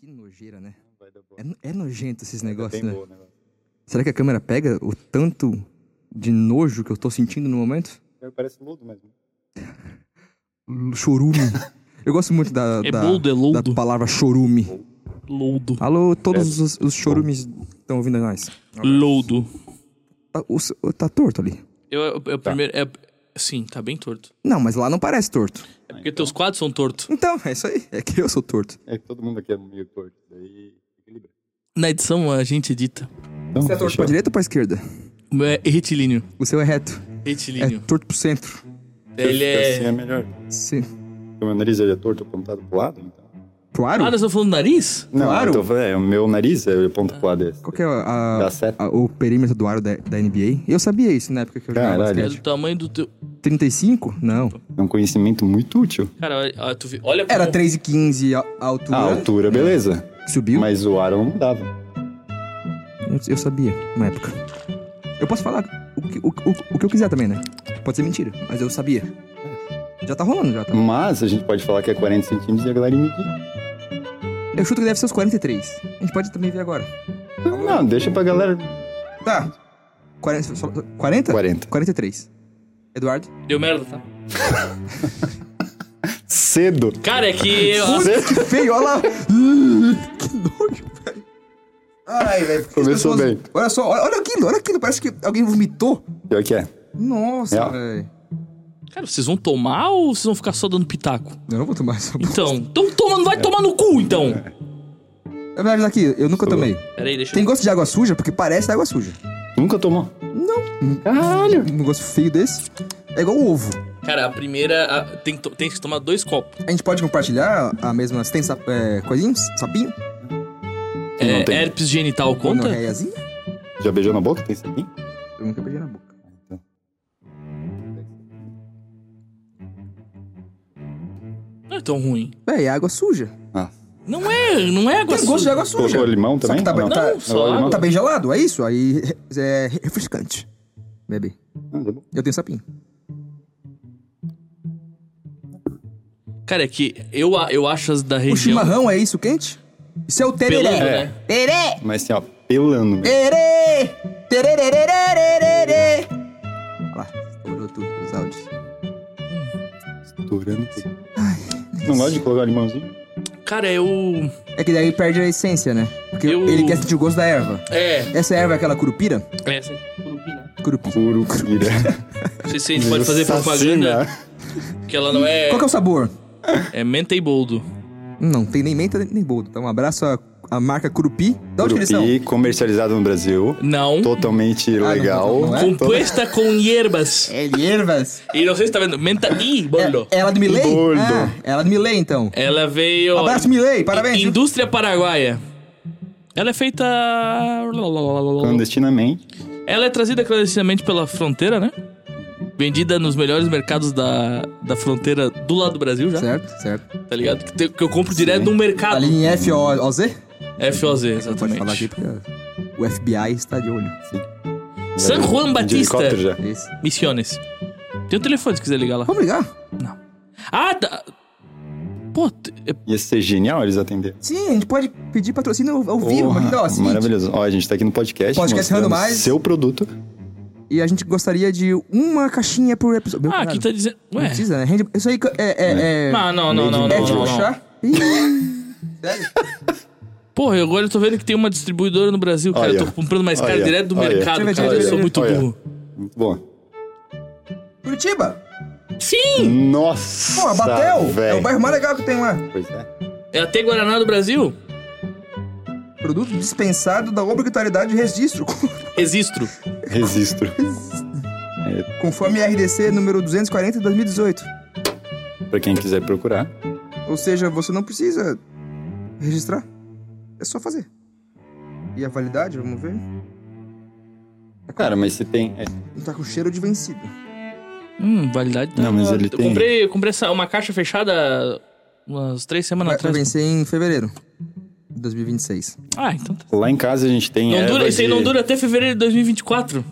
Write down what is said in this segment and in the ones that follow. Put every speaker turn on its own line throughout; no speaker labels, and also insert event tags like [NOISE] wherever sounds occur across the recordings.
Que nojeira, né?
Vai dar boa.
É, no- é nojento esses negócios,
Bem
né?
boa o negócio.
Será que a câmera pega o tanto de nojo que eu tô sentindo no momento?
Parece ludo mesmo.
L- Chorume. [LAUGHS] Eu gosto muito da,
É
da,
boldo, é
da
loudo.
palavra chorume.
Loudo.
Alô, todos
É.
os, os chorumes estão ouvindo nós.
Loudo.
Tá, o, s- o- tá torto ali.
Eu, eu, eu primeiro. É, sim, tá bem torto.
Não, mas lá não parece torto.
É porque teus quadros são tortos.
Então, é isso aí. É que eu sou torto.
É que todo mundo aqui é meio torto. Daí equilibra.
Na edição a gente edita.
Então,
Você é torto pra direita ou pra esquerda?
O meu É retilíneo.
O seu é reto. É
Retilíneo.
torto pro centro.
Ele
Assim
é.
é melhor.
Sim.
Porque O meu nariz ele é torto, apontado pro lado, então.
Pro aro?
Ah, nós estamos falando do nariz?
Não,
Claro.
eu tô falando, é, o meu nariz é ponto pro lado. desse.
Qual que é a-
Dá certo.
a- o perímetro do aro da, da NBA? Eu sabia isso na época que eu jogava
Caralho.
É
basquete.
do tamanho do teu.
35? Não.
É um conhecimento muito útil.
Cara, olha, olha, tu vi- olha como.
Era 3 e 15 a, a altura.
A Ah, altura, beleza.
Subiu.
Mas o ar não mudava.
Eu, eu sabia, na época. Eu posso falar o que, o, o- o que eu quiser também, né? Pode ser mentira, mas eu sabia. Já tá rolando, já tá.
Mas a gente pode falar que é 40 centímetros e a galera medir.
Eu chuto que deve ser os 43. A gente pode também ver agora.
Não, deixa pra galera.
Tá. 40? só- 40?
40.
43. Eduardo?
Deu merda, tá?
Cedo.
Cara, é que. eu-
Putz, que feio, olha lá.
[LAUGHS]
Hum, que nojo, velho. Ai, velho. porque as
Começou
pessoas-
bem.
Olha só, olha, olha aquilo, olha aquilo. Parece que alguém vomitou.
Pior que é.
Nossa,
É.
velho.
Cara, vocês vão tomar ou vocês vão ficar só dando pitaco?
Eu não vou tomar essa bosta.
Então, então toma, não vai tomar no cu, então.
Na É verdade, aqui, eu nunca tomei.
Peraí, deixa
Tem
eu...
gosto de água suja porque parece água suja.
Nunca tomou. Não. Caralho.
Um gosto feio desse. É igual o ovo.
Cara, a primeira... a- tem, que to- tem que tomar dois copos.
A gente pode compartilhar a mesma. Você tem sap, é, coisinho? Sapinho?
É,
Não tem.
herpes genital conta?
Gonorreiazinha?
Já beijou na boca? Tem sapinho?
Eu nunca beijei na boca.
Não é tão ruim.
Véi, é água suja.
Ah.
Não é, não é água
tem gosto de
suja.
água suja.
Colocou limão
Só que
também?
tá,
Ou não?
tá-
Não, só
Não,
água.
tá bem gelado, é isso? Aí é refrescante. Bebe.
Ah, tá bom.
Eu tenho sapinho.
Cara, é que eu, a- eu acho as da
O
região...
chimarrão é isso, quente? Isso é o tereré.
Pelando,
É.
né?
Tereré!
Mas assim, ó, pelando mesmo.
É.
Tereré! Terererererererê! Olha lá, estourou tudo os áudios.
Estourando tudo. Não gosta de colocar limãozinho?
Cara, eu...
É que daí perde a essência, né? Porque
Eu-
ele quer sentir o gosto da erva.
É...
Essa erva é aquela curupira?
Essa é curupi, né?
Curupi.
Curupira.
Não sei se a gente pode fazer propaganda, que ela não é...
Qual que é o sabor?
É menta e boldo.
Não, tem nem menta nem boldo. Então, um abraço à, à marca Curupi. Da onde que eles são?
Curupi, comercializado no Brasil.
Não.
Totalmente
não,
legal.
não é?
Compuesta com hierbas.
É ervas.
E não sei se tá vendo, menta e boldo.
É, ela do Milley?
Boldo.
Ah, ela do Milley, então.
Ela veio...
Abraço, Milley. Parabéns. viu?
Indústria Paraguaia. Ela é feita.
Clandestinamente.
Ela é trazida clandestinamente pela fronteira, né? Vendida nos melhores mercados da, da fronteira do lado do Brasil já,
Certo, certo.
tá ligado? Que, te- que eu compro direto do mercado. É
Ali em FOZ?
FOZ,
Pode falar aqui
exatamente.
porque o FBI está de olho.
San Juan
De
Batista.
helicóptero já.
Esse.
Missiones. Tem um telefone se quiser ligar lá.
Vamos ligar?
Ah, tá. Pô, t- é-
Ia ser genial eles atenderem.
Sim, a gente pode pedir patrocínio ao, ao vivo.
Porra,
Porque, ó, seguinte,
maravilhoso. Ó, a gente tá aqui no podcast.
Podcast Rando
mostrando
Mais.
Seu produto.
e a gente gostaria de uma caixinha por episódio. Meu
ah,
caralho.
aqui tá dizendo.
Não
Ué. Ah,
precisa, né? Rende- Isso aí é... é, é
Não, não, não, não,
é
não,
de
não, não.
broxar? Ih,
Porra, eu agora eu tô vendo que tem uma distribuidora no Brasil, cara.
Olha.
Eu tô comprando mais cara
Olha.
direto do
Olha.
mercado,
Deixa eu ver,
cara. Eu
deixa eu
sou
ver.
muito
Olha.
burro.
Muito bom.
Curitiba!
Sim!
Nossa!
Pô, Batel! É
velho.
o bairro mais legal que tem lá.
Pois é.
É até Guaraná do Brasil?
Produto dispensado da obrigatoriedade de registro, [LAUGHS]
Registro.
Registro.
conforme RDC número 240 de 2018.
pra quem quiser procurar.
Ou seja, você não precisa registrar. É só fazer. E a validade, vamos ver?
Cara, mas se tem. é,
Não tá com cheiro de vencido.
Hum, validade da-
Não, mas ele
eu
tem-
Comprei, eu comprei essa, uma caixa fechada umas três semanas
Vai, vai
atrás.
vencer em fevereiro de 2026.
Ah, então tá.
Lá em casa a gente tem.
Não
erva
dura, isso aí
de-
não dura até fevereiro de 2024.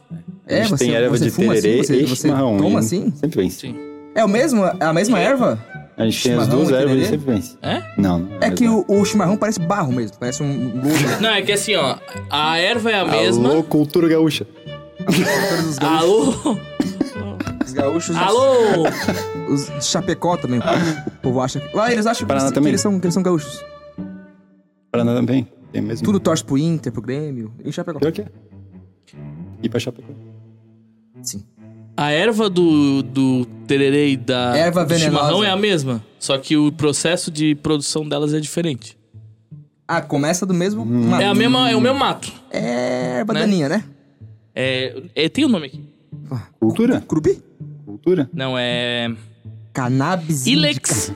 A gente tem erva de
É, fuma
tererê
assim? Você,
e
você
chimarrão.
toma
e
assim?
Sempre vem.
Sim.
É o mesmo? É a mesma erva?
A gente tem as
Chimarrão
duas
e
ervas e
tererê?
sempre vence.
É?
Não, não.
É
mas
que
não.
o, o chimarrão parece barro mesmo, parece um lodo.
Não, é que assim, ó, a erva é a mesma.
Alô, cultura gaúcha.
Todos os gaúchos,
[LAUGHS]
Alô?
os gaúchos
Alô?
os de Chapecó também, o povo acha. que- Lá eles acham que,
Paraná
eles- que
também.
eles são, que eles são gaúchos.
Paraná também. Tem mesmo.
Tudo torce pro Inter, pro Grêmio, em Chapecó.
Pior que é. E pra Chapecó.
Sim.
A erva do, do tererê e da
Erva
do chimarrão
venenosa.
é a mesma, só que o processo de produção delas é diferente.
Ah, começa do mesmo...
Hum.
mato.
É a mesma, é o mesmo mato.
É erva
Né?
daninha, né?
É, é- tem o nome aqui.
Cultura?
Curubi?
Cultura?
Não é
Cannabis
Ilex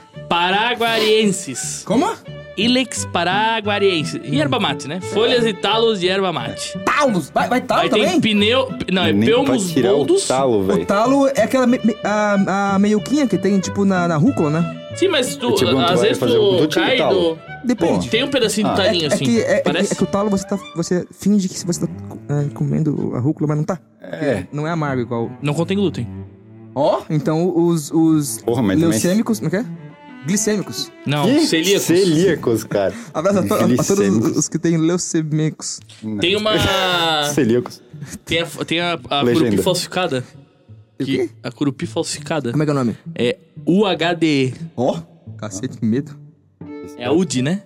paraguariensis.
Como?
Ilex paraguariensis. E erva mate, né? Folhas e talos de erva mate.
Talos! Vai, vai talo
Aí tem
Ah, também?
pneu, não, é
Nem
pelmos
pra tirar
boldos.
o talo,
O
velho.
talo é aquela me, me- a, a meioquinha que tem, tipo, na, na rúcula, né?
Sim, mas tu,
Eu te pergunto,
às
Tipo, vai
vezes
fazer algum
tu
do tipo
cai
talo?
do...
Depende.
Tem um pedacinho de
Ah.
talinho
é,
assim.
que, é, é
Parece?
que- é que o talo você, tá, você finge que você tá é, comendo a rúcula, mas não tá.
É.
Não é amargo igual.
Não contém glúten.
Ó, então os, os
Porra, mas também.
leucêmicos. Como é que é? Glicêmicos.
Não,
Ih,
celíacos.
Celíacos, cara.
Abraço a, to- a- a todos
Glicêmicos.
os, os que têm leucêmicos. [LAUGHS]
Tem uma. Ah.
Celíacos.
tem a, tem a, a
Legenda.
curupi falsificada.
O
Que-
quê?
a curupi falsificada
Como é que é o nome?
é UHDE.
Ó, cacete, que medo.
É a UD, né?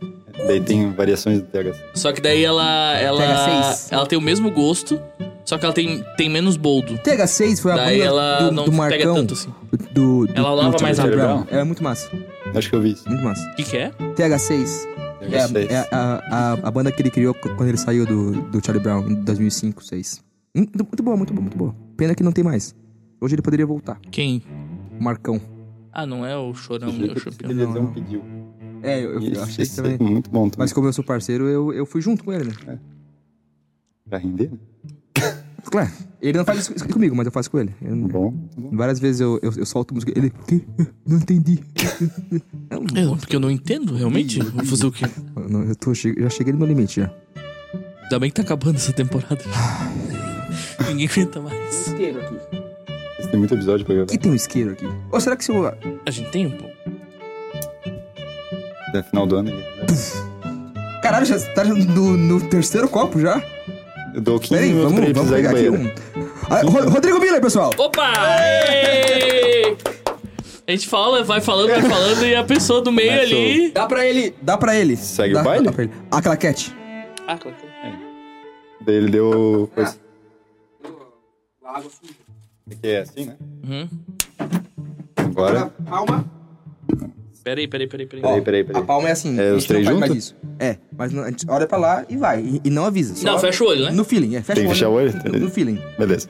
Daí tem variações do THC.
Só que daí ela.
Pega
Ela,
seis.
ela tem o mesmo gosto, só que ela tem, tem menos boldo.
TH6 foi a
Daí ela
banda do,
não
do
pega
Marcão.
tanto assim.
do, do-
Ela
do
lava
Charlie
mais
rápido.
Brown. É muito massa,
Acho que eu vi isso.
muito massa.
O que, que é?
TH6 é, a-
THC.
é a, a, a banda que ele criou c- quando ele saiu do, do Charlie Brown em 2005, 2006. Muito, Hum, muito boa, muito boa, muito boa. Pena que não tem mais. Hoje ele poderia voltar.
Quem?
Marcão.
Ah, não é o chorão, é o
Ele
[LAUGHS]
champion.
Não, não.
não pediu.
É, eu, eu
Isso,
achei
isso
também.
é muito bom também.
Mas como eu sou parceiro, eu, eu fui junto com ele, né?
Pra render, né?
Claro. Ele não faz isso comigo, mas eu faço com ele. Eu não-
Bom, muito bom.
várias vezes eu, eu, eu solto música. Ele. "Quê? Não entendi.
É, não, porque eu não entendo, realmente. Vou fazer o quê?
Eu, não- eu tô che- já cheguei no meu limite já.
Ainda bem que tá acabando essa [LAUGHS] temporada. Ninguém aguenta mais.
Isqueiro aqui.
Esse tem muito episódio pra gravar.
E tem um isqueiro aqui. Ou será que se eu
A gente tem um pouco.
Até final do ano. ele-
Caralho, já tá no, no terceiro copo já?
Eu dou 15
Peraí,
minutos
vamos,
pra ele
vamos
precisar ir
pegar
do
aqui
banheiro.
um. Ah, Ro- Rodrigo Miller, pessoal!
Opa! Ê! A gente fala, vai falando, vai falando, e a pessoa do meio
Começa
ali.
Dá pra ele! Dá pra ele!
Segue
Dá-
o baile?
dá pra ele. A claquete.
Ah, claro.
um?
Daí ele deu. Coisa.
Água suja.
Porque é assim, né?
Uhum.
Agora.
Calma.
Peraí, peraí, peraí, peraí.
Peraí, peraí, peraí.
A palma é assim.
É,
a gente
os três
não faz
juntos?
mais isso. É, mas não- a gente olha pra lá e vai. E, e não avisa. só
Não, fecha o olho, né?
No feeling, é. Fecha
Tem que fechar o olho?
No, no feeling.
Beleza.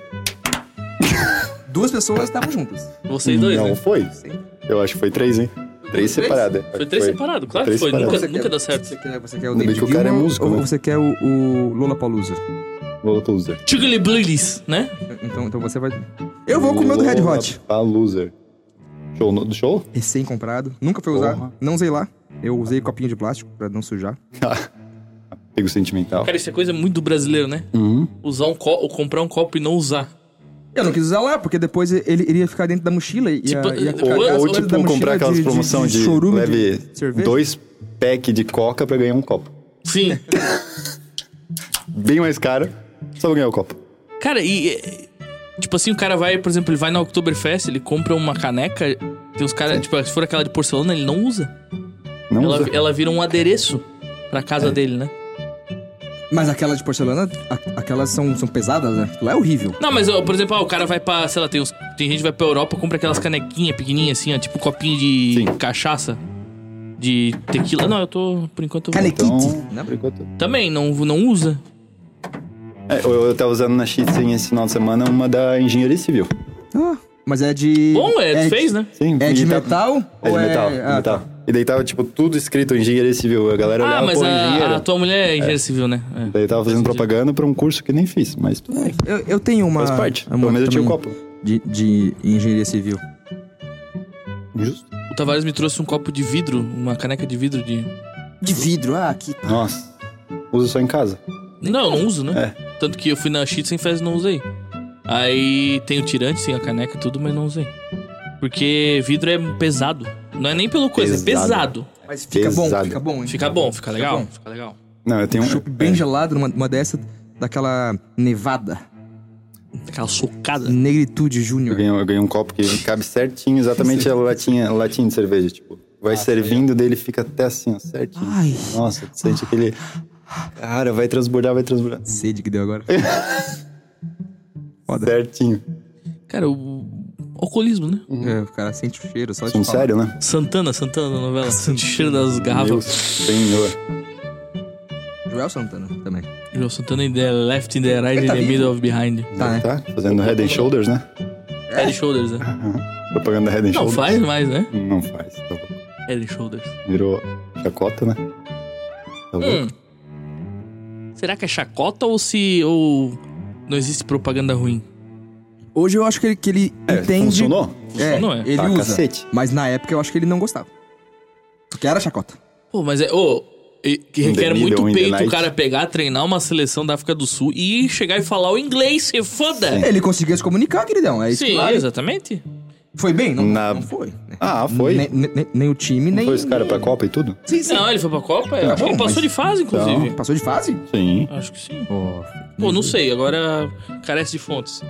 Duas pessoas estavam juntas.
Vocês dois,
Não
né?
foi? Eu acho que foi três, hein? Três é. separadas.
Foi três separados, claro
Três
que foi.
separados.
Nunca, nunca dá
Você
certo.
quer, você quer o
Ainda bem
David
que o cara é
Gilmour
músico,
ou
né?
você quer o, o Lola Palusa?
Volta loser.
Chugly Blilis, né?
Então, então você vai... Eu vou com o meu do Red Hot.
Pra loser. Show no- do show?
Recém-comprado. Nunca foi usado.
Porra.
Não usei lá. Eu usei copinho de plástico pra não sujar.
Pego sentimental.
Cara, isso é coisa muito do brasileiro, né?
Uhum.
Usar um copo, ou comprar um copo e não usar.
Eu não quis usar lá, porque depois ele iria ficar dentro da mochila e
Tipo,
ia, ia
ou-
cagar
Ou,
as
ou,
coisas é da
tipo,
mochila
comprar aquelas promoção de,
chorume
leve
cerveja.
dois pack de coca pra ganhar um copo.
Sim. [LAUGHS]
Bem mais caro, só pra ganhar o copo.
Cara, e. é, Tipo assim, o cara vai, por exemplo, ele vai na Oktoberfest, ele compra uma caneca. Tem os caras, tipo, se for aquela de porcelana, ele não usa.
Não
Ela,
usa.
ela vira um adereço pra casa dele, né?
Mas aquelas de porcelana, a- aquelas são, são pesadas, né? Lá é horrível.
Não, mas, ó, por exemplo, ó, o cara vai pra, sei lá, tem, uns, tem gente que vai pra Europa, compra aquelas canequinhas pequenininhas assim, ó, tipo um copinho de
Sim.
cachaça, de tequila. Não, eu tô, por enquanto... eu vou-
Canequite.
Então,
né?
por enquanto.
Também, não, não usa.
É, eu, eu tava usando na Chitzen esse final de semana uma da engenharia civil.
Ah, mas é de...
Bom, é, tu
de-
fez, né?
Sim,
É
e
de
tá-
metal?
É de
ou
metal,
ah,
metal. E daí tava, tipo, tudo escrito engenharia civil. A galera
Ah,
olhava,
mas
pô,
a,
engenheiro.
a tua mulher é engenheira civil, né? É.
Daí tava fazendo propaganda pra um curso que nem fiz, mas tudo bem.
Eu, eu tenho uma...
Faz parte.
uma
Pelo menos eu tinha um
também
copo.
De, de engenharia civil.
Justo.
O Tavares me trouxe um copo de vidro, uma caneca de vidro de...
De vidro, ah, que...
Nossa. Usa só em casa.
Não, eu não uso, né?
É.
Tanto que eu fui na Shitsen Fest e não usei. Aí tem o tirante, sim, a caneca e tudo, mas não usei. Porque vidro é pesado. Não é nem pelo coisa, é
Pesado.
pesado.
Mas fica bom,
Pesado.
fica bom, hein?
Fica bom, fica legal.
bom.
Fica legal.
Não, eu tenho um.
Chope bem gelado numa uma dessa, daquela nevada.
Aquela socada.
Negritude
Eu
Júnior.
ganhei, eu ganhei um copo que cabe certinho, exatamente a latinha, a latinha de cerveja, tipo. Vai servindo dele, fica até assim, ó, certinho.
Ah, Ai.
Nossa, tu sente aquele. Cara, vai transbordar, vai transbordar.
Sede que deu agora.
É.
Foda.
Certinho.
Cara, o. Alcoolismo, né?
É, o cara sente o cheiro, só de
São
falar.
sério, né?
Santana, Santana da novela. Sente o cheiro das
Meu
garrafas.
senhor.
Joel Santana também.
João Santana in the left, in the right, in
Ele tá
the
vivo.
middle of behind.
Tá, né?
Tá? Fazendo head and shoulders, né?
Head and Shoulders, né?
Propaganda head and
Não
shoulders.
faz mais, né?
Não faz. Tá louco.
Head and Shoulders.
Virou chacota, né? Tá louco?
Hum. Será que é chacota ou se. ou. não existe propaganda ruim?
Hoje eu acho que ele, que ele
É,
entende.
Funcionou?
É,
Funcionou, é.
ele
Tá,
usa.
cacete.
Mas na época eu acho que ele não gostava. Que era chacota.
Pô, mas é. Ô, e- que
In the
requer
middle,
muito
in the
peito
night.
o cara pegar, treinar uma seleção da África do Sul e chegar e falar o inglês, se
É.
foda!
Ele conseguia se comunicar, queridão. É isso
Sim,
que vale.
exatamente.
Foi bem? Não,
Na-
não foi. né?
Ah, foi.
Nem, nem- nem o time,
Não
nem.
foi os caras pra Copa e tudo?
Sim, sim.
Não, ele foi pra Copa,
Tá
eu acho que
bom,
ele passou
mas-
de fase, inclusive.
Passou de fase?
Sim.
Acho que sim.
Ó,
é. Pô, não sei, agora carece de fontes.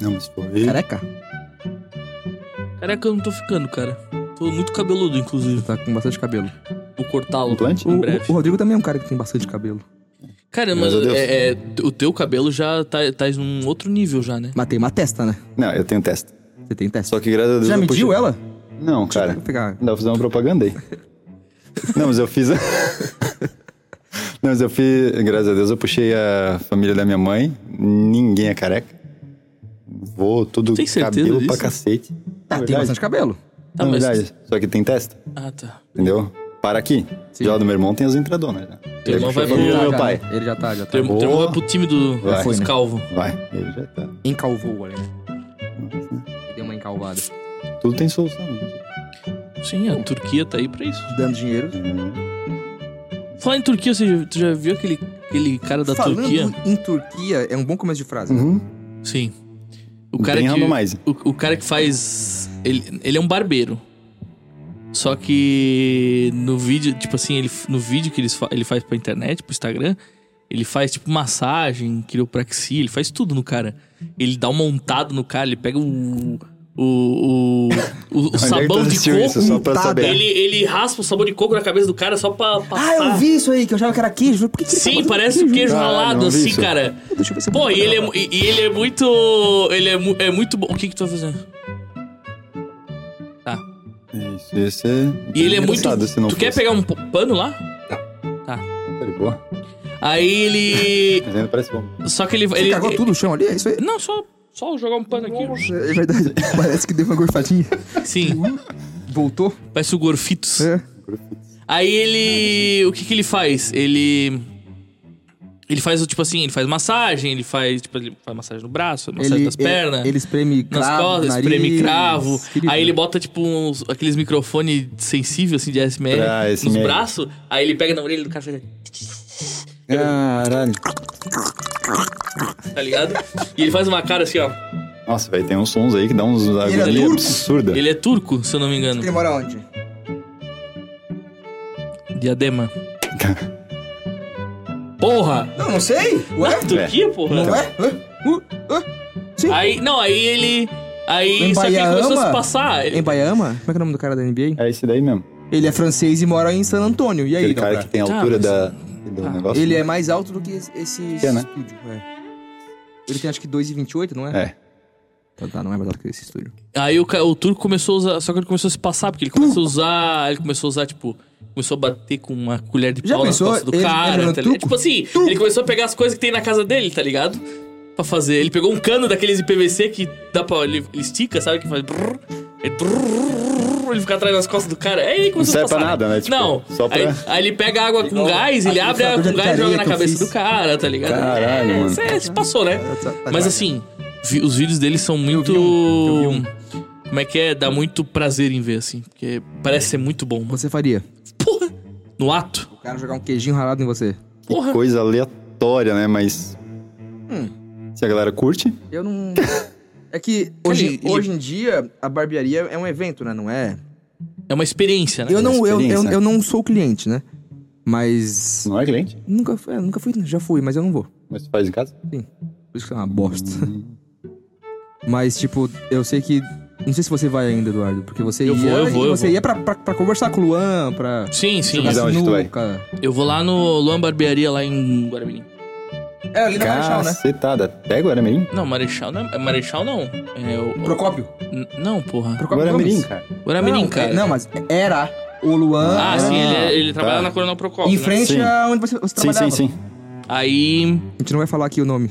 Não, mas foi.
Careca?
Caraca, eu não tô ficando, cara. Tô muito cabeludo, inclusive.
Tá com bastante cabelo.
Vou cortá-lo
Implante?
O,
em
o-
breve.
o Rodrigo também é um cara que tem bastante cabelo.
Cara, mas
Graças a Deus.
é, é, o teu cabelo já tá, tá em um outro nível já, né?
Mas tem uma testa, né?
Não, eu tenho testa.
Você tem testa.
Só É. que graças a Deus.
Já
eu
mediu
puxei-
ela?
Não, cara.
Vou pegar.
Dá pra fazer uma propaganda aí. Não, mas eu fiz. a- [LAUGHS] Não, mas eu fiz. Graças a Deus, eu puxei a família da minha mãe. Ninguém é careca. Vou tudo
Tem certeza
cabelo pra
disso?
cacete.
Tá,
Na
tem
verdade,
bastante cabelo.
Tá,
na
mas-
verdade. Só que tem testa,
Ah, tá.
entendeu? Para aqui.
Sim.
Já do meu irmão tem as entradonas. Né?
Teu irmão
Ele puxou
vai
a
pro-
família do
tá,
meu
já,
pai.
né? Ele já tá, já tá.
Teu irmão
Boa.
teu irmão é pro time do
Vai.
dos
Foi, né?
calvo.
Vai, ele já tá.
um
Encalvou ali. Deu uma encalvada.
Tudo tem solução. né? gente.
Sim, a Turquia tá aí pra isso.
Dando dinheiro.
Falar em Turquia, você já, tu já viu aquele, aquele cara da
Falando
Turquia?
em Turquia, é um bom começo de frase.
Uhum.
Sim. O cara
Bem
que,
randomize.
o, o cara que faz. Ele, ele é um barbeiro. Só que no vídeo, tipo assim, ele, no vídeo que eles fa- ele faz pra internet, pro Instagram, ele faz tipo massagem, quiropraxia, ele faz tudo no cara. Ele dá uma montada no cara, ele pega o.
[LAUGHS]
O, o, o- o
tu
sabão de
assistiu
coco.
tá isso? Só pra
untado.
saber.
ele, ele raspa o sabor de coco na cabeça do cara só pra
Ah,
passar.
eu vi isso aí, que eu achava que era queijo. Por que que ele tá
Sim,
botando
parece um queijo
Caralho,
ralado
Ah, não vi
assim,
isso.
cara.
Deixa eu ver se eu
Pô,
vou
e ele, é,
procurar.
mu- e- e ele é muito. Ele é, mu- é muito bom. O que que tu tá fazendo? Tá.
Isso, esse é.
E ele é muito.
engraçado, se não
tu quer
fosse.
pegar um p- pano lá? Tá.
Tá de boa.
Aí ele.
Mas ainda parece bom.
Só que ele.
Você
ele
cagou tudo no chão ali? É isso aí?
Não, só, só jogar um pano aqui.
É verdade. Parece que deu uma gorfadinha.
Sim,
Voltou.
parece o Gorfitos.
É.
Aí ele. O que que ele faz? Ele. Ele faz, tipo assim, ele faz massagem, ele faz, tipo, ele faz massagem no braço, massagem das pernas.
Ele, ele espreme cravo,
nas costas,
nariz,
espreme cravo.
querido.
Aí ele bota, tipo, uns- aqueles microfones sensíveis, assim, de ASMR,
Ah,
nos
ASMR.
braços. Aí ele pega na orelha do cara assim, e fica,
Caralho.
tá ligado? e ele faz uma cara assim, ó.
Nossa, velho, tem uns sons aí que dá uns
ele é
agonia
turco?
absurda.
Ele é turco, se eu não me engano.
Ele mora onde?
Diadema. Porra!
Não, não sei. Ué?
Na Turquia, porra?
Não é? Hã? Uh, hã? Sim.
Aí, não, aí ele... Aí,
Em
só que ele
Baiaama?
começou a se passar. Ele-
Em Baiama? Como é que é o nome do cara da NBA?
É esse daí mesmo.
Ele é francês e mora em San Antônio. E aí,
Aquele
não,
cara
cara?
que tem a
Tá,
altura
mas-
da, do
tá.
negócio.
Ele é mais alto do que esse, esse
Que é, né?
estúdio. É. Ele tem acho que 2,28, não é?
É.
Então tá, não é mais alto que esse estúdio.
Aí o, ca- o turco começou a usar, só que ele começou a se passar, porque ele começou a usar, ele começou a usar, tipo, começou a bater com uma colher de
Já
pau na
pensou?
costa do
Ele-
cara,
ele era
tá ligado?
turco?
Tipo assim,
Turco.
ele começou a pegar as coisas que tem na casa dele, tá ligado? Pra fazer. Ele pegou um cano daqueles de PVC que dá pra. Ele, ele estica, sabe? Que faz. brrr, é brrr, ele fica atrás das costas do cara. Aí ele começou
serve
a passar.
pra nada, né? Tipo,
não.
só pra-
Aí, aí ele pega água com gás, ele
aquele
abre a água
flaco
com
de
gás e joga
areia
na
que eu
cabeça
fiz.
do cara, tá ligado?
Caralho,
é,
mano.
cê- cê passou, né?
Tá- tá
Mas
demais.
assim, vi- os vídeos deles são muito.
vi um, eu vi um.
Como é que é? Dá muito prazer em ver, assim. Porque parece ser muito bom. Mas,
Você faria?
porra! No ato?
O cara jogar um queijinho ralado em você.
Que
Porra.
coisa aleatória, né? Mas.
Hum.
Se a galera curte,
Eu
[LAUGHS]
não. É que hoje,
ele-
hoje em dia a barbearia é um evento, né? Não é
É uma experiência, né?
Eu não, eu, eu,
experiência.
eu não sou cliente, né? Mas.
Não é cliente?
Nunca, fui- é, nunca fui, já fui, mas eu não vou.
Mas tu faz em casa?
Por isso que é uma bosta.
Uhum.
Mas, tipo, eu sei que. Não sei se você vai ainda, Eduardo, porque você
Eu
ia.
vou, eu vou, eu
você
vou.
ia pra, pra, pra conversar com o Luan, pra.
Sim, sim.
Mas
jogar
aonde tu vai?
sinuca.
Eu vou lá no Luan Barbearia, lá em Guaramirim.
É, ali na Marechal, né?
Cacetada. Pega o Guaramirim?
Não, Marechal não é. Marechal não. É o.
Procópio.
N- Não, porra.
Procópio
Guaramirim,
Gomes.
é cara.
Guaramirim,
não,
cara.
é- Não, mas era o Luan.
Ah,
era
sim, ele, é- ele
tá.
trabalha na Coronel Procópio.
Em
né?
frente
Sim.
a onde você, você
Sim,
trabalhava.
sim, sim.
Aí.
A gente não vai falar aqui o nome.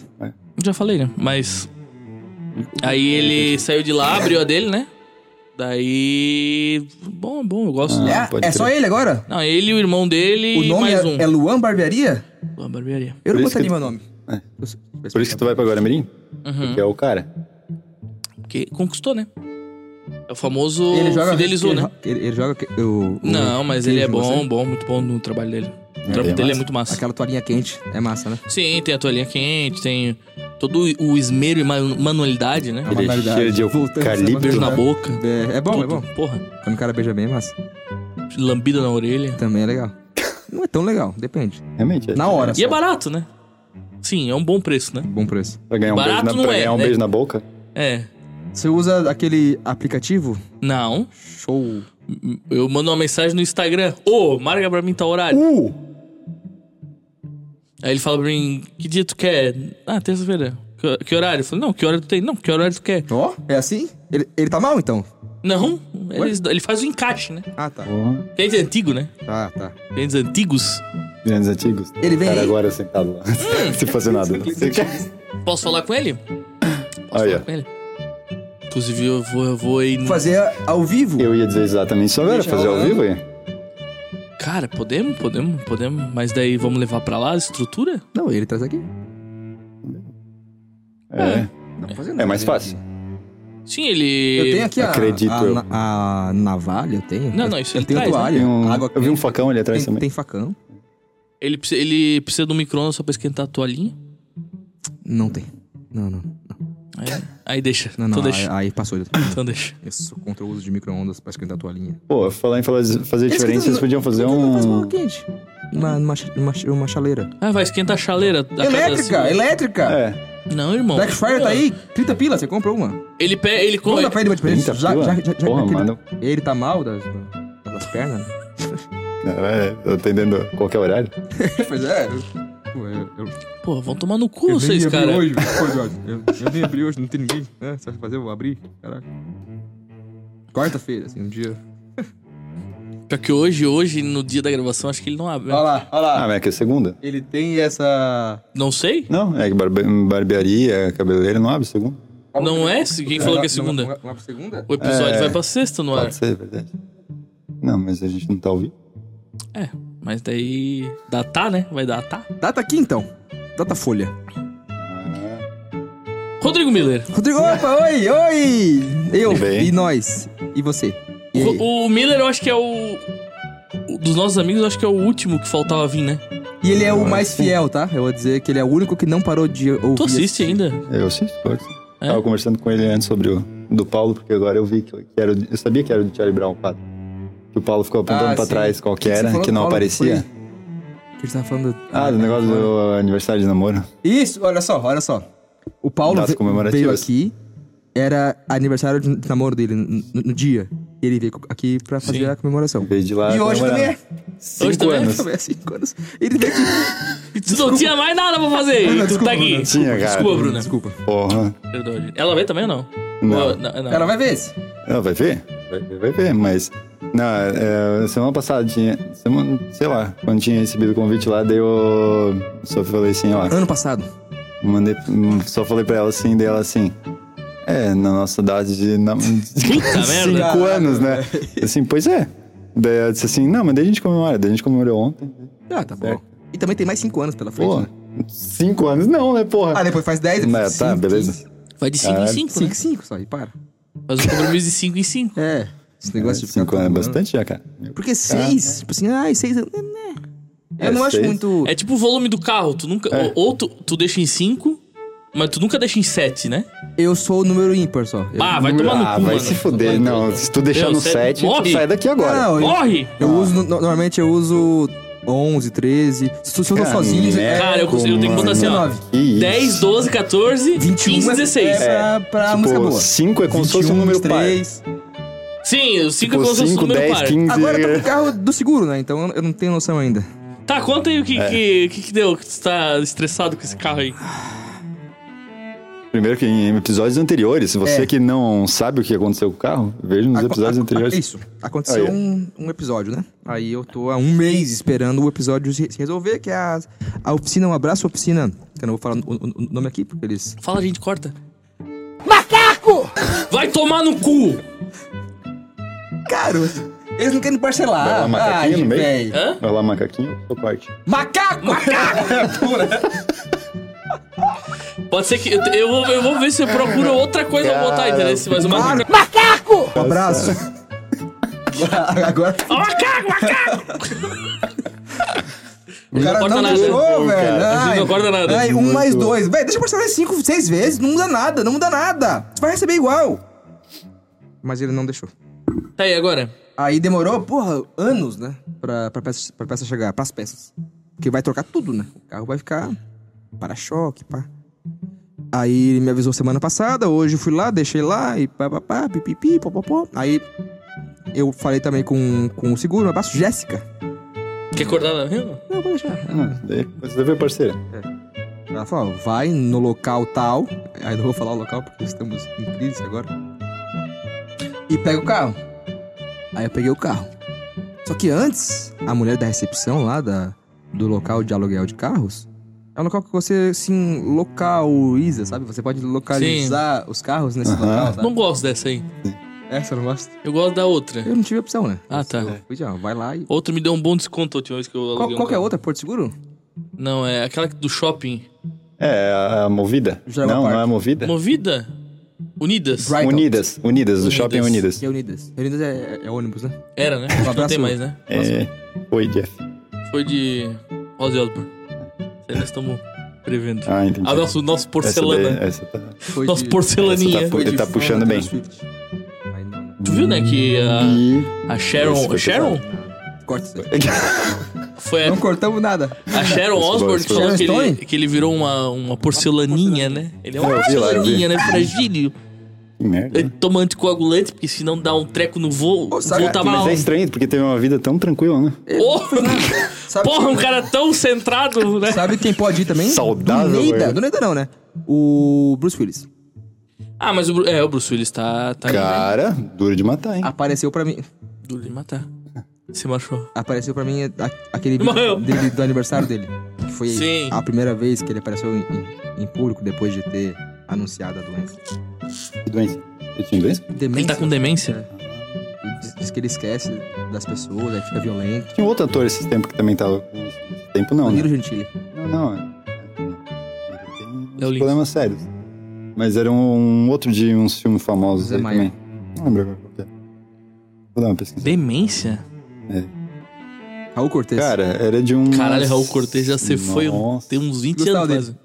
Já falei, né? Mas. Aí ele saiu de lá, abriu a dele, né? Daí. Bom, bom, eu gosto.
Ah.
dele.
é
pode
é só
crer.
ele agora?
Não, ele, o irmão dele
O
e
nome
mais
é,
um.
é Luan Barbearia?
Luan Barbearia.
Eu não
Por isso
botaria
que-
meu nome.
É.
Eu sei-
Por isso que tu vai pra Guaramirim?
Hum.
Porque é o cara.
Porque Uhum. conquistou, né? É o famoso
Ele joga.
fidelizou,
ele,
né?
Ele, ele joga. que- o- o-
Não, mas ele é
queijo,
bom,
você-
bom, muito bom no trabalho dele. O
ele
trampo
é
dele é
massa.
muito massa.
Aquela toalhinha quente. É massa, né?
Sim, tem a toalhinha quente, tem todo o esmero e ma- manualidade, né?
É uma
Ele é
novidade.
cheiro de
Voltamos a
eucalipto.
Beijo na
né?
boca.
É, é bom, é
tudo.
bom.
Porra,
Quando o cara beija bem, é massa.
lambida na orelha.
Também é
[LAUGHS]
legal. Não é tão legal, depende.
Realmente. é.
Na hora.
E
Só.
é barato, né? Sim, é um bom preço, né?
Bom preço.
Pra ganhar um,
Barato
beijo,
não
na, pra
é,
ganhar um
né?
beijo na boca.
É.
Você usa aquele aplicativo?
Não.
Show.
Eu mando uma mensagem no Instagram. Ô, marca pra mim tal horário.
Uh!
Aí ele fala pra mim, que dia tu quer? Ah, terça-feira. Que, que horário? Eu falo, não, que hora tu tem? Não, que horário tu quer?
Ó, é assim? Ele, ele tá mal, então?
Não, ele, ele faz o encaixe, né?
Ah, tá.
Cliente antigo, né?
Tá, tá.
Clientes antigos.
Grandes antigos.
Ele vem Hum. é
O cara
aí?
agora sentado lá. [LAUGHS] Se
[LAUGHS]
fosse nada. né?
Posso falar com ele? Posso
Olha.
falar com ele? Inclusive, eu vou, eu vou aí. no-
Fazer ao vivo?
Eu ia dizer exatamente isso agora,
Deixa
fazer ao
rolando.
vivo aí.
Cara, podemos, podemos, podemos. Mas daí vamos levar pra lá a estrutura?
Não, ele traz aqui.
É.
Não, fazer não.
É mais fácil.
Sim, ele.
Eu tenho aqui a,
Acredito
a,
eu.
na- a navalha, eu tenho.
Não, não,
Eu-
isso
Eu
ele
tenho
traz, né?
toalha,
Tem um-
água
eu vi um
quente,
facão ali atrás
tem,
também.
tem facão?
Ele, precisa- ele precisa do micro-ondas só pra esquentar a toalhinha.
Não tem. Não, não.
Aí, aí deixa.
Não, não.
então deixa.
Aí, ah. aí passou.
Então deixa.
Eu sou contra o uso de micro-ondas pra esquentar a toalhinha.
Pô, falar em fazer fazer
Eles
diferença,
que tão-
eles É podiam fazer
Por que não faz uma
um.
água quente? Uma, uma, uma, uma chaleira.
Ah, vai esquentar a chaleira. da casa
Elétrica,
assim. É.
elétrica.
É,
Não, irmão.
Black Friday tá aí, 30 pila, você compra uma.
Ele pega. Ele
Vamos
come.
dar pra ele uma de presente.
30 pila? Porra, mano.
Ele tá mal das, das pernas?
[LAUGHS]
né?
é, tô entendendo qualquer horário.
pois é. Eu, eu,
Pô, vão tomar no cu vocês, cara.
hoje, pô, Jorge. Eu, eu nem abri hoje, não tem ninguém. É, sabe fazer? Eu vou abrir. Caraca. Quarta-feira, assim, um dia.
Pior que hoje, hoje, no dia da gravação, acho que ele não abre. né?
Olha lá, olha lá.
Ah, mas é que é segunda?
Ele tem essa.
Não sei.
Não, é que barbe- barbearia, cabeleireiro não abre segunda.
Não é? Quem falou que é segunda?
Não, não, não é pra segunda?
O episódio
É.
vai pra sexta no ar.
Pode ser, é verdade. Não, mas a gente não tá ouvindo.
É, mas daí. Datar, né? Vai datar.
Data aqui então. Data folha.
Rodrigo Miller.
Rodrigo, opa, oi, oi! Eu,
Tudo bem?
e nós, e você. E aí?
O, o Miller, eu acho que é o. o Dos nossos amigos, eu acho que é o último que faltava vir, né?
E ele é o mais fiel, tá? Eu vou dizer que ele é o único que não parou de ouvir.
Tu assiste ainda?
Ah, Eu assisto, pode ser.
É?
Tava conversando com ele antes sobre o do Paulo, porque agora eu vi que eu- que era o- Eu sabia que era o do Charlie Brown, o pato. Que o Paulo ficou apontando
Ah,
pra
sim.
trás qual que
você
era,
falou
que
do
não
Paulo?
aparecia.
Foi- Que ele tava falando.
Ah, do negócio do aniversário de namoro.
Isso, olha só, olha só. O Paulo
Datas
ve-
comemorativas.
veio aqui, era aniversário de de namoro dele no, no- no dia. E ele veio aqui pra fazer
Sim.
a comemoração.
Veio de lá.
E hoje também
comemorar.
é.
Cinco
Hoje também é?
anos.
Também é cinco anos. Ele veio aqui.
Tu não tinha mais nada pra fazer.
Bruna,
tu
desculpa,
tá aqui.
Bruna,
desculpa,
desculpa,
cara.
desculpa, Bruna.
Desculpa.
Porra.
Perdão, gente. Ela vem também ou não?
Não.
Ou- não, não.
Ela vai ver esse.
Ah, vai ver? Vai ver, vai ver, mas. Não, é, semana passada tinha. Semana, sei lá, quando tinha recebido o convite lá, daí eu. Só falei assim, ó.
Ano passado.
Mandei. hum, Só falei pra ela assim, daí ela assim. É, na nossa idade
[LAUGHS]
de. nam-
Tá
Puta
cinco
merda.
anos, né? Assim, pois é. Daí ela disse assim, não, mas daí a gente comemora, daí a gente comemorou ontem.
Ah, tá bom.
Certo.
E também tem mais cinco anos pela frente.
Pô,
né?
cinco anos não, né,
Ah,
porra?
depois faz dez.
Né,
depois
tá,
cinco,
beleza.
Vai de 5 em
Caralho.
5, né?
Cinco, cinco só, e para.
Faz um compromisso de 5 em 5.
É. Esse negócio de ficar
Cinco anos é
falando.
bastante já, cara.
Porque seis, tipo assim, ai, seis. Né? Eu
É,
não acho
seis.
muito.
É tipo o volume do carro. Tu nunca.
É.
Ou, ou tu, tu deixa em 5, mas tu nunca deixa em 7, né?
Eu sou o número ímpar só. Eu,
Ah, vai tomar no
ah,
cu,
vai
mano.
se fuder.
Vai
Não,
tomar-
se tu deixar
Meu,
no
cê é
7, tu
morre.
sai daqui agora.
Não, eu-
Morre!
eu uso, no- normalmente eu uso 11, 13. Se tu se eu tô
Cara,
sozinho,
né?
é
Cara, eu consigo, eu tenho que botar assim, ó.
19.
Que isso.
10, 12, 14,
21
15,
né?
é-
16.
é pra, pra
Tipo,
música boa.
5 é como se fosse um
21,
número par.
23.
Sim, os 5
Tipo,
é
5, 10, 15.
Agora tá eu tô com
é.
o carro do seguro, né? Então eu não tenho noção ainda.
Tá, conta aí o
É.
que, que, que, que deu, que tu tá estressado com esse carro aí.
Primeiro que em episódios anteriores, você
É.
que não sabe o que aconteceu com o carro, veja nos
Aco-
episódios
aco-
anteriores.
Isso. Aconteceu
Aí, ó.
um, um episódio, né? Aí eu tô há um mês esperando o episódio se se resolver, que é a, a oficina, um abraço oficina. Que eu não vou falar o, o- o nome aqui, porque eles.
Fala, gente, corta. Macaco! Vai tomar no cu!
Cara, eles não querem
Vai
parcelar.
lá, macaquinho no meio?
velho.
Hã?
Vai lá, macaquinho, eu corte.
Macaco!
Pode ser que. Eu, eu vou, eu vou ver se eu procuro outra coisa pra botar, entendeu? Se mais uma.
Claro. Um abraço. Agora- Agora
Ah, macaco, macaco!
o cara
corta
não
nada.
deixou,
Não,
velho.
cara.
Ai,
Não corta nada.
Ai, um mais dois. Velho, deixa eu parcelar em cinco, seis vezes. Não muda nada, não muda nada. Você vai receber igual. Mas ele não deixou.
Tá aí, agora.
Aí demorou, porra, anos, né? Pra, pra, peça, pra peça chegar, pras peças. Porque vai trocar tudo, né? O carro vai ficar para-choque, pá. Aí ele me avisou semana passada, hoje eu fui lá, deixei lá e pá, pá, pá, pipipi, popopó. Aí eu falei também com, com o seguro, um abraço, Jéssica.
Quer cortar na mesma?
Não, vou deixar.
Ah, daí Você deve ver parceira.
Ela falou, ó, vai no local tal, aí não vou falar o local porque estamos em crise agora, e pega o carro. Aí eu peguei o carro. Só que antes, a mulher da recepção lá da, do local de aluguel de carros, é um local que você, assim, localiza, sabe? Você pode localizar os carros nesse
Aham.
local, sabe?
Não gosto dessa aí.
Essa eu não gosto.
Eu gosto da outra.
Eu não tive opção, né?
Ah, tá.
Eu fui, ó, vai lá e...
Outra me deu um bom desconto a última vez que eu
Qual,
aluguei. um
qual que é a
carro.
outra? Porto Seguro?
Não, é aquela do shopping.
É, a, a movida.
Já é uma
não, não é
parte.
a movida.
Movida? Unidas?
Bright.
Unidas, Unidas, do Shopping Unidas.
Que é Unidas. Unidas é, é ônibus, né?
Era, né?
Um
Não
abraço.
tem mais, né?
É. Oi, Jeff.
Foi de Ozzy Osbourne. Isso aí nós estamos prevendo.
Ah, entendi.
Ah, nosso, nosso
Essa
porcelana.
daí- essa tá-
Foi
Nosso
de-
porcelaninha.
Essa tá- Ele
fã
puxando
da
bem.
Taylor Swift. Mas não, né?
Tu viu, né, que a,
E-
a Sharon...
Esse foi
Sharon?
Corta isso aí.
Foi a,
Não cortamos nada.
a Sharon
foi
Osbourne
bom,
que
esse foi
falou
bom.
que
Sharon
ele,
Stone?
que ele virou uma, uma porcelaninha, né? Ele é uma
É, eu vi lá, eu vi.
porcelaninha, né? Fragílio.
Que [LAUGHS] merda.
Ele tá toma anticoagulante, porque se não dá um treco no voo,
Ô,
o
sabe-
voo tava...
Mas é estranho, porque teve uma vida tão tranquila, né?
Porra,
[LAUGHS] Sabe, é?
porra, um cara tão centrado, né?
sabe quem pode ir também?
Saudável,
Do Neida.
velho.
Do Neida não, né? O Bruce Willis.
Ah, mas o, Bru- é, Ah. o Bruce Willis tá... tá
Cara, duro de matar, hein?
Apareceu pra mim...
Duro de matar. Se machucou.
Apareceu pra mim a- aquele
Morreu.
vídeo dele, do aniversário dele. Que foi
Sim.
a primeira vez que ele apareceu em, em- em público depois de ter anunciado a doença.
Que doença. Eu tinha doença?
Ele
Demência.
tá com demência?
Ele diz, diz que ele esquece das pessoas, aí fica violento.
Tinha um outro ator esses tempos que também tava com isso. Esse tempo não, né?
Danilo Gentili.
Não, não. é- é- Tem
É o
uns
Lins.
problemas sérios. Mas era um outro de uns filmes famosos
Zé
aí
Maia.
também. Não lembro agora qual que é. Vou dar uma pesquisa.
Demência?
Raul Cortez.
Cara, era de um.
Caralho, Raul Cortez já se foi um, tem uns 20
Gostava
anos quase.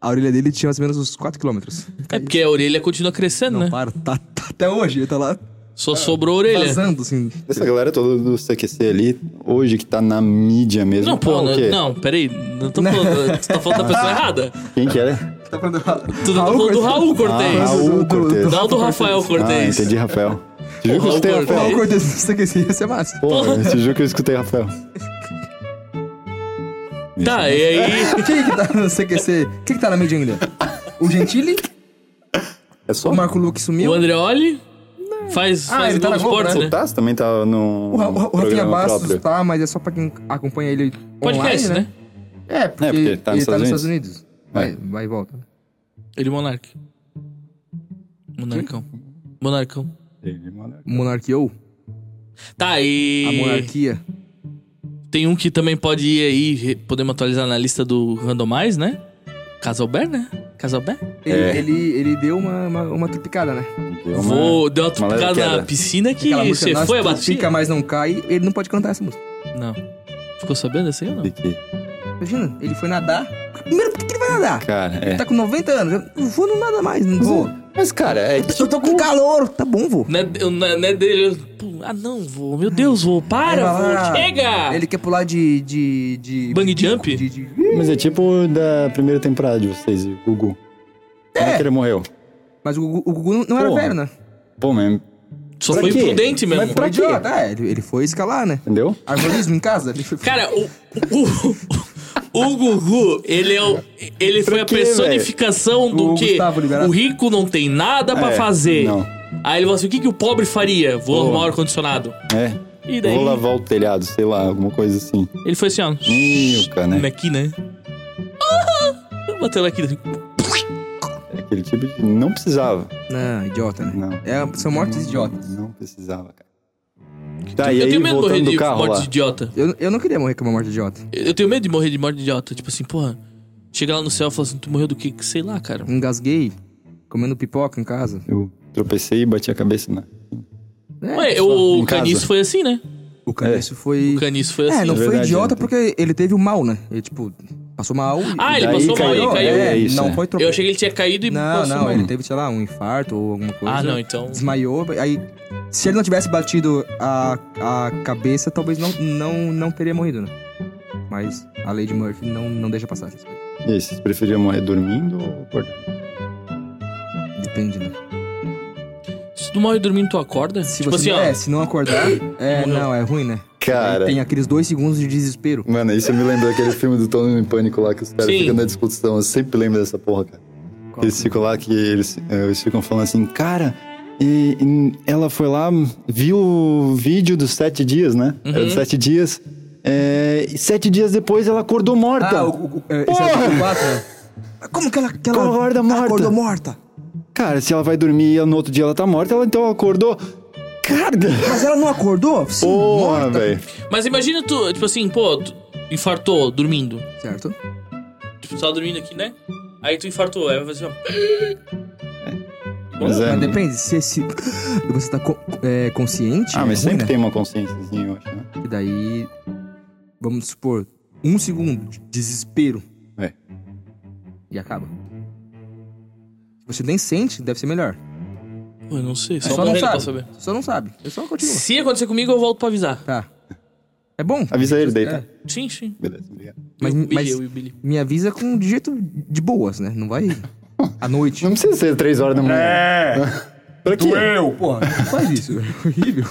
A orelha dele tinha mais ou menos uns 4 quilômetros.
É porque a orelha continua crescendo,
Não
né?
para, tá, tá até hoje, ele tá lá
Só sobrou a orelha.
vazando, assim.
Essa galera toda do CQC ali, hoje que tá na mídia mesmo.
Não, pô,
Ah, o
não,
quê?
não, peraí. Não
[LAUGHS]
tô falando. Tu tá falando da pessoa
Ah.
errada.
Quem que era?
Tá falando
Tu tá falando do Raul Cortez.
Ah, Raul Cortez.
Não do
[LAUGHS]
Rafael
Ah,
Cortez.
entendi, Rafael. Te juro que eu
Raul
escutei
Cortez.
Raul
Rafael.
Cortez, isso aqui assim, ia ser massa.
Porra, te juro que eu escutei Rafael.
tá, e aí.
[LAUGHS] Quem que tá no CQC? Quem que tá na mídia ainda? O Gentili?
É só
O Marco Luque
O
sumiu?
Andreoli faz, faz
ele tá
gol
na
no
Globo,
esporte,
né?
O
né?
Taz também tá num.
O, Ra- o Rafinha
programa
Bastos
próprio.
tá, mas é só pra quem acompanha ele
Podcast,
online, né?
né?
É, porque,
É, porque ele tá nos Estados É.
Unidos. Vai, vai e volta. é
Ele e Monark. Monarcão. Monarcão.
Ele, mano, é
Monarquiou?
Tá, e.
A monarquia.
Tem um que também pode ir aí, re- podemos atualizar na lista do Randomize, né? Casalber, né? Casalber?
Ele,
É.
ele, ele deu uma, uma, uma tripicada, né?
deu é uma-
Vou, deu uma tupicada
leve
na
queda.
piscina que
Aquela música
você
"Nós
foi a
Fica,
batida.
mas não cai. Ele não pode cantar essa música.
Não. Ficou sabendo dessa aí ou não?
De que-
Imagina, ele foi nadar. Primeiro, por que que ele vai nadar?
Cara, é.
Tá com 90 anos. Eu não vou não nada mais, não vou.
Mas, cara, é tipo...
Eu tô com calor. Tá bom, vô.
Não é, eu- não é- não é dele. eu- pô, Ah, não, vô. Meu Deus, vô. Para,
Vai lá.
vô. Chega!
"Ah, Ele quer pular de. de. de.
Bang jump?
de- de-
Mas é tipo da primeira temporada de vocês, o Gugu. Como é que ele morreu?
Mas o Gugu, o Gugu não- não era
Porra.
velho, né?
Pô, mas...
Só
pra
foi
quê?
imprudente mesmo.
Mas pra
Foi
quê?
idiota, é, ele, ele foi escalar, né?
Entendeu?
Arborismo em casa? Ele foi...
Cara, o, o, o Gugu, ele, é o, ele foi
Pra
a
quê,
personificação do
O
que
Gustavo Liberato.
o rico não tem nada pra
É,
fazer.
não.
Aí ele falou assim: o que, que o pobre faria? Vou arrumar um ar-condicionado.
É.
E daí
Vou lavar o telhado, sei lá, alguma coisa assim.
ele foi assim, ó.
Ih, o cara, né?
Aqui, né? Ah, bateu aqui.
É aquele tipo de... Não precisava.
Não, idiota, né?
Não.
É, são mortes idiotas.
Não precisava, cara. Tá, e
Então, eu
aí,
tenho medo de morrer
voltando
de
do carro
morte
lá.
de idiota.
Eu, eu não queria morrer com uma morte idiota.
Eu eu tenho medo de morrer de morte de idiota. Tipo assim, porra. Chega lá no céu e fala assim: tu morreu do quê? Que Sei lá, cara.
Engasguei, comendo pipoca em casa.
Eu tropecei e bati a cabeça na...
É,
Ué, o
em casa.
Caniço foi assim, né?
O Caniço foi.
O Caniço foi assim.
É, não
É
foi
verdade,
idiota
né?
porque ele teve o mal, né? Ele, tipo, passou mal. e-
Ah, ele
Daí
passou mal e
caiu,
caiu.
É,
É isso,
não
é.
foi tropeço.
Eu achei que ele tinha caído e
Não,
passou
não,
mal.
ele teve, sei lá, um infarto ou alguma coisa.
Ah, não, então.
Desmaiou, aí. Se ele não tivesse batido a, a cabeça, talvez não, não, não teria morrido, né? Mas a Lady Murphy não, não deixa passar essas coisas.
E aí, vocês preferiam morrer dormindo ou acordando?
Depende, né?
Se tu morre dormindo, tu acorda?
Se
tipo
você
assim, ó.
é, se não acordar,
[COUGHS]
é,
Morreu.
não, é ruim, né?
Cara...
Tem aqueles dois segundos de desespero.
Mano, isso me lembra aquele filme do Tony em Pânico lá que os caras
Sim.
ficam na discussão. Eu sempre lembro dessa porra, cara.
Qual?
Eles ficam lá que eles, eh, eles ficam falando assim, cara, e- e ela foi lá, viu o vídeo dos sete dias, né? Era
Uhum.
dos sete dias. eh, e sete dias depois ela acordou morta.
Ah, o, o, o- é, esse é
tá Porra!
o 4, né? Como que ela, que ela
Acorda morta.
acordou morta?
Cara, se ela vai dormir e no outro dia ela tá morta, ela então acordou. Cara!
Mas ela não acordou? Sim,
Porra,
[LAUGHS] morta.
velho.
Mas imagina tu, tipo assim, pô, tu infartou dormindo.
Certo.
Tipo, tu tava dormindo aqui, né? Aí tu infartou, aí vai fazer assim, ó.
Mas é.
Mas depende, se, se [GASPS] você tá co- é, consciente,
Ah, mas
é ruim,
sempre
né?
tem uma consciênciazinha, eu acho, né?
E daí, vamos supor, um segundo de desespero.
É.
E acaba. Você nem sente, deve ser melhor.
Pô, eu não sei, só,
só não
morrendo pra
sabe.
saber.
Só não sabe. Eu só continuo.
Se acontecer comigo, eu volto pra avisar.
Tá. É bom.
Avisa ele daí, tá?
É.
Sim, sim.
Beleza, obrigado.
Mas,
eu, e o Billy,
mas
eu e o Billy.
me avisa com de jeito de boas, né? Não vai à noite.
Não precisa ser três horas da manhã. É! [LAUGHS] pra quê?
Doeu, porra. Não faz isso. É horrível.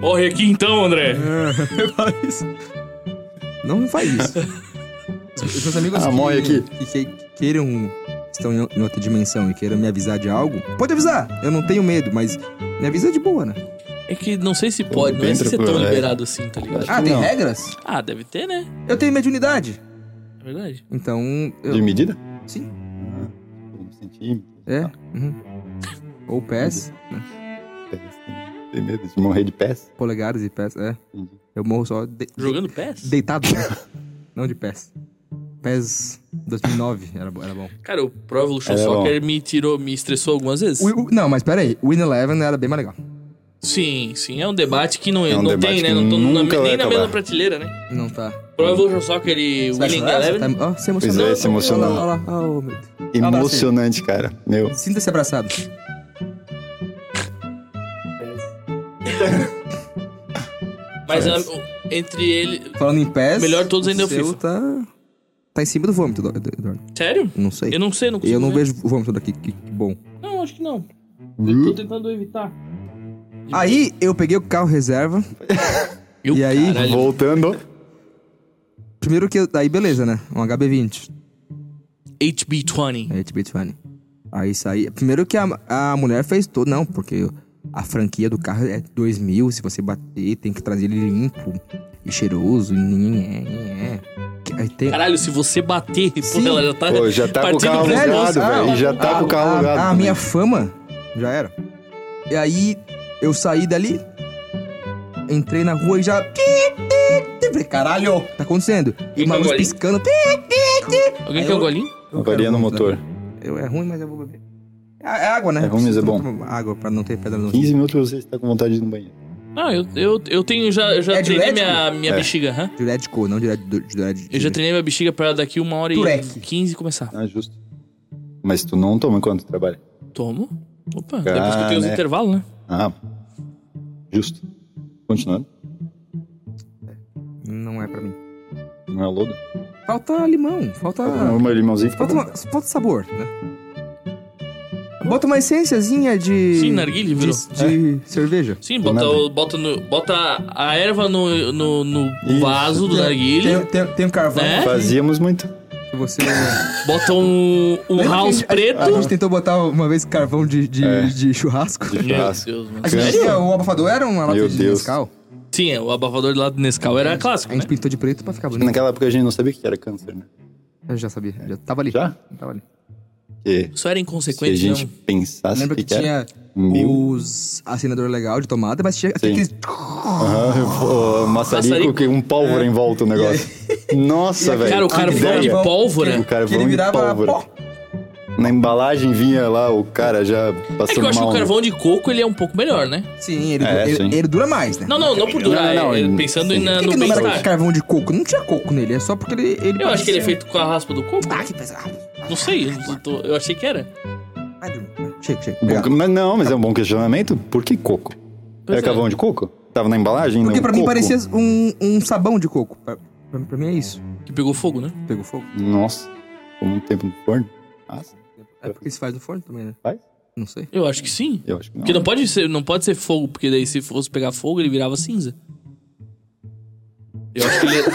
Morre aqui então, André.
Não faz isso. É. Não faz isso. Os os meus amigos
Ah, morre
que,
aqui.
que- que queiram estão em em outra dimensão e queiram me avisar de algo, pode avisar. Eu não tenho medo, mas me avisa de boa, né?
É que não sei se pode, não sei se é
Dentro,
tão
é.
liberado assim, tá ligado?
Ah, tem
Não.
regras?
Ah, deve ter, né?
Eu tenho mediunidade.
É verdade.
Então, eu,
De medida?
sim,
Um centímetro.
é. uhum. Ou pés, né?
Pés. Tem medo de morrer de pés?
polegares e pés, é.
Entendi.
Eu morro só de-
Jogando pés?
deitado, [LAUGHS] né? não de pés. Pés 2009 era, bo- era bom.
Cara, o Pro Evolution
É,
Soccer me tirou, me estressou algumas vezes.
O- o- não, mas pera aí, o In Eleven era bem mais legal.
Sim, sim. É um debate que não,
É um
não
debate
tem, né?
que
Não tô na-
nunca vai
nem na mesma
acabar.
prateleira, né?
Não tá.
Pro Evolution Soccer e Winning
Você tá-
Eleven.
Ó, se emocionou.
Pois é, se emocionou.
Olha lá, olha lá. Oh, meu Deus. Um abraço aí.
Emocionante, cara. Meu.
Sinta-se abraçado. Tá,
Mas
Parece.
ah, o- entre ele.
Falando em pés.
Melhor todos
o
ainda é o
seu
FIFA.
Tá, tá em cima do vômito, Edu- Eduardo.
Sério?
Não sei.
Eu não sei, não consigo. né?
Eu não
ver.
vejo vômito daqui. Que, que bom.
Não, acho que não. Eu tô tentando evitar.
Aí eu peguei o carro reserva.
Eu,
E aí,
caralho,
Voltando.
Primeiro que. eu- Aí beleza, né? Um HB20.
HB20.
É HB20. Aí saí. Primeiro que a, a mulher fez todo. Não, porque a franquia do carro é 2000. Se você bater, tem que trazer ele limpo e cheiroso. E ninguém é. ninguém é. Que- Aí tem.
Caralho, se você bater, pô,
Sim.
ela já tá.
Pô, já tá com o
partindo
carro
pro
Velho,
alugado,
ah,
velho. E já tá
a-
com o carro
a-
alugado.
A,
também.
minha fama já era. E aí eu saí dali, entrei na rua e já. Falei, Caralho, tá acontecendo? E
E
uma
com
luz
golinho?
piscando.
Alguém
Aí
quer um
eu-
golinho?
Avaria no motor.
Eu, é ruim, mas eu vou beber. É, é água, né?
É ruim, mas é
Eu
bom.
tomo Água pra não ter pedra no
15 minutos você está com vontade de ir no banheiro.
Não, Ah, eu, eu, eu tenho. Já, eu já
É
treinei
diurético?
minha, minha
É.
bexiga, hã?
Diurético, não diurético. diurético.
Eu já treinei minha bexiga pra daqui uma hora
Turek.
e 15 começar.
Ah, justo. Mas tu não toma enquanto tu trabalha.
Tomo. Opa, depois que eu tenho os
né?
intervalos, né?
Ah, justo. Continuando.
Não é pra mim.
Não é lodo?
Falta limão, falta.
Ah, meu limãozinho fica
Falta,
bom.
uma- falta sabor, né? Bota uma essênciazinha de.
Sim, narguile virou.
De, de cerveja.
Sim,
Do
bota,
nada.
o- bota, no, bota a erva no, no, no
Isso.
vaso
É,
do narguilho,
Tem, tem, tem um carvão.
Né?
Fazíamos muito.
Que Você.
bota um, um
Lembra que
house
a gente-
preto.
A, gente tentou botar uma vez carvão de, de, de churrasco.
De
Meu
churrasco.
Deus, mano.
A gente tinha, o abafador era uma lata
Meu
de
Deus.
Nescau.
Sim, é, o abafador do lado do Nescau era
A
clássico, né?
gente pintou de preto pra ficar bonito.
Naquela época a gente não sabia que era câncer, né?
Eu já sabia, já tava ali.
Já?
Tava ali.
Que
Isso era
se a
inconsequente,
gente
não.
pensasse
Lembra que é?
que, era...
tinha
Mil.
os assinador legal de tomada, mas tinha
Sim.
aqueles.
Aham, o maçarico,
Maçarico.
que um
É.
pólvora em volta o
[LAUGHS]
negócio. Nossa, velho.
Cara, o
que
carvão de
ideia.
pólvora.
O
Que ele
carvão de
virava
pólvora.
pó.
Na embalagem vinha lá o cara já passando mal.
É que eu acho que o
né?
carvão de coco ele é um pouco melhor, né?
Sim, ele,
É,
ele,
sim.
ele dura mais, né?
Não, não, não por
Não,
durar.
não, não,
é-
em-
pensando
sim.
na-
Por que,
no
que não era
bem-estar.
carvão de coco? Não tinha coco nele, é só porque ele. ele
Eu acho que ele
parecia-
é feito com a raspa do coco.
Ah, que pesado.
Não sei, eu, não tô- eu achei que era.
Vai dormir. Chega, chega.
Bom,
Obrigado.
mas não, mas é um bom questionamento. Por que coco? era
Pois é.
carvão de coco? Tava na embalagem?
Porque
não,
pra mim
é coco?
parecia um, um sabão de coco. Pra, pra- pra mim é isso.
Que pegou fogo, né?
Pegou fogo.
Nossa, ficou muito tempo no forno. Nossa,
É porque se faz no forno também, né?
Faz?
Não sei.
Eu acho que sim.
eu acho que não.
Porque não pode ser, não pode ser fogo, porque daí se fosse pegar fogo, ele virava cinza. Eu acho que ele.
[LAUGHS]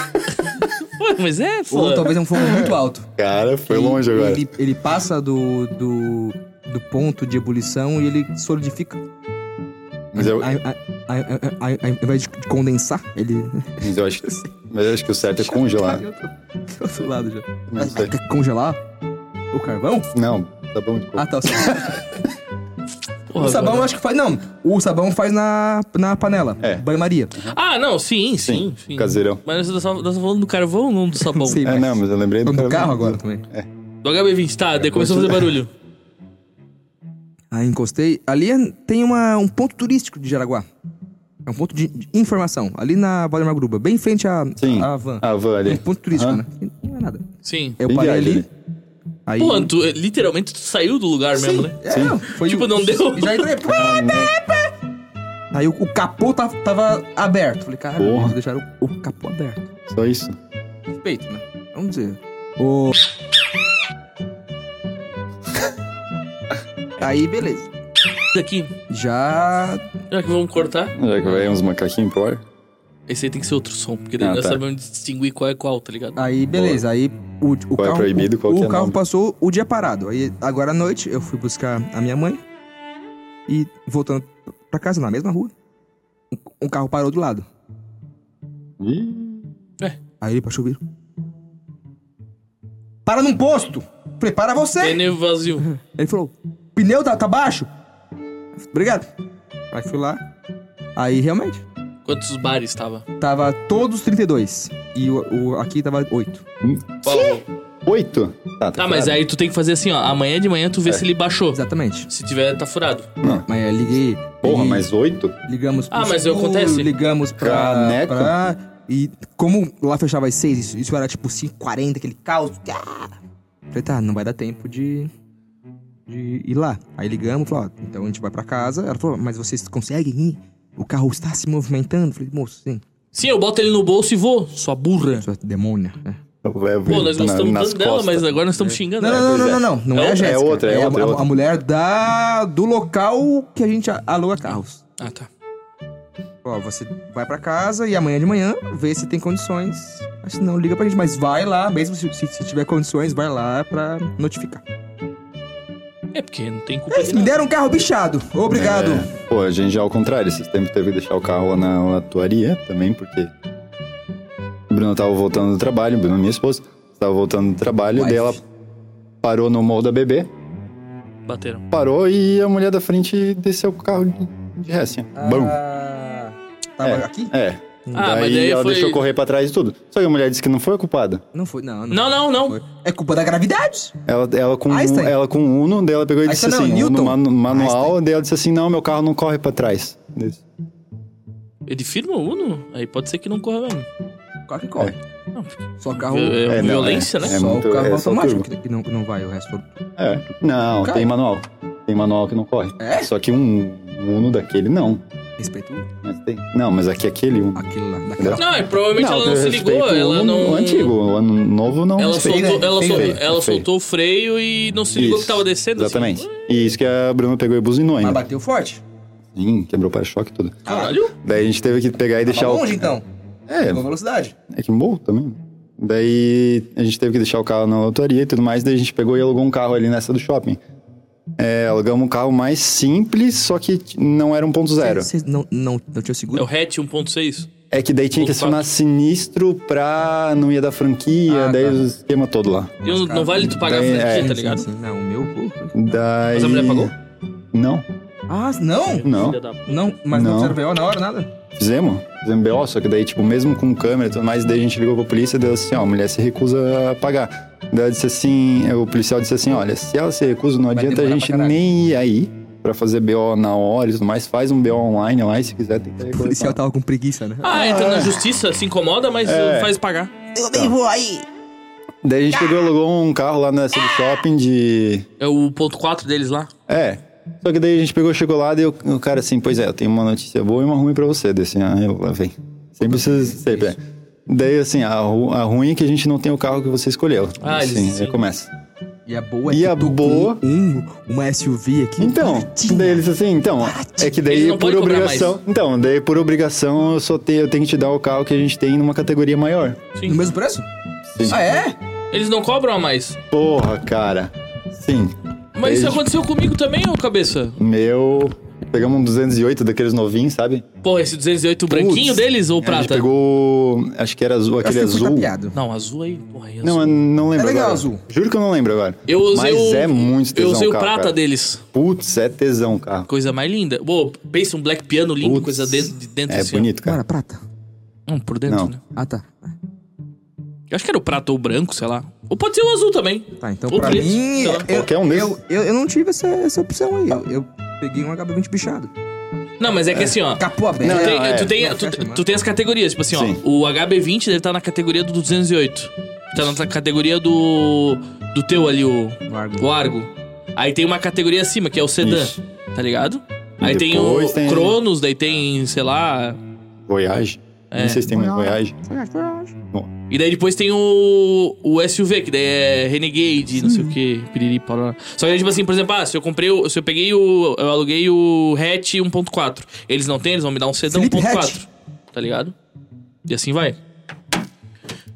Ué, mas é,
Ou
fogo.
talvez é um fogo muito alto.
Cara, foi
Ele-
longe agora.
Ele, ele passa do, do, do ponto de ebulição e ele solidifica.
Mas é eu,
Aí- aí- aí- aí- aí- aí, Ao invés de condensar, ele.
mas eu acho que, mas eu acho que o certo
[LAUGHS]
é congelar.
Eu tô do outro lado já.
Não sei.
Quer congelar o carvão?
Não, tá bom de coco.
Ah, tá. o sabão.
Porra,
O sabão
agora-
eu acho que faz. Não, o sabão faz na, na panela.
É.
Banho-maria.
Ah, não, sim, sim. sim.
caseirão.
Mas nós estamos falando do carvão ou não do sabão?
sei.
É,
mas-
não, mas eu É. lembrei
Tô no
carvão.
carro agora também.
Do HB20, tá, daí começou a fazer barulho.
Aí Ah, encostei. Ali é- tem uma, um ponto turístico de Jaraguá. É um ponto de, de informação. Ali na Vale Magruba, bem em frente à,
Sim.
à van.
Ah, vou ali.
Um ponto turístico,
Aham.
né? Não é nada.
Sim.
Eu
Tem
parei
viagem né?
ali. Aí...
Pô, tu, é, literalmente tu saiu do lugar mesmo, né?
É, não, foi
Tipo,
o-
não deu.
Já entrei.
Ah,
Aí o, o capô tá- tava aberto. Falei, caralho,
Porra.
eles deixaram o, o capô aberto.
Só isso.
Respeito, né? Vamos dizer. O... [LAUGHS] Aí, beleza.
Daqui,
Já
já que vamos cortar,
Já que vai uns macaquinhos pro ar.
esse aí tem que ser outro som, porque daí
Ah,
nós
tá. Ah.
sabemos distinguir qual é qual, tá ligado?
Aí, beleza. Aí o, o
Qual é
carro,
proibido, qual
o,
que é
o carro
nobre.
passou o dia parado. Aí, agora à noite, eu fui buscar a minha mãe. E voltando pra casa, na mesma rua, um, um carro parou do lado.
Ih,
Aí ele baixou o vidro. Para num posto! Falei, para você!
Pneu É vazio.
Ele falou, pneu tá, tá baixo? Obrigado. Aí fui lá. Aí, realmente,
Quantos bares tava?
tava todos 32. E o, o- aqui tava 8.
Oito? Tá,
Tá, mas
claro.
aí tu tem que fazer assim, ó. Amanhã de manhã tu
É.
vê se ele baixou.
Exatamente.
Se tiver, tá furado.
Mas eu liguei...
Porra,
liguei-
mas oito?
Ligamos pro
Ah, mas
seguro,
acontece.
Ligamos pra,
Caneco.
pra- E como lá fechava às seis, isso, isso era tipo 5h40, aquele caos. Ah! Falei, tá, não vai dar tempo de, de ir lá. Aí ligamos, falou, ó, então a gente vai pra casa. Ela falou, mas vocês conseguem ir? O carro está se movimentando? Falei, moço, sim.
Sim, eu boto ele no bolso e vou, sua burra.
Sua demônia. né?
Vai
Pô, nós
na-
gostamos
nas
tanto dela,
costas.
mas agora nós estamos xingando.
Não,
ela.
não, não,
pois
não,
é.
não, não, não é
É
a Jéssica.
outra, é
a-
outra, é
a,
outra.
a mulher da, do local que a gente aluga carros.
Ah, tá.
Ó, você vai pra casa e amanhã de manhã vê se tem condições. Mas se não, liga pra gente. Mas vai lá, mesmo se, se- se tiver condições, vai lá pra notificar.
É porque não tem culpa
Eles
de
me
nada.
deram um carro bichado. Obrigado.
É, pô, a gente já ao contrário, esses tempos teve que deixar o carro lá na latuaria também, porque o Bruno tava voltando do trabalho, o Bruno, minha esposa, tava voltando do trabalho,
Wife.
daí ela parou no morro da bebê,
Bateram.
parou e a mulher da frente desceu com o carro de, de ré, assim. Bum.
Ah, tava
É.
aqui?
É.
Ah, mas
daí
daí
ela
foi-
deixou correr pra trás e tudo. Só que a mulher disse que não foi a culpada.
Não foi, não. Não,
Não, não, não.
foi. É culpa da gravidade.
Ela, ela, com,
Einstein.
ela com um Uno, daí ela pegou e disse
Einstein não, é
assim,
Newton. Ah,
no manu- manual,
Einstein.
daí ela disse assim, não, meu carro não corre pra trás.
Ele firma o Uno? Aí pode ser que não corra mesmo.
Corre que corre. Só carro.
É,
É, não,
violência,
é.
né?
só
muito-
o carro
é só
automático
turbo.
que, que não, que não vai, o resto todo.
É. Não,
Cara.
tem manual. Tem manual que não corre.
É?
Só que um, um Uno daquele não.
Respeito
Mas tem. Não, mas aqui é aquele Uno.
aquilo lá. Daquela...
Não, é, provavelmente ela não
eu
se
respeito
ligou,
o
ela
Uno
não.
antigo, o ano novo não.
Ela
respeito.
soltou, ela
Feio,
soltou,
feio,
ela
feio.
soltou o freio e não se ligou
Isso,
que tava descendo. assim.
Exatamente. E isso que a Bruna pegou e buzinou
Mas
ainda.
bateu forte.
Sim, quebrou o para-choque e tudo.
Ah, Caralho.
Daí a gente teve que pegar e
Tava
deixar o.
longe então.
É,
Boa velocidade.
É que morro também. Daí a gente teve que deixar o carro na lotaria e tudo mais, daí a gente pegou e alugou um carro ali nessa do shopping. É, alugamos um carro mais simples, só que t- não era 1.0.
Vocês não, não, não tinha
É o
seguro?
hatch 1.6.
É que daí tinha que
Ou
acionar sinistro pra não ia da franquia,
Ah,
daí
tá.
o esquema todo lá.
E não- não vale tu pagar a
Bem,
franquia,
é.
tá ligado?
Sim, sim. Não, o meu. pô.
Daí...
Mas a mulher pagou?
Não,
Ah, não!
não.
Filha da puta.
Não, mas não,
Não.
fizeram VO na hora, nada.
Fizemos, fizemos BO, só que daí, tipo, mesmo com câmera e tudo mais, daí a gente ligou pra polícia e deu assim, ó, a mulher se recusa a pagar. Daí ela disse assim, o policial disse assim, olha, se ela se recusa, não
Vai
adianta a
demorar
gente
pra caralho.
nem ir aí pra fazer BO na hora e tudo mais, faz um BO online lá e se quiser tem que
O policial tava com preguiça, né?
Ah, entra na justiça, se incomoda, mas
É.
uh, faz pagar.
Daí a gente pegou e alugou um carro lá nessa do shopping de...
É o ponto 4 deles lá.
É, só que daí a gente pegou, chegou lá, e o cara assim, pois é, eu tenho uma notícia boa e uma ruim pra você. Daí assim, ah, eu, lá vem. Sempre vocês, sempre. é. Daí assim, a, ru- a ruim é que a gente não tem o carro que você escolheu.
Ah, eles-
assim,
sim.
aí começa.
E a boa é
E
que
a
tu com
boa-
Um, uma SUV aqui.
Então,
baratinha.
daí eles assim, então, é que
Eles
daí
não
por
podem cobrar
obrigação. Então, daí por obrigação eu só tenho, eu tenho que te dar o carro que a gente tem numa categoria maior.
No mesmo preço?
Sim.
Ah, é?
Eles não cobram a mais.
Porra, cara. Sim. Daí a
Mas isso
gente-
aconteceu comigo também, ô cabeça.
Meu. Pegamos um 208 daqueles novinhos, sabe?
Porra, esse 208 branquinho
Putz.
deles ou
A gente
prata?
pegou. Acho que era azul,
Eu acho
aquele
que eu fui
azul.
tapeado.
Não, azul aí, porra, aí
Não,
azul.
eu não lembro.
É legal
agora.
azul.
Juro que eu não lembro agora.
um Eu usei
Mas
o.
é muito tesão.
Eu usei o
carro,
prata
cara.
deles.
Putz, é tesão o carro.
Coisa mais linda. Pô, pensa um black piano lindo,
Putz,
coisa dentro, de dentro
É
assim. ó.
bonito,
Não
cara.
era prata?
Não, por dentro,
Não.
né?
Ah, tá.
Eu acho que era o prata ou o branco, sei lá. Ou pode ser o azul também.
Tá, então
Ou
pra
preto,
mim.
sei lá.
Eu,
Qualquer um
eu,
desses.
eu, eu não tive essa, essa opção aí. Eu, eu peguei um HB20 bichado.
Não, mas é que assim, ó.
Capô aberto.
Não,
Tu tem,
é.
tu,
Não,
tem, tu,
fecha, né? mano.
tu tem as categorias, tipo assim,
Sim.
ó. O HB20 deve estar na categoria do 208. Tá na tra- categoria do. do teu ali, o.
O Argo.
O Argo. Aí tem uma categoria acima, que é o Sedan,
Isso.
tá ligado? Aí tem o
Depois tem-
Cronos, daí tem, sei lá.
Voyage.
É.
Não sei se tem uma Voyage.
E daí depois tem o, o SUV, que daí é Renegade, não sei o que, piriri, parará. Só que, tipo assim, por exemplo, ah, se eu comprei, o, se eu peguei o, eu aluguei o hatch 1.4, eles não têm, eles vão me dar um sedã
Felipe
1.4, tá ligado? E assim vai.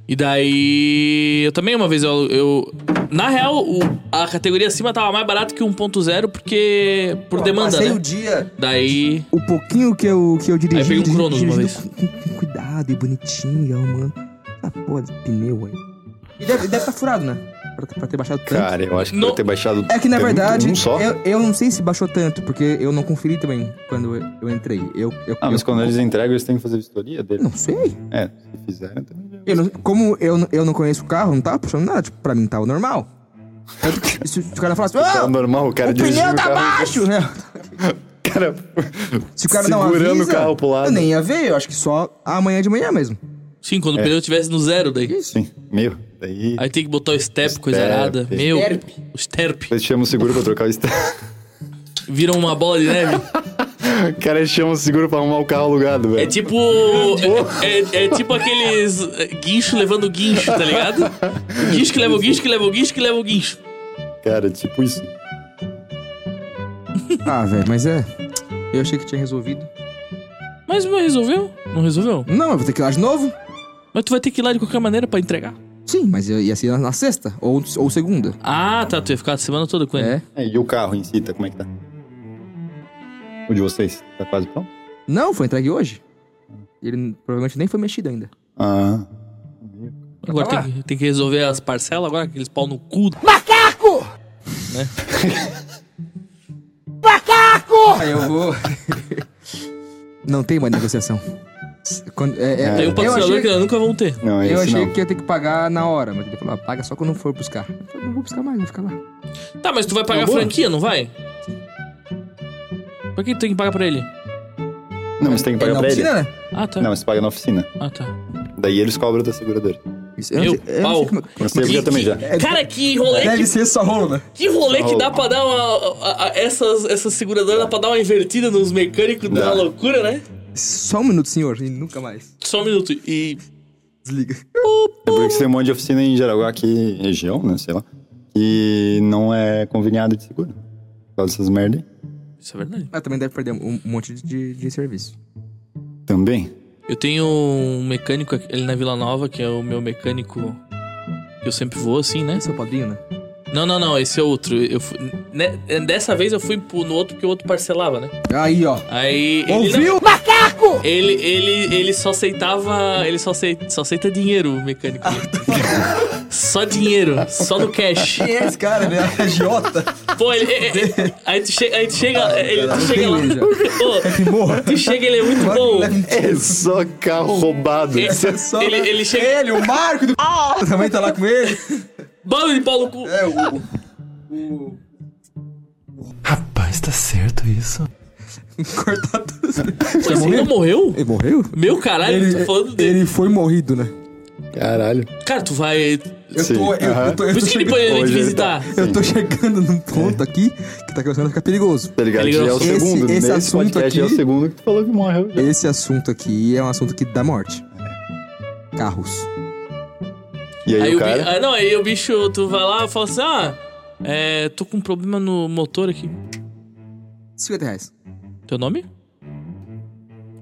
E daí, eu também uma vez, eu, eu na real, o- a categoria acima tava mais barata que o 1.0, porque, por
Pô,
demanda,
Passei
né?
o dia.
Daí,
O pouquinho que eu, que eu dirigi.
Aí peguei um
dirigi-
Cronos uma
dirigido Com, com- com cuidado e bonitinho, e arrumando. Essa porra de pneu aí. E deve estar furado, né? Pra, pra ter baixado tanto.
Cara, eu acho que
No-
deve ter baixado.
É que na
tem muito-
verdade,
Um só.
Eu, eu não sei se baixou tanto, porque eu não conferi também quando eu, eu entrei. Eu, eu,
Ah, mas
eu-
quando eles entregam, eles têm que fazer vistoria dele.
Não sei.
É, se fizeram também. é
Eu não- como eu, n- eu não conheço o carro, não tava puxando nada. Tipo, pra mim tava normal. Tanto que Se o cara
[LAUGHS]
falasse,
Tá
ah,
normal, o cara
o pneu
dirigindo
tá
o carro.
baixo, né?
[LAUGHS] Cara,
Se o cara não
Segurando
avisa,
o carro pro lado.
eu nem ia ver. Eu acho que só amanhã de manhã mesmo.
sim, quando o pneu estivesse no zero, daí.
sim, assim. meu. Daí.
Aí tem que botar o step, coisa
Step.
arada. Meu,
Step.
o step.
Eles chamam o seguro pra trocar o estéreo.
Viram uma bola de neve.
Cara, eles chamam [LAUGHS] o seguro pra arrumar o carro alugado, velho.
É tipo. é, é- é tipo aqueles é, guincho levando guincho, tá ligado? O guincho que leva o guincho, que leva o guincho, que leva o guincho.
Cara, tipo isso.
Ah, velho, mas é. Eu achei que tinha resolvido.
Mas não resolveu? Não resolveu?
Não, eu vou ter que ir lá de novo.
Mas tu vai ter que ir lá de qualquer maneira pra entregar.
Sim, mas eu ia ser na, na sexta ou, ou segunda.
Ah, tá. Tu ia ficar a semana toda com ele.
É.
É, e o carro em si, tá? Como é que tá? O de vocês? Tá quase pronto?
Não, foi entregue hoje. Ele provavelmente nem foi mexido ainda.
Ah.
Agora
Tá lá.
tem, que- tem que resolver as parcelas agora, aqueles pau no cu. Ah,
Aí eu vou. [LAUGHS] Não tem mais negociação. Quando- é, é,
Tem um
eu
patrocinador
achei,
que nós nunca vão ter.
Não, é
eu
esse
achei
não.
que ia ter que pagar na hora, mas ele falou: ah, paga só quando eu for buscar. Eu falei, não vou buscar mais, vou ficar lá.
Tá, mas tu vai pagar a
boa.
franquia, não vai? Pra que tu tem que pagar pra ele?
Não, mas tem que pagar
na
pra ele.
oficina, né?
Ah, tá.
Não, você paga na oficina.
Ah, tá.
Daí eles cobram da seguradora.
isso. Eu
Meu
não sei- eu não sei
pau.
como- É
Com cerveja eu também já.
Cara, que rolê
Deve
que
ser só rolo, né?
Que rolê que
Só-
dá pra dar uma. a- a- essas, essas seguradoras dá pra dar uma invertida nos mecânicos dá
Dá.
uma loucura, né?
Só um minuto, senhor, e nunca mais.
Só um minuto. E.
Desliga.
É porque você tem um monte de oficina em Jaraguá aqui, região, né? Sei lá. E não é conveniado de seguro. Por causa dessas merda aí.
Isso é verdade.
Mas também deve perder um, um monte de- de, de serviço.
Também.
Eu tenho um mecânico aqui- ali na Vila Nova, que é o meu mecânico. que Eu sempre vou assim, né?
Esse é o padrinho, né?
Não, não, não, esse é outro. Eu fui- né, Dessa vez eu fui pro- no outro porque o outro parcelava, né?
Aí, ó.
Aí. ele não-
Ouviu?
Ele, ele, ele só aceitava. Ele só aceita, só aceita dinheiro, o mecânico. só dinheiro, só no cash.
Quem é esse cara, né? [LAUGHS] Agiota.
Pô, ele. ele- ele- aí tu chega, aí tu chega, ele, tu chega lá.
beleza.
Ô,
Morra.
tu chega, ele é muito bom.
[LAUGHS] É só carro roubado.
É.
Só
Ele- ele chega- Ah!
Ele, o Marco do... [LAUGHS] Também tá lá com ele.
Bando de pau no cu.
É, o...
O-
Rapaz, tá certo isso?
Cortar tudo.
Pô, esse ainda morreu?
Ele morreu?
Meu caralho, tu tá falando dele.
ele foi morrido, né?
Caralho.
Cara, tu vai.
Eu
Sim,
tô, eu,
aham.
eu tô, eu
Por
tô
isso que ele
chegando,
põe ele te
Hoje ele
visitar.
eu tô chegando num
É.
ponto aqui que tá começando a ficar perigoso.
Tá ligado?
Tá ligado?
Já é o
Esse-
segundo.
esse
Nesse
assunto
podcast já é o
aqui-
segundo que tu falou que morreu. já.
Esse assunto aqui é um assunto que dá morte. Carros.
E aí,
Aí
o
o bi-
cara.
ah, não, aí o bicho, tu vai lá e fala assim: ah, é, tô com um problema no motor aqui.
50 reais.
Teu nome?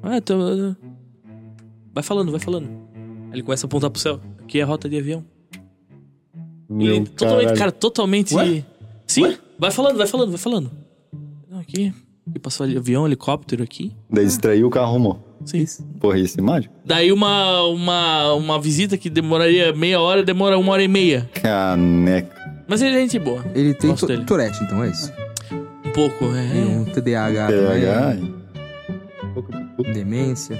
Ah, teu. Vai falando, vai falando. Aí Ele começa a apontar pro céu. Aqui é a rota de avião.
Meu
Ele totalmente,
caralho.
cara, totalmente.
Ué?
Sim, vai falando, vai falando, vai falando. Não, aqui. Aqui passou ali avião, helicóptero aqui.
Daí distraiu o carro arrumou.
Sim.
Porra, isso é mágico?
Daí uma, uma, uma visita que demoraria meia hora, demora uma hora e meia.
Caneca.
Mas ele é gente boa.
Ele tem
Gosto
to-
dele.
Tourette, então é isso.
Um pouco,
Tem
é.
um TDAH,
PH.
também, é.
e- Pouco de tudo.
demência.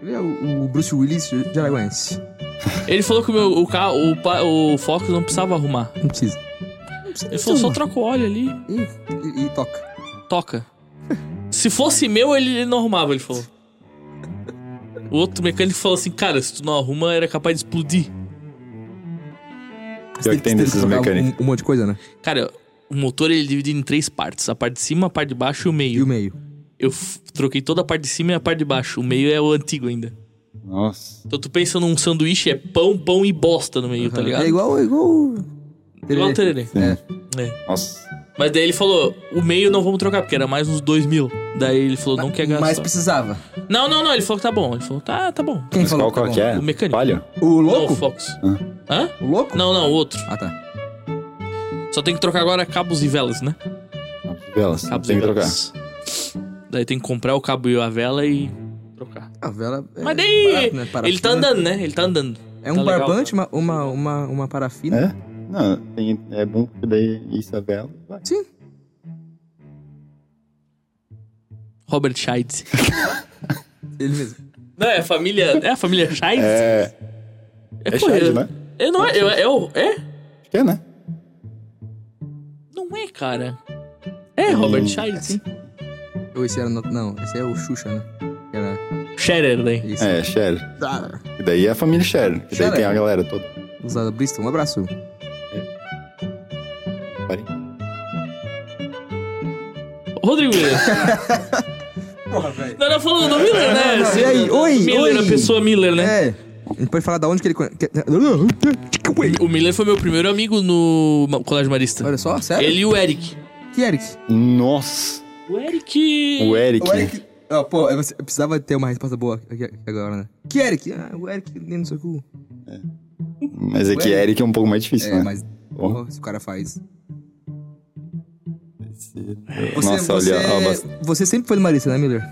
Ele é o, o Bruce Willis de jaraguense.
É.
Ele falou que o meu o carro, o, pa- o Focus não precisava arrumar.
Não precisa.
Ele
Então.
falou, só troca o óleo ali,
E, e- e toca.
toca. Se fosse meu, ele ele não arrumava, ele falou. O outro mecânico falou assim, cara, se tu não arruma, era capaz de explodir.
Pior que tem desses
trocar
mecânicos.
um, um monte de coisa, né?
Cara, o motor ele é dividido em três partes: a parte de cima, a parte de baixo e o
E
meio.
o meio.
Eu f- troquei toda a parte de cima e a parte de baixo. O meio é o antigo ainda.
um- Nossa.
Então tu pensa num sanduíche, é pão, pão e bosta no meio, tá ligado?
É igual. É igual...
Igual o tererê.
É.
É.
Nossa.
Mas daí ele falou: o meio não vamos trocar, porque era mais uns dois mil. Daí ele falou: não quer gastar.
Mas precisava.
Não, não, não. Ele falou que tá bom. Ele falou: tá, tá bom.
Quem
Mas
falou
qual,
que tá
qual que
bom?
é?
O mecânico.
Palio?
O
Não,
louco?
o Fox. Hã?
o louco?
Não, não, o outro.
Ah, tá.
Só tem que trocar agora cabos e velas, né?
Velas.
Cabos
Tem
e
que trocar.
velas. Daí tem que comprar o cabo e a vela e trocar.
A vela. é
Mas daí.
barato, né?
ele tá
Parafina.
andando, né? Ele tá andando.
É um
Tá legal.
barbante, uma, uma, uma, uma parafina.
É? Não, tem- é bom porque daí isso é vela. Vai.
Sim.
Robert Scheidt.
Ele mesmo.
Não, é a família. É a família Scheidt?
É. É
pô,
Scheidt,
eu-
né?
Eu não é. Eu, eu- é?
Acho que é, né?
Não é, cara. É Robert Scheidt,
assim?
sim.
Ou esse era. no- Não, esse é o Xuxa, né? Era
Scherer, né? daí.
isso.
É, Sherry.
Ah,
E daí é a família Sherry. E daí
Scherer.
tem a galera toda.
Usada Bristol, um abraço.
Parei.
Rodrigo Miller.
Porra, velho.
[LAUGHS] não, não, falando do Miller,
Ah,
né?
não,
Sim,
e aí? Oi,
Miller,
oi.
a pessoa Miller, né?
É. A gente pode falar da onde que ele. conhe- que-
O Miller foi meu primeiro amigo no ma- Colégio Marista.
Olha só,
é.
sério?
Ele e o Eric.
Que Eric?
Nossa.
O Eric.
O Eric.
Ó, pô, você eu precisava ter uma resposta boa aqui aqui agora, né? Que Eric? Ah, o Eric nem no seu cu.
Mas é que
o Eric.
Eric é um pouco mais difícil,
É,
né?
mas.
Porra.
Porra, se o cara faz. Você,
Nossa,
você,
olha. ó, bastante-
você sempre foi do Marista, né, Miller?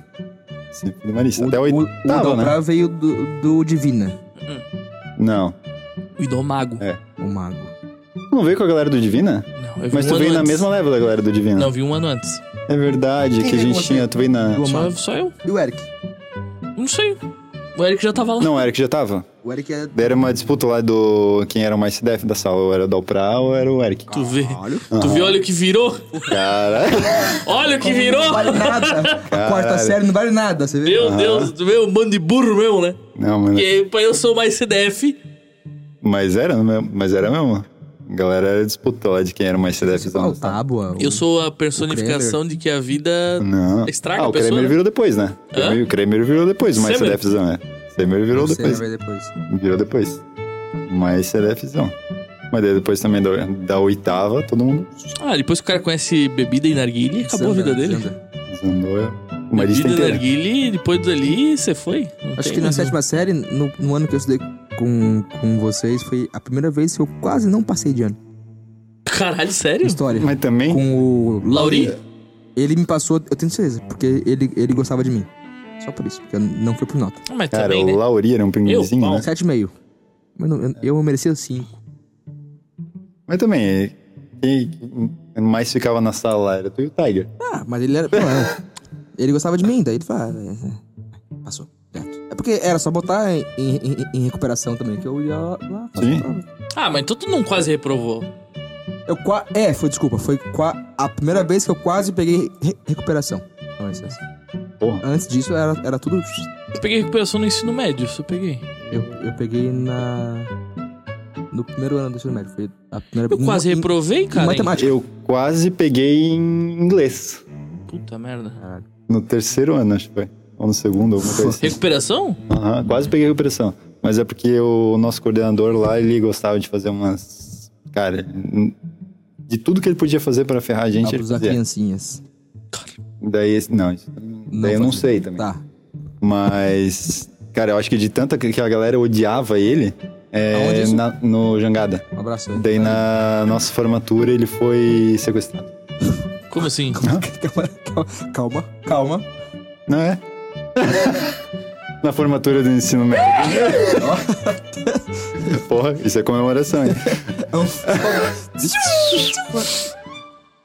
Sempre Marista. Até o oitava,
Dom
né?
Pra veio do, do Divina,
Não.
O Idomago.
É.
o mago.
Tu não veio com a galera do Divina?
Não, eu vi
Mas
um
tu
ano
veio na
antes.
mesma leva da galera do Divina.
Não, vi um ano antes.
É verdade,
Quem
que a
veio
gente
com você?
tinha. Tu veio na.
Do
Só,
Amado.
só eu.
E o Eric?
Não sei. O Eric já tava lá.
Não, o Eric já tava.
O Eric é...
Daí Era uma disputa lá do quem era o mais CDF da sala. Ou era o Dalprá ou era o Eric.
Tu vê.
Caralho.
Tu vê, olha o que virou. [LAUGHS]
Caralho.
Olha o que virou.
Não vale nada. A quarta série não vale nada, você vê?
Uhum.
Meu Deus, tu vê o bando de burro mesmo, né?
Não, mano.
Porque pô, eu sou mais CDF.
Mas era, mesmo- mas era mesmo. A galera disputou lá de quem era mais
Qual
CDFzão.
o tábua?
Eu
tá, o-
sou a personificação de que a vida
Não.
estraga
ah,
a
o
pessoa.
Kramer
né?
virou depois, né?
Hã?
O Kramer virou depois, mas
Semer.
CDFzão, é. Kramer virou
Não sei,
depois.
vai depois.
Virou depois. Mas CDFzão. Mas daí depois também da, da oitava, todo mundo
Ah, depois que o cara conhece bebida e narguile, acabou a vida
Zanda,
dele.
Zanda.
desandou uma lista
bebida e
inteira.
narguile, depois dali você foi. Não
é Acho
tem
que na
mais um.
sétima série, no, no ano que eu estudei com, com vocês, foi a primeira vez que eu quase não passei de ano.
um. Caralho, sério?
História.
Mas também.
Com o
Lauri.
Ele me passou, eu tenho certeza, porque ele, ele gostava de mim. Só por isso, porque eu não fui por nota.
Ah, Mas
Cara,
também, né?
o Lauri era um pinguinzinho,
Eu,
né?
7,5. Eu, não- eu, eu merecia 5.
Mas também, quem mais ficava na sala lá era tu e o Tiger.
Ah, mas ele era. pô, é. ele gostava de mim, daí ele fala. é, é, Passou, certo. É porque era só botar em, em- em- em recuperação também, que eu ia lá. fazer
Sim.
a prova.
Ah, mas então tu não quase reprovou.
Eu qua... É, foi, desculpa, foi qua- a primeira vez que eu quase peguei re- recuperação. Não, isso é assim.
Porra.
Antes disso era, era tudo.
Eu peguei recuperação no ensino médio, só peguei.
Eu, eu peguei na. No primeiro ano do ensino médio. Foi a primeira
Eu quase
em- em-
reprovei,
em
cara. hein?
matemática.
Eu quase peguei em inglês.
Puta merda.
No terceiro ano, acho que foi. Ou no segundo, alguma coisa assim.
Recuperação?
Aham, quase peguei recuperação. Mas é porque o nosso coordenador lá, ele gostava de fazer umas. Cara, de tudo que ele podia fazer pra ferrar a gente, ele
Abusar
fazia.
criancinhas.
Daí, esse- não, isso- daí eu não
fazia.
sei também.
Tá.
Mas, cara, eu acho que de tanta que que a galera odiava ele,
Aonde
é,
isso?
na- no Jangada.
Um abraço aí.
Daí né? na nossa formatura ele foi sequestrado.
Como
[LAUGHS]
assim?
Calma, calma, calma.
Não é? [LAUGHS] na formatura do ensino médio. [LAUGHS] Porra, isso é comemoração, hein?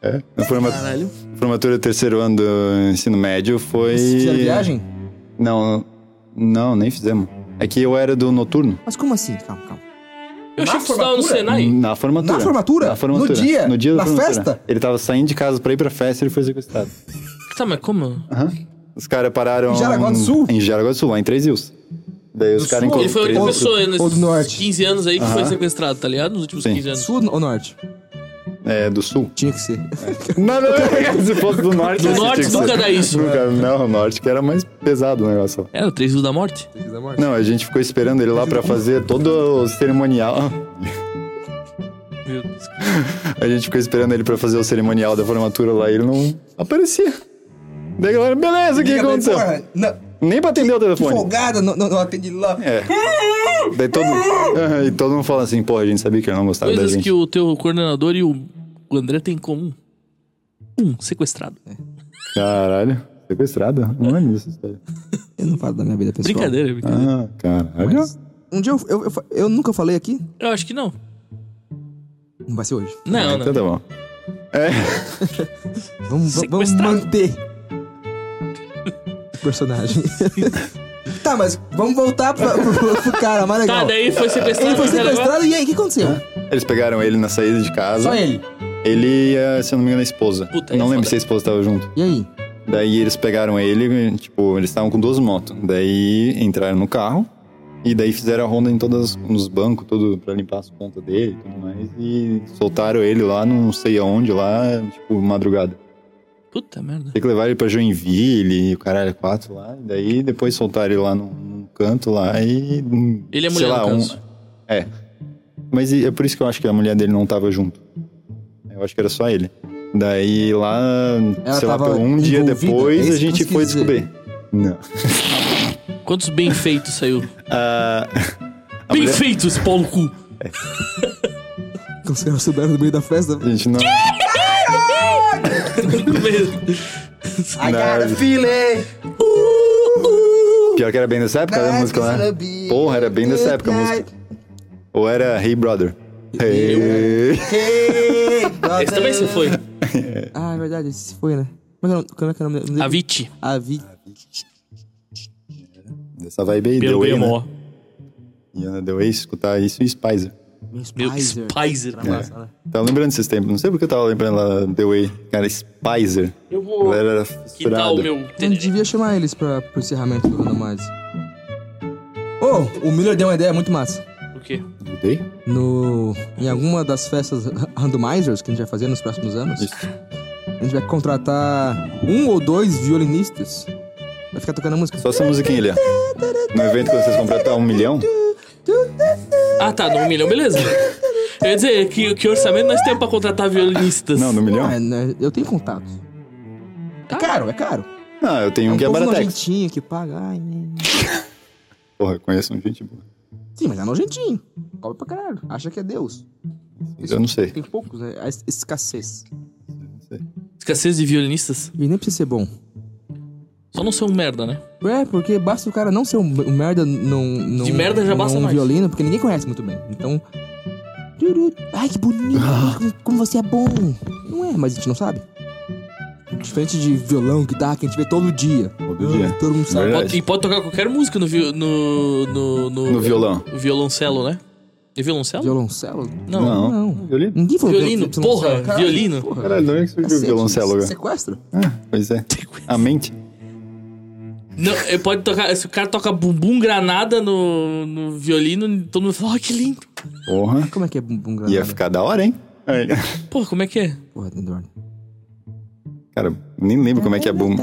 É, na forma-
Caralho.
formatura do terceiro ano do ensino médio foi.
Fizeram viagem?
Não, não, nem fizemos. É que eu era do noturno.
Mas como assim? Calma, calma.
Eu achei que tu estava no
formatura?
Senai.
Na formatura.
Na formatura?
Na formatura.
No dia?
No dia da
Na
formatura.
festa?
Ele tava saindo de casa pra ir pra festa e ele foi sequestrado.
Tá, mas como?
Aham. Os caras pararam.
Em Jaraguá do Sul?
Em Jaraguá do Sul, lá em Três Rios. Daí os
Do
caras
Sul?
encontraram.
Ele foi a única
Ou-
pessoa
ou do
nesses
norte.
15 anos aí que foi
Aham.
sequestrado, tá ligado? Nos últimos
Sim.
15 anos.
Sul ou norte?
É, do Sul.
[LAUGHS] Tinha que
[LAUGHS]
ser.
Não, não, não. [LAUGHS] Se fosse do norte,
Do
assim,
norte
tinha que
nunca
ser.
dá isso.
Nunca, não, o norte que era mais pesado o negócio.
Era É, o 3 Rio da Morte?
Não, a gente ficou esperando ele lá pra fazer todo o cerimonial.
Meu Deus.
Ah, A gente ficou esperando ele pra fazer o cerimonial da formatura lá e ele não aparecia. Daí a galera, beleza, o que aconteceu?
Não,
Nem pra atender o
que
telefone.
folgada, não, não, não atende lá.
É. Daí todo, Aham, e todo mundo fala assim, porra, a gente sabia que ele não gostava da
Coisas
gente.
que o teu coordenador e o o André têm em comum. Um, sequestrado.
Caralho, sequestrado? Não é isso, história.
Eu não falo da minha vida pessoal.
Brincadeira, brincadeira.
Ah, caralho.
Um dia eu, eu, eu, fa- eu nunca falei aqui.
Eu acho que não.
Não vai ser hoje.
Não, né?
Então
não.
tá bom. É,
Vamos, va- vamos
Sequestrado.
manter o personagem. tá, mas vamos voltar pra, pro, pro cara
é
mais
Tá,
legal.
daí tá, foi sequestrado.
ele foi
mas era agora-
sequestrado e aí, o que aconteceu?
eles pegaram ele na saída de casa.
Só ele.
Ele ia, se eu não me engano, a esposa.
Puta,
não
é
lembro
foda.
se a esposa tava junto.
E aí?
Daí eles pegaram ele, tipo, eles estavam com duas motos. Daí entraram no carro e daí fizeram a ronda em todos nos bancos, tudo pra limpar as pontas dele e tudo mais. E soltaram ele lá, não sei aonde, lá, tipo, madrugada.
Puta merda.
Tem que levar ele pra Joinville e o caralho, quatro lá. E daí depois soltaram ele lá num, num canto lá e.
Ele é
sei
mulher,
lá,
no
um-
caso.
É. Mas e- é por isso que eu acho que a mulher dele não tava junto. Eu acho que era só ele. Daí lá,
Ela
sei lá,
tava
um dia
envolvida? É
depois
isso
a
que
gente
você
foi
quis dizer.
descobrir. Não.
Quantos bem feitos saiu?
Ah, [LAUGHS] a,
bem
mulher-
feitos, Paulo
[LAUGHS]
Cu.
Os caras souberam no meio da festa.
a gente não. não,
Filé!
pior que era bem dessa época né, a música lá. Porra, era bem dessa época a música. Ou era Hey Brother. Hey.
Esse também você foi.
Ah, é verdade, esse foi, né? Como é que é o- como é que é o nome dele?
A Viti.
Avi.
Essa vibe aí, The
Pelo
Way, né?
BMO.
E Ana The Way, escutar isso e Spicer.
Meu Spizer.
É. Tava lembrando desses tempos, não sei porque eu tava lembrando lá The Way. Cara, Spicer.
Eu
A
vou
galera era
que tal o
fissurada.
meu...
Eu não devia chamar eles pra, pro encerramento do Randomize. Ô, o Miller deu uma ideia muito massa.
O quê?
Mudei?
No, em alguma das festas randomizers que a gente vai fazer nos próximos anos,
Isso.
a gente vai contratar um ou dois violinistas. Vai ficar tocando a música.
Só essa musiquinha ali, ó. No evento quando vocês completar um milhão,
Ah, tá, no milhão, beleza. Eu ia dizer, que, que orçamento nós temos pra contratar violinistas?
Não, no milhão?
É, né, eu tenho contato. É caro, é caro.
Ah. Não, eu tenho
É
um que é
povo
Baratex.
nojentinho que paga. ai, né.
Porra, eu conheço um gente boa.
Sim, mas é nojentinho. Cobra pra caralho. Acha que é Deus.
Eu não sei.
Tem poucos, né? A es- escassez.
Escassez de violinistas.
E nem precisa ser bom.
Só não ser um merda, né?
É, porque basta o cara não ser um, um merda num, num.
De merda já basta
num
nós.
violino, porque ninguém conhece muito bem. Então. Turu. Ai, que bonito!
Ah.
ai, como- Como você é bom! Não é, mas a gente não sabe. Diferente de violão, guitarra, que a gente vê todo dia.
Todo
Ah,
dia.
Todo mundo sabe.
Verdade.
Pode- e pode tocar qualquer música no, vi- no, no,
No violão.
violoncelo, né? É violoncelo?
Violoncelo?
Não.
Não.
Não.
Violino?
Ninguém falou
Violino,
que- que violoncelo,
porra,
caralho,
violino.
porra.
Caralho, de onde é que surgiu o
Cacete,
violoncelo agora?
Sequestro?
Ah, pois é. A mente.
Não, ele pode tocar. Se o cara toca bumbum granada no, no violino, todo mundo fala, ó, que lindo.
Porra.
Como é que é bumbum granada?
Ia ficar da hora, hein? Aí.
Pô, como é que é?
Porra, Tendorne.
Cara, nem lembro como é que é boom.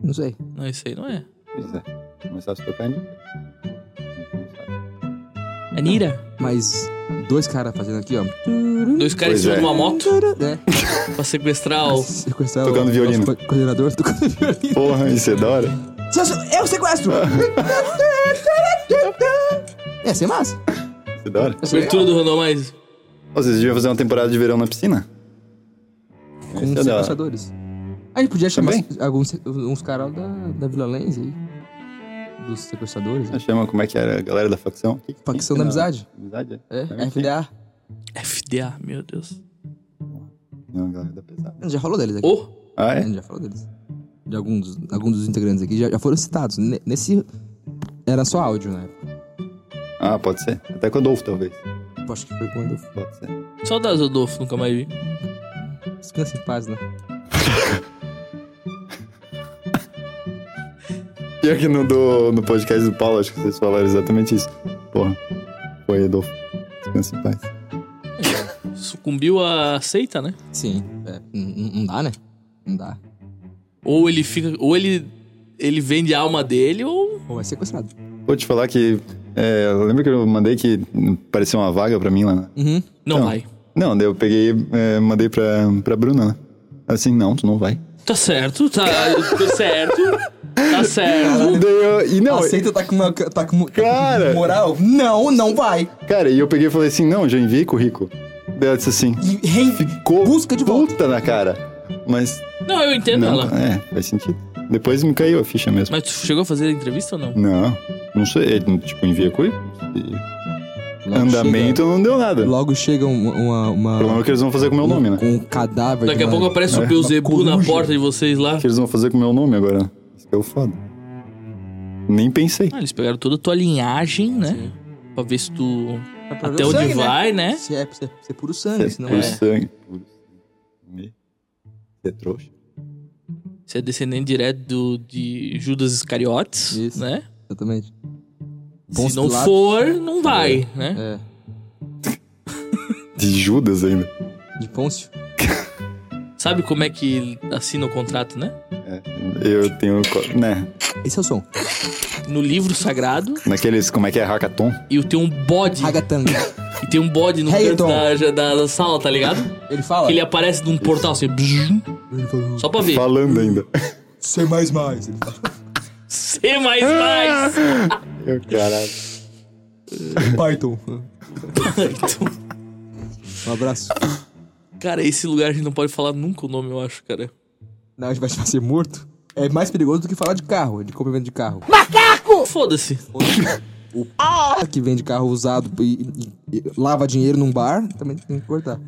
Não sei.
Não, isso aí não é.
Pois é. Começar a tocar né?
É Nira.
Mas dois caras fazendo aqui, ó.
Dois caras em
Pois
cima
é.
de uma moto
É.
pra sequestrar o.
Sequestrar
Tocando
o,
violino.
nosso co- coordenador tocando violino.
Porra, isso é da hora.
É o sequestro! Ia ser massa.
Isso é da hora.
Ia ser
Abertura do Randomize.
Ô, Vocês deviam fazer uma temporada de verão na piscina?
legal.
Isso
Com
é
os
da hora.
sequestradores. A gente podia chamar
Também?
alguns, uns caras da, da Vila Lenz aí. Dos sequestradores.
Ah, Chama como é que era a galera da facção? Que-
Facção da
que- não.
amizade.
Amizade, é?
É,
Também tem.
FDA.
FDA, meu Deus.
Não, galera da pesada.
Já falou deles aqui.
Oh,
Ah,
A
é?
gente já falou deles. De alguns, alguns dos integrantes aqui já, já foram citados. Ne- Nesse. Era só áudio, né?
Ah, pode ser. Até com o Adolfo, talvez.
Eu Acho que foi quando.
Pode ser.
saudades do Adolfo, nunca mais vi.
Descansa em paz, né?
Pior que no, do, no podcast do Paulo, acho que vocês falaram exatamente isso. Porra. Foi, Adolfo. Descansa em paz.
Sucumbiu à seita, né?
Sim. É, n- n- não dá, né? Não dá.
Ou ele fica. Ou ele. Ele vende a alma dele, ou.
Ou é sequestrado.
Vou te falar que. É, lembra que eu mandei que apareceu uma vaga pra mim lá? né?
Uhum.
Não,
Não.
vai.
Não, daí eu peguei é, mandei pra, pra Bruna, né? Assim, não, tu
[LAUGHS]
não vai.
Tá certo, tá. tá certo. Tá certo.
Daí eu- e não,
Aceita tá com uma. Tá com,
Cara!
moral? Não, não vai.
cara, e eu peguei e falei assim, não, já enviei currículo. Daí ela disse assim,
E rei-
ficou
Busca de volta.
puta na cara. Mas,
Não, eu entendo
não,
ela.
é, faz sentido. Depois me caiu a ficha mesmo.
Mas tu chegou a fazer a entrevista ou não?
Não, não sei, ele, tipo, envia currículo. e
Logo
Andamento não deu nada.
chega- logo chega um- uma. uma,
O problema é o que eles vão fazer com o meu nome, né?
Com um cadáver.
Daqui
de
a
uma-
pouco aparece o Beuzebu na porta de vocês lá.
O que eles vão fazer com o meu nome agora? Isso que é o foda. Nem pensei.
Ah, eles pegaram toda a tua linhagem, né? Pra ver se tu.
É pra ver
Até
o
onde
sangue, né?
vai, né?
Se é, se é, se é puro
Ah,
sangue, senão
puro
é.
sangue. Puro sangue. Você é trouxa.
Você é descendente direto do, de Judas Iscariotes,
Isso.
né?
Exatamente.
se não for, não vai,
É.
né?
De Judas ainda.
De Pôncio?
Sabe como é que assina o contrato, né?
É, eu tenho. co- Né?
Esse é o som.
No livro sagrado,
Naqueles. Como é que é? Hackathon?
e tem um bode,
Hagatanga.
e tem um bode no canto
Reggaeton.
da, já- da, da sala, tá ligado?
Ele fala.
Que ele aparece num portal assim, bzzz,
Ele falou,
só pra ver.
Falando ainda.
é-
C mais mais. Ele fala,
C mais mais! [LAUGHS]
Eu,
[LAUGHS]
caralho.
Python.
Então,
Um abraço.
cara, esse lugar a gente não pode falar nunca o nome, eu acho, cara.
Não, a gente vai ser morto. É mais perigoso do que falar de carro, de comprimento de carro.
Foda-se.
Ah, Que vende carro usado e, e- e lava dinheiro num bar, também tem que cortar.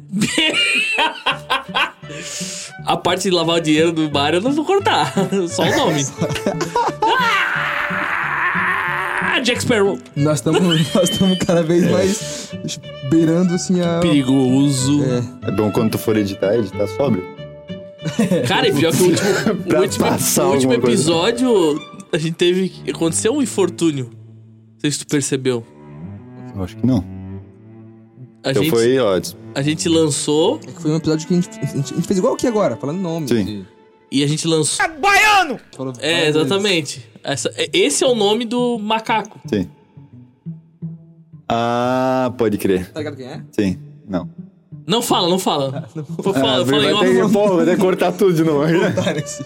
A parte de lavar o dinheiro do bar eu não vou cortar. [LAUGHS] Só o nome. ah, Jack Sparrow.
[LAUGHS] Nós estamos nós estamos cada vez mais beirando assim a.
Perigoso.
É,
É bom quando tu for editar, editar sóbrio.
Cara, e pior que o último, o
[LAUGHS] Pra
último,
passar
o último
alguma coisa.
episódio, a gente teve. Aconteceu um infortúnio. Não sei se tu percebeu.
Eu acho que não.
A,
então
gente,
foi, ó.
a gente lançou
É que foi um episódio que a gente, a gente- a gente fez igual o que agora, falando nome.
Sim.
e a gente lançou. É, exatamente. Essa- é- esse é o nome do macaco.
Sim. Ah, pode crer.
Tá ligado quem é? [LAUGHS]
Sim. Não.
Não fala, não
Ah,
fala. Vou falar, eu falei,
vai,
ó,
ter, pô, vai ter que cortar tudo de novo. né?
Cara, esse,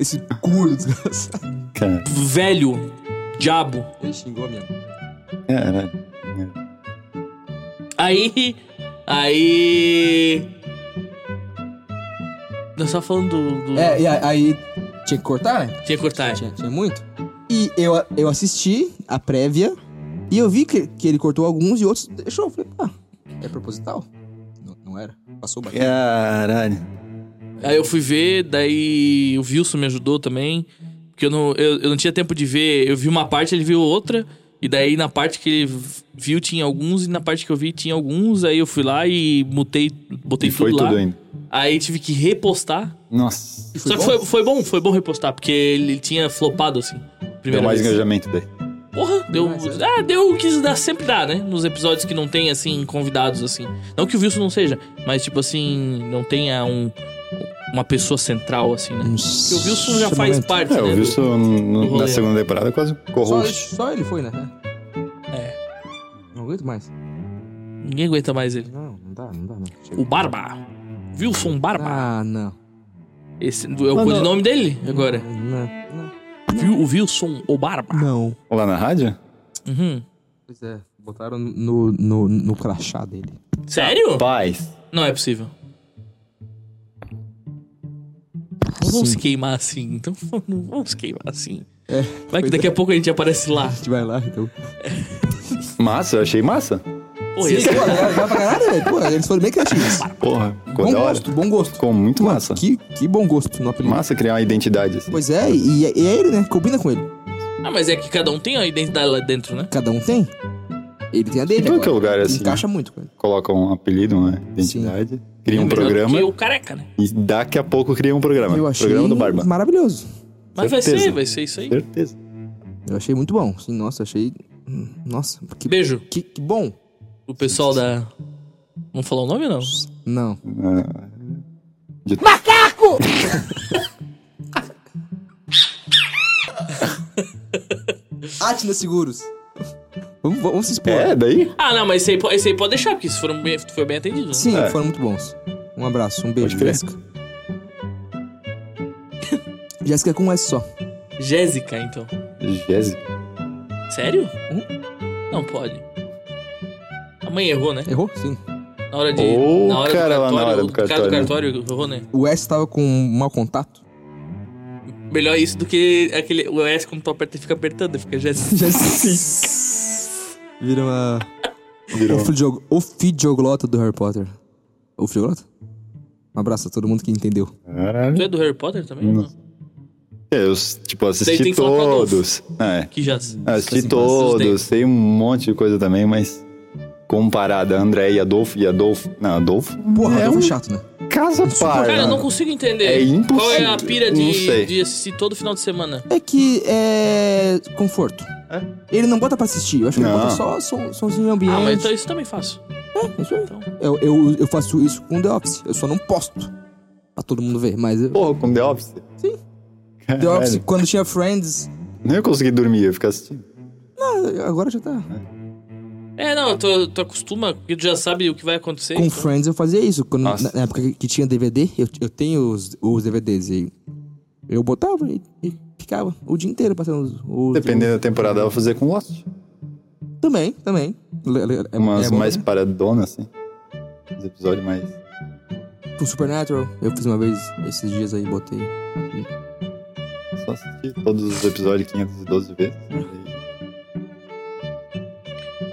esse cu [LAUGHS] desgraçado.
[LAUGHS] Cara,
velho, diabo.
Ele xingou mesmo.
Caralho.
Aí. Aí. Nós só falando do. do-
É, e a- aí tinha que cortar, né?
Tinha que cortar.
Tinha, tinha muito. E eu, eu assisti a prévia e eu vi que, que ele cortou alguns e outros deixou. Eu falei, pá, é proposital? Não, não era. Passou
É.
batido.
Caralho.
Aí eu fui ver, daí o Wilson me ajudou também. Porque eu não, eu, eu não tinha tempo de ver. Eu vi uma parte, ele viu outra. E daí na parte que ele v- viu tinha alguns, e na parte que eu vi tinha alguns. Aí eu fui lá e mutei, botei
E foi
tudo lá.
tudo ainda.
Aí tive que repostar.
Nossa.
E foi
Só que
bom?
foi, foi bom, foi bom repostar, porque ele tinha flopado assim.
Deu
Primeira
mais
vez.
engajamento daí.
Porra, deu.
Demais,
Ah, deu o que dá, sempre dá, né? Nos episódios que não tem, assim, convidados, assim. Não que o Wilson não seja, mas, tipo assim, não tenha um, uma pessoa central, assim, né? Porque o Wilson já faz parte,
É,
né?
eu vi isso no-
rolê.
na segunda temporada quase
Só,
co-host.
só ele foi, né?
É.
Não aguento mais.
Ninguém aguenta mais ele.
Não, não dá, não dá, não. Chega.
O Barba. Wilson Barba.
Ah, não.
Esse é o
Ah, não.
codinome dele agora.
Não,
Viu- O Wilson o Barba.
não.
Lá na rádio?
Uhum.
Pois é, botaram no, no, no crachá dele.
Sério?
Paz.
Não é possível. Não vamos se queimar assim. Então [LAUGHS] não vamos se queimar assim.
É,
Vai que daqui a pouco a gente aparece lá.
A gente vai lá, então.
Massa, eu achei massa.
Pô,
Sim,
esse-
pô, legal, legal pra caralho, velho. Pô, eles foram bem criativos.
Porra, ficou
bom
da hora.
gosto, bom gosto.
Ficou muito massa.
Que, que bom gosto no apelido.
Massa criar uma identidade. assim.
Pois é, e, é- e é ele, né? Combina com ele.
Ah, mas é que cada um tem a identidade lá dentro, né?
Cada um tem. Ele tem a dele.
Tudo
agora.
que é lugar é assim,
Encaixa muito com ele.
Coloca um apelido, uma identidade, cria um
É melhor
programa
do Que o careca, né?
e daqui a pouco cria um programa.
Eu achei
Programa do Barba.
maravilhoso.
Mas vai
Certeza.
ser, vai ser isso aí.
Certeza.
Eu achei muito bom. Sim, nossa, achei. hum, Nossa, que,
Beijo
que, que bom.
pro pessoal da. Vamos falar o nome ou
Não.
não?
É, [LAUGHS]
Atna Seguros. Vamos, vamos se expor.
É, daí?
Ah, não, mas esse aí, po- esse aí pode deixar, porque isso foram bem- foi bem atendido. né?
Sim,
É.
foram muito bons. Um abraço, um beijo,
Pode crer.
Jéssica. Jéssica é com um S só.
Jéssica, então.
Jéssica.
Sério?
Hum?
Não pode. A mãe errou, né?
Errou? Sim.
Na hora de.
Ô,
na hora
cara,
do
lá
cartório,
na hora do
o cara do
cartório,
cartório errou, né?
O S tava com mau contato. [LAUGHS]
Melhor isso do que aquele. O S quando tu aperta e fica apertando, fica assim. Jéssica.
Jéssica. Vira uma.
Virou.
O fidio- O fidioglota do Harry Potter. O fidioglota? Um abraço a todo mundo que entendeu.
Caralho.
Tu é do Harry Potter também? ou Não.
É, Eu, tipo,
Daí tem
assisti
que falar com o Adolfo.
todos. Ah, É,
Que jazz.
Eu
Assim,
assisti
esses
todos. Sei um monte de coisa também, mas comparada a André e Adolfo, e Adolfo... Não, Adolfo
Porra,
é
é
um
chato, né?
casa para.
Cara, eu não consigo entender.
Ah, É impossível.
Qual é a pira
Não
de,
sei.
de assistir todo final de semana?
É que é. conforto. Ele não bota pra assistir, eu acho que ele
Não.
bota só som, somzinho ambiente.
Ah, mas então isso também faço.
É, isso aí.
Então.
Eu, eu, eu faço isso com The Office. Eu só não posto pra todo mundo ver, mas. Eu...
Porra, com The Office.
Sim.
Caralho.
The Office, quando tinha Friends.
Não ia conseguir dormir, ia ficar assistindo.
ah, agora já tá.
É, não, tu, tu acostuma, porque tu já sabe o que vai acontecer.
Com
então.
Friends eu fazia isso. Quando, na,
Nossa.
na época que- que tinha DVD, eu, eu tenho os, os DVDs e. Eu botava e, e ficava o dia inteiro passando os. os
Dependendo da temporada, ela fazer com Lost.
Também, também. Le- le- É,
Umas
é bom,
mais
né?
paradonas, assim. Os episódios mais.
Com Supernatural, eu fiz uma vez esses dias aí, botei.
Só assistir todos os episódios 512 vezes. né?
Uhum.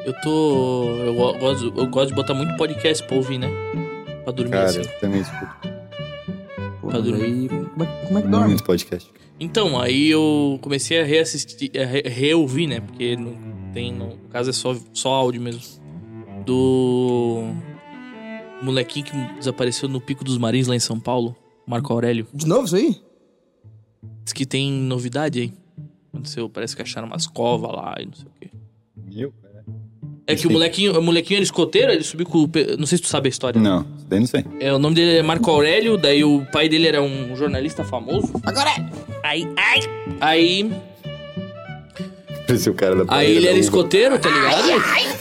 Eu tô. Eu, go- gosto, eu gosto de botar muito podcast pra ouvir, né? Pra dormir
Cara,
assim.
eu também escuto
Pô,
Pra
mas
dormir.
aí, como, é, como é que dorme?
muito podcast.
Então, aí eu comecei a reassistir, a re- reouvir, né? Porque não tem, no caso é só, só áudio mesmo. Do molequinho que desapareceu no Pico dos Marins lá em São Paulo, Marco Aurélio.
De novo isso aí?
Diz que tem novidade aí. Aconteceu, parece que acharam umas covas lá e não sei o quê.
Meu, cara.
É que o molequinho, o molequinho era escoteiro, ele subiu com o. pe- Não sei se tu sabe a história.
Não, isso daí não sei. [LAUGHS]
É, o nome dele é Marco Aurélio, daí o pai dele era um jornalista famoso. Agora! Aí, ai! Aí,
Parecia é o cara da
aí
Praia
ele
da
era
Uva.
escoteiro, [LAUGHS] tá ligado?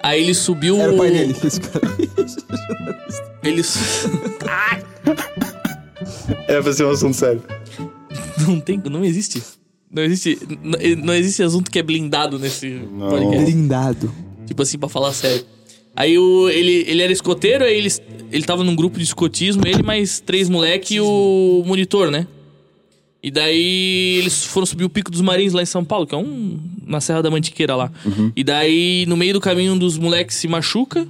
Aí ele subiu.
Era o pai dele. esse cara.
Ele. su- [LAUGHS]
É, pra ser um assunto sério.
Não tem. Não existe. Não existe. Não, não existe assunto que é blindado nesse
Não.
podcast.
Blindado.
Tipo assim, pra falar sério. Aí o, ele, ele era escoteiro, aí ele, ele tava num grupo de escotismo, ele mais três moleque e o monitor, né? E daí eles foram subir o Pico dos Marins lá em São Paulo, que é um, na Serra da Mantiqueira lá. E daí, no meio do caminho, um dos moleques se machuca.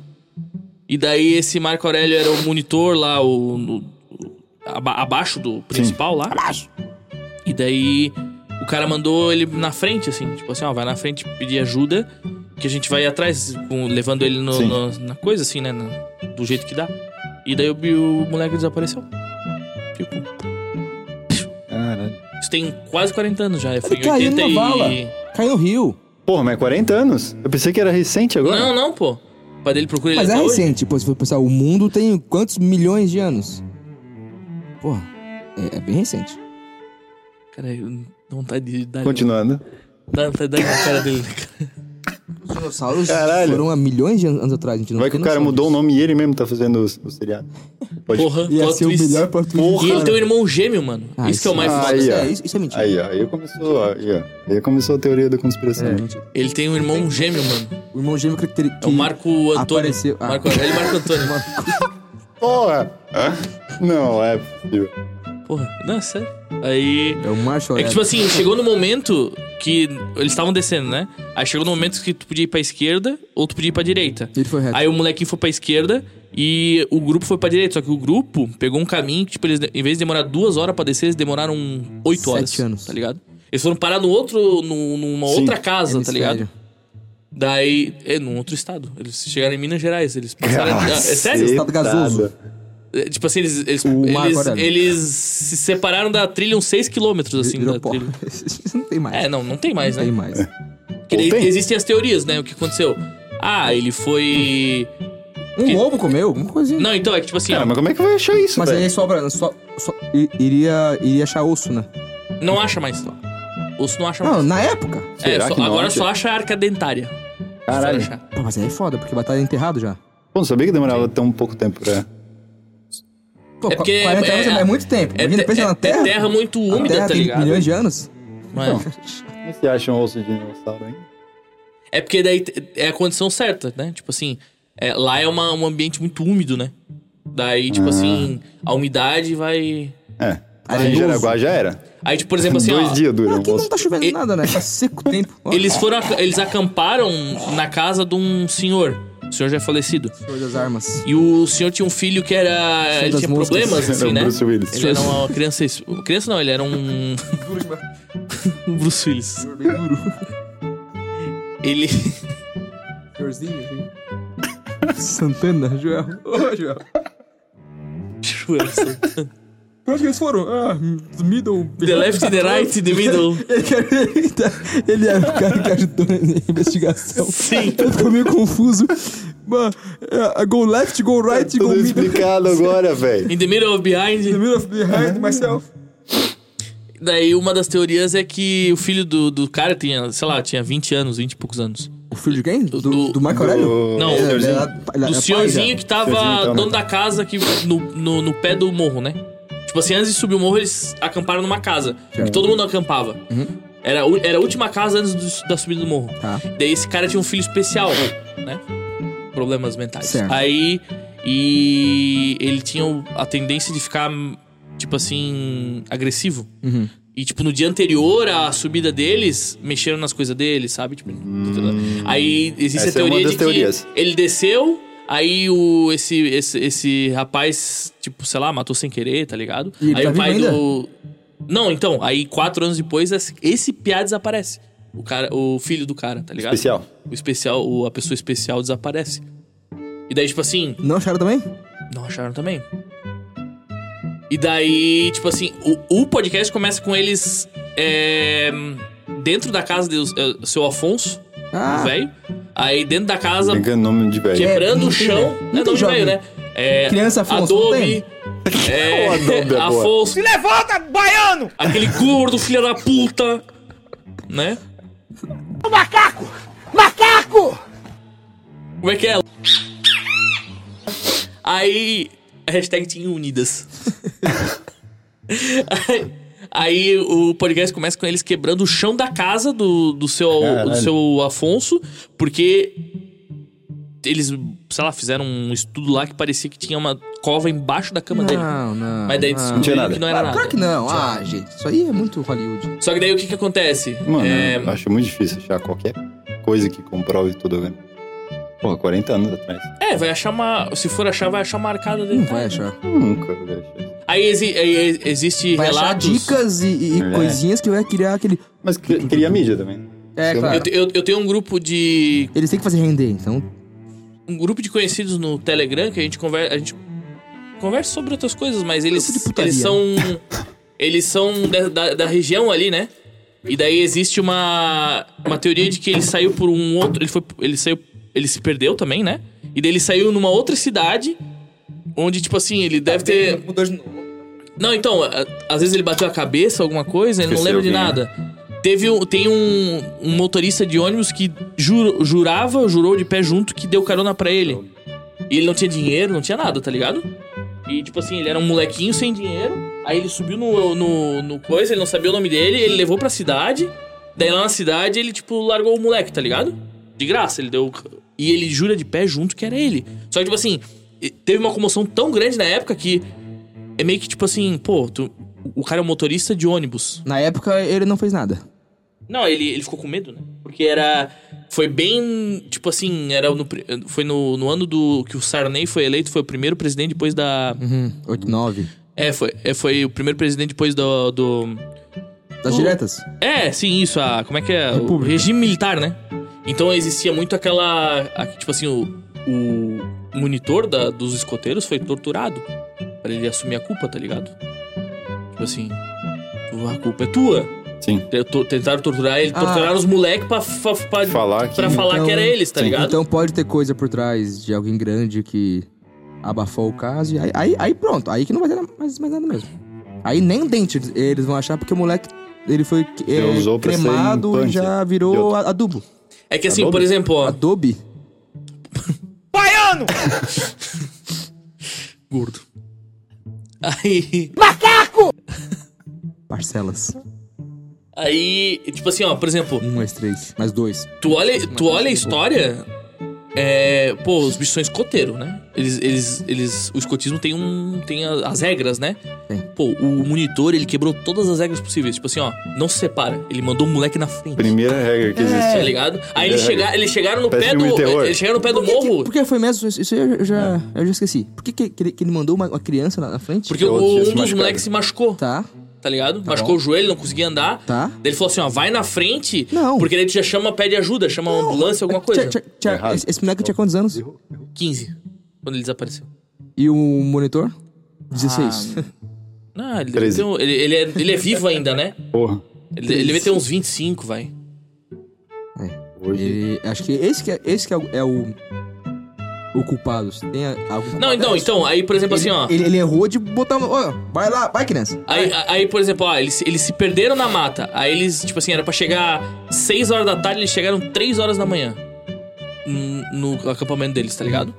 E daí esse Marco Aurélio era o monitor lá, o, no- o- aba- abaixo do principal lá. Abaixo. E daí o cara mandou ele na frente, assim, tipo assim, ó, vai na frente pedir ajuda, que a gente vai atrás, com- levando ele no-
Sim.
no- na coisa, assim, né? na- do jeito que dá. E daí o, bi- o moleque desapareceu. Tipo,
Caralho.
isso tem quase 40 anos já. Foi em
caiu
80
na
e...
vala. Caiu no rio.
Porra, mas 40 anos? Eu pensei que era recente agora.
Não, não, pô. O pai dele procura ele
Mas é
até hoje.
recente, pô. Se for pensar, o mundo tem quantos milhões de anos? Porra, é, é bem recente.
Cara, eu- dá vontade de dar...
Continuando.
Dá vontade de dar na cara dele, né, cara?
Os dinossauros
Caralho.
foram há milhões de an- anos atrás. A gente não
Vai que
tem
o cara
noção
mudou o
disso.
nome e ele mesmo tá fazendo o, o seriado. Pode-
Porra,
Ia
plot
É, ser o
twist.
melhor pra
Porra.
E ele tem um irmão gêmeo, mano.
Ah,
isso que é o mais
Ah,
foda.
aí, ó.
é, isso, isso é
Então-
mentira.
Aí, ó. Aí começou, ó, aí, ó. Aí começou a teoria da conspiração.
É, mentira.
Ele tem um irmão gêmeo, mano.
O irmão gêmeo que... que
É o Marco Antônio.
apareceu- ah.
Marco Aurélio e Marco Antônio.
Porra! Não, é possível.
Porra, não, é sério. Aí...
É o Marshall.
É que, tipo assim, chegou no momento que eles estavam descendo, né? Aí chegou no momento que tu podia ir pra esquerda ou tu podia ir pra direita.
Ele foi reto.
assim, Aí o molequinho foi pra esquerda e o grupo foi pra direita. Só que o grupo pegou um caminho que, tipo, eles, em vez de demorar duas horas pra descer, eles demoraram oito
Sete
horas.
anos.
Tá ligado? Eles foram parar no outro, no- numa
Sim.
outra
É
casa, tá
Hemisfério.
ligado? Daí, é, num outro estado. Eles chegaram em Minas Gerais, eles passaram. Ah, é sério?
Estado gasoso.
Cacetada.
É, Tipo assim, eles, eles,
O é Marco
eles,
Aurélio.
eles se separaram da trilha uns seis quilômetros, assim,
Virou
da
pó. [LAUGHS]
trilha.
não tem mais.
É, não, não tem mais,
não tem
né?
mais.
Porque daí
Ou tem.
existem as teorias, né? O que aconteceu? Ah, ele foi.
Um
Que-
lobo comeu? Alguma coisinha.
Não, então, é que tipo assim,
Cara,
ó,
mas como é que vai achar isso,
Mas
velho?
aí sobra... Só, só, i- iria, iria achar osso, né?
não acha mais. Osso não acha
Não,
mais.
na época.
É,
Será
só-
que não
agora
acha?
só acha a arca dentária.
Caralho.
Só achar.
Pô, mas aí é foda, porque vai estar enterrado já.
Pô, não sabia que demorava tão pouco tempo pra...
Pô,
É porque-
40 anos
é-
é, muito tempo.
É,
Imagina,
te-
pensa
é-
na
é
Terra.
terra muito
a
úmida,
Terra
tá
tem
ligado?
milhões de Então. anos.
Não é.
Não. Como se acha um osso de dinossauro, hein?
É porque daí te- é a condição certa, né? Tipo assim, é, lá é uma- um ambiente muito úmido, né? Daí,
Ah.
tipo assim, a umidade vai.
É.
Ah,
Em
idoso.
Jaraguá já era.
Aí, tipo, por exemplo, assim,
Dois
ó,
dias dura
Aqui
o
não
osso.
tá chovendo
E-
nada, né? Tá seco o tempo. Ó.
Eles foram, ac- eles acamparam na casa de um senhor. O senhor já é falecido.
Senhor das armas.
E o senhor tinha um filho que era.
Senhor
ele
das
tinha
moscas.
problemas,
Era
assim,
o
né?
Bruce Willis.
Ele era uma criança. es- Criança não, ele era um. [LAUGHS] um Bruce Willis.
Senhor bem duro.
Ele. [LAUGHS]
Senhorzinho, assim. Santana, Joel. Ô, Joel. Pra onde que eles foram? Ah, middle.
the left, the right, the middle.
Ele, quer- ele era o cara que ajudou na investigação.
Sim.
Eu ficou meio confuso. Mano, é, go left, go right, go
Tudo
middle.
explicado agora, velho.
In the middle of
The
behind.
middle of behind myself.
Daí uma das teorias é que o filho do, do cara tinha, sei lá, tinha 20 anos, 20 e poucos anos.
O filho de quem? Do,
do-
do, Marco Aurélio?
Do-
é Não,
Ele- ele
senhorzinho.
era- ele era
do
pai
senhorzinho
já.
que tava
Senhorzinho, então, né?
dono da casa que no, no, no pé do morro, né? Tipo assim, antes de subir o morro, eles acamparam numa casa. Que todo mundo acampava. Era, a u- era a última casa antes do- da subida do morro.
Tá.
Daí esse cara tinha um filho especial, né? Problemas mentais.
Certo.
Aí. E ele tinha o- a tendência de ficar, tipo assim, agressivo. E, tipo, no dia anterior à subida deles, mexeram nas coisas dele, sabe? Tipo, aí existe
Hum. Essa é
a
uma
teoria
das
de
teorias.
que ele desceu, aí o, esse, esse, esse rapaz, tipo, sei lá, matou sem querer, tá ligado?
E ele
aí
tá
o pai
vivo
do. Não, então, aí quatro anos depois, esse, esse piá desaparece. O, cara, o filho do cara, tá ligado?
Especial.
O especial, o- a pessoa especial desaparece. E daí, tipo assim,
Não acharam também?
não acharam também. E daí, tipo assim, o, o podcast começa com eles é, dentro da casa do eh, é, seu Afonso,
Ah,
o velho. Aí dentro da casa,
Brincando nome de velho.
É,
quebrando
não
o
tem,
chão.
né? Não
Não é
tem
nome
jovem.
velho, né? É,
Criança Afonso, não
Adobe. É,
O Adobe agora.
Afonso. Se levanta, baiano! Aquele gordo, filho da puta. Né? O macaco! Macaco! Como é que é? Aí, hashtag Team Unidas. [LAUGHS] aí, aí o podcast começa com eles quebrando o chão da casa do, do, seu, do
Caralho.
seu Afonso, porque eles, sei lá, fizeram um estudo lá que parecia que tinha uma cova embaixo da cama dele.
Não, não.
Mas daí
não.
tinha
descobriram
nada.
que não era nada.
Claro que não. Ah, gente, isso aí é muito Hollywood.
Só que daí o que que acontece?
Mano, né?
É,
eu acho muito difícil achar qualquer coisa que comprove tudo, velho. Pô, 40 anos atrás.
é, vai achar uma... Se for achar, vai achar uma arcada dele. tá?
Não vai achar.
Nunca vai achar.
Aí, exi- aí existe
Vai achar
relatos...
dicas e, e- e
É.
coisinhas que vai criar aquele.
Mas cri- cria mídia também.
É,
Isso
claro.
Eu te- eu- eu tenho um grupo de
Eles têm que fazer render, então.
um grupo de conhecidos no Telegram que a gente conversa, a gente conversa sobre outras coisas, mas eles,
Grupo de putaria.
eles são eles são da, da- da região ali, né? E daí existe uma uma teoria de que ele saiu por um outro, ele foi ele saiu, ele se perdeu também, né? E daí ele saiu numa outra cidade onde tipo assim, ele deve ter
Mudou de novo.
não, então, a- às vezes ele bateu a cabeça, alguma coisa, ele não
Esqueceu
lembra de
quem é.
nada. Teve um, tem um, um motorista de ônibus que juro- jurava, jurou de pé junto que deu carona pra ele. E ele não tinha dinheiro, não tinha nada, tá ligado? E tipo assim, ele era um molequinho sem dinheiro. Aí ele subiu no, no, no coisa, ele não sabia o nome dele, ele levou pra cidade. Daí lá na cidade ele, tipo, largou o moleque, tá ligado? De graça, ele deu. E ele jura de pé junto que era ele. Só que, tipo assim, e- teve uma comoção tão grande na época que é meio que tipo assim, pô, tu- o cara é um motorista de ônibus.
Na época ele não fez nada.
Não, ele, ele ficou com medo, né? Porque era. Foi bem. Tipo assim, era no, pri- foi no, no ano do que o Sarney foi eleito, foi o primeiro presidente depois da.
Uhum. 8, 9.
É, foi, é, foi o primeiro presidente depois do, do.
Das
Uh.
diretas?
É, sim, isso, a. Como é que é? O
República.
regime militar, né? Então existia muito aquela. a- tipo assim, o, o monitor da- dos escoteiros foi torturado pra ele assumir a culpa, tá ligado? Tipo assim, a culpa é tua.
Sim.
Tentou- Tentaram torturar ele,
Ah.
torturaram os moleques pra, fa- pra,
Falar que-
pra falar
Então-
que era eles, tá
Sim.
ligado?
Então pode ter coisa por trás de alguém grande que abafou o caso. E aí, aí, aí pronto, aí que não vai ter na- mais, mais nada mesmo. Aí nem o dente eles- eles vão achar, porque o moleque ele foi é,
usou pra ser
cremado e
implante
já
de
virou
outro.
a- adubo.
é que assim,
Adobe?
por exemplo, ó,
Adobe?
gordo. Aí,
Parcelas.
aí, tipo assim, ó, por exemplo,
Um mais três, mais dois.
tu olha, tu olha a história, é, pô, os bichos são escoteiros, né? Eles, eles, eles, o escotismo tem um, tem a- as regras, né?
Tem.
Pô, o monitor, ele quebrou todas as regras possíveis, tipo assim, ó, não se separa, ele mandou o moleque na frente.
Primeira regra que
Tá
existe.
ligado? Aí eles,
É.
chega, eles chegaram no
Parece
pé
filme de
do.
terror.
Eles chegaram no pé do
Por que que-
morro.
Por que foi mesmo? Isso isso aí eu já,
É.
eu já esqueci. Por que, que, que ele, que ele mandou uma, uma criança na, na frente?
Porque
Porque
o-
outros já se
um dos
machucaram.
moleques se machucou.
Tá.
tá ligado? Machucou o joelho, não conseguia andar.
Tá.
Daí ele falou assim, ó, vai na frente.
Não.
Porque daí tu já chama, pede ajuda, chama uma ambulância, alguma coisa.
Tinha- tinha- tinha-
Errado.
esse, esse moleque tinha quantos
Tá
anos?
15, quando ele desapareceu.
E o monitor? 16.
Ah, ele, deve
Treze.
ter um- ele, ele, é, ele é vivo ainda, né?
Porra.
Ele, ele deve ter uns 25, vai. Ah,
[LAUGHS]
Hoje.
E É. acho que esse que é, esse que é, o- é o. O culpado. Se Tem a- algum culpado,
Não, então, então, aí, por exemplo, assim, ó.
Ele, ele errou de botar uma. Ó, vai lá, vai, criança.
Aí, aí, por exemplo, ó, eles, eles se perderam na mata. Aí eles, tipo assim, era pra chegar 6 horas da tarde, eles chegaram 3 horas da manhã. n- No acampamento deles, tá ligado?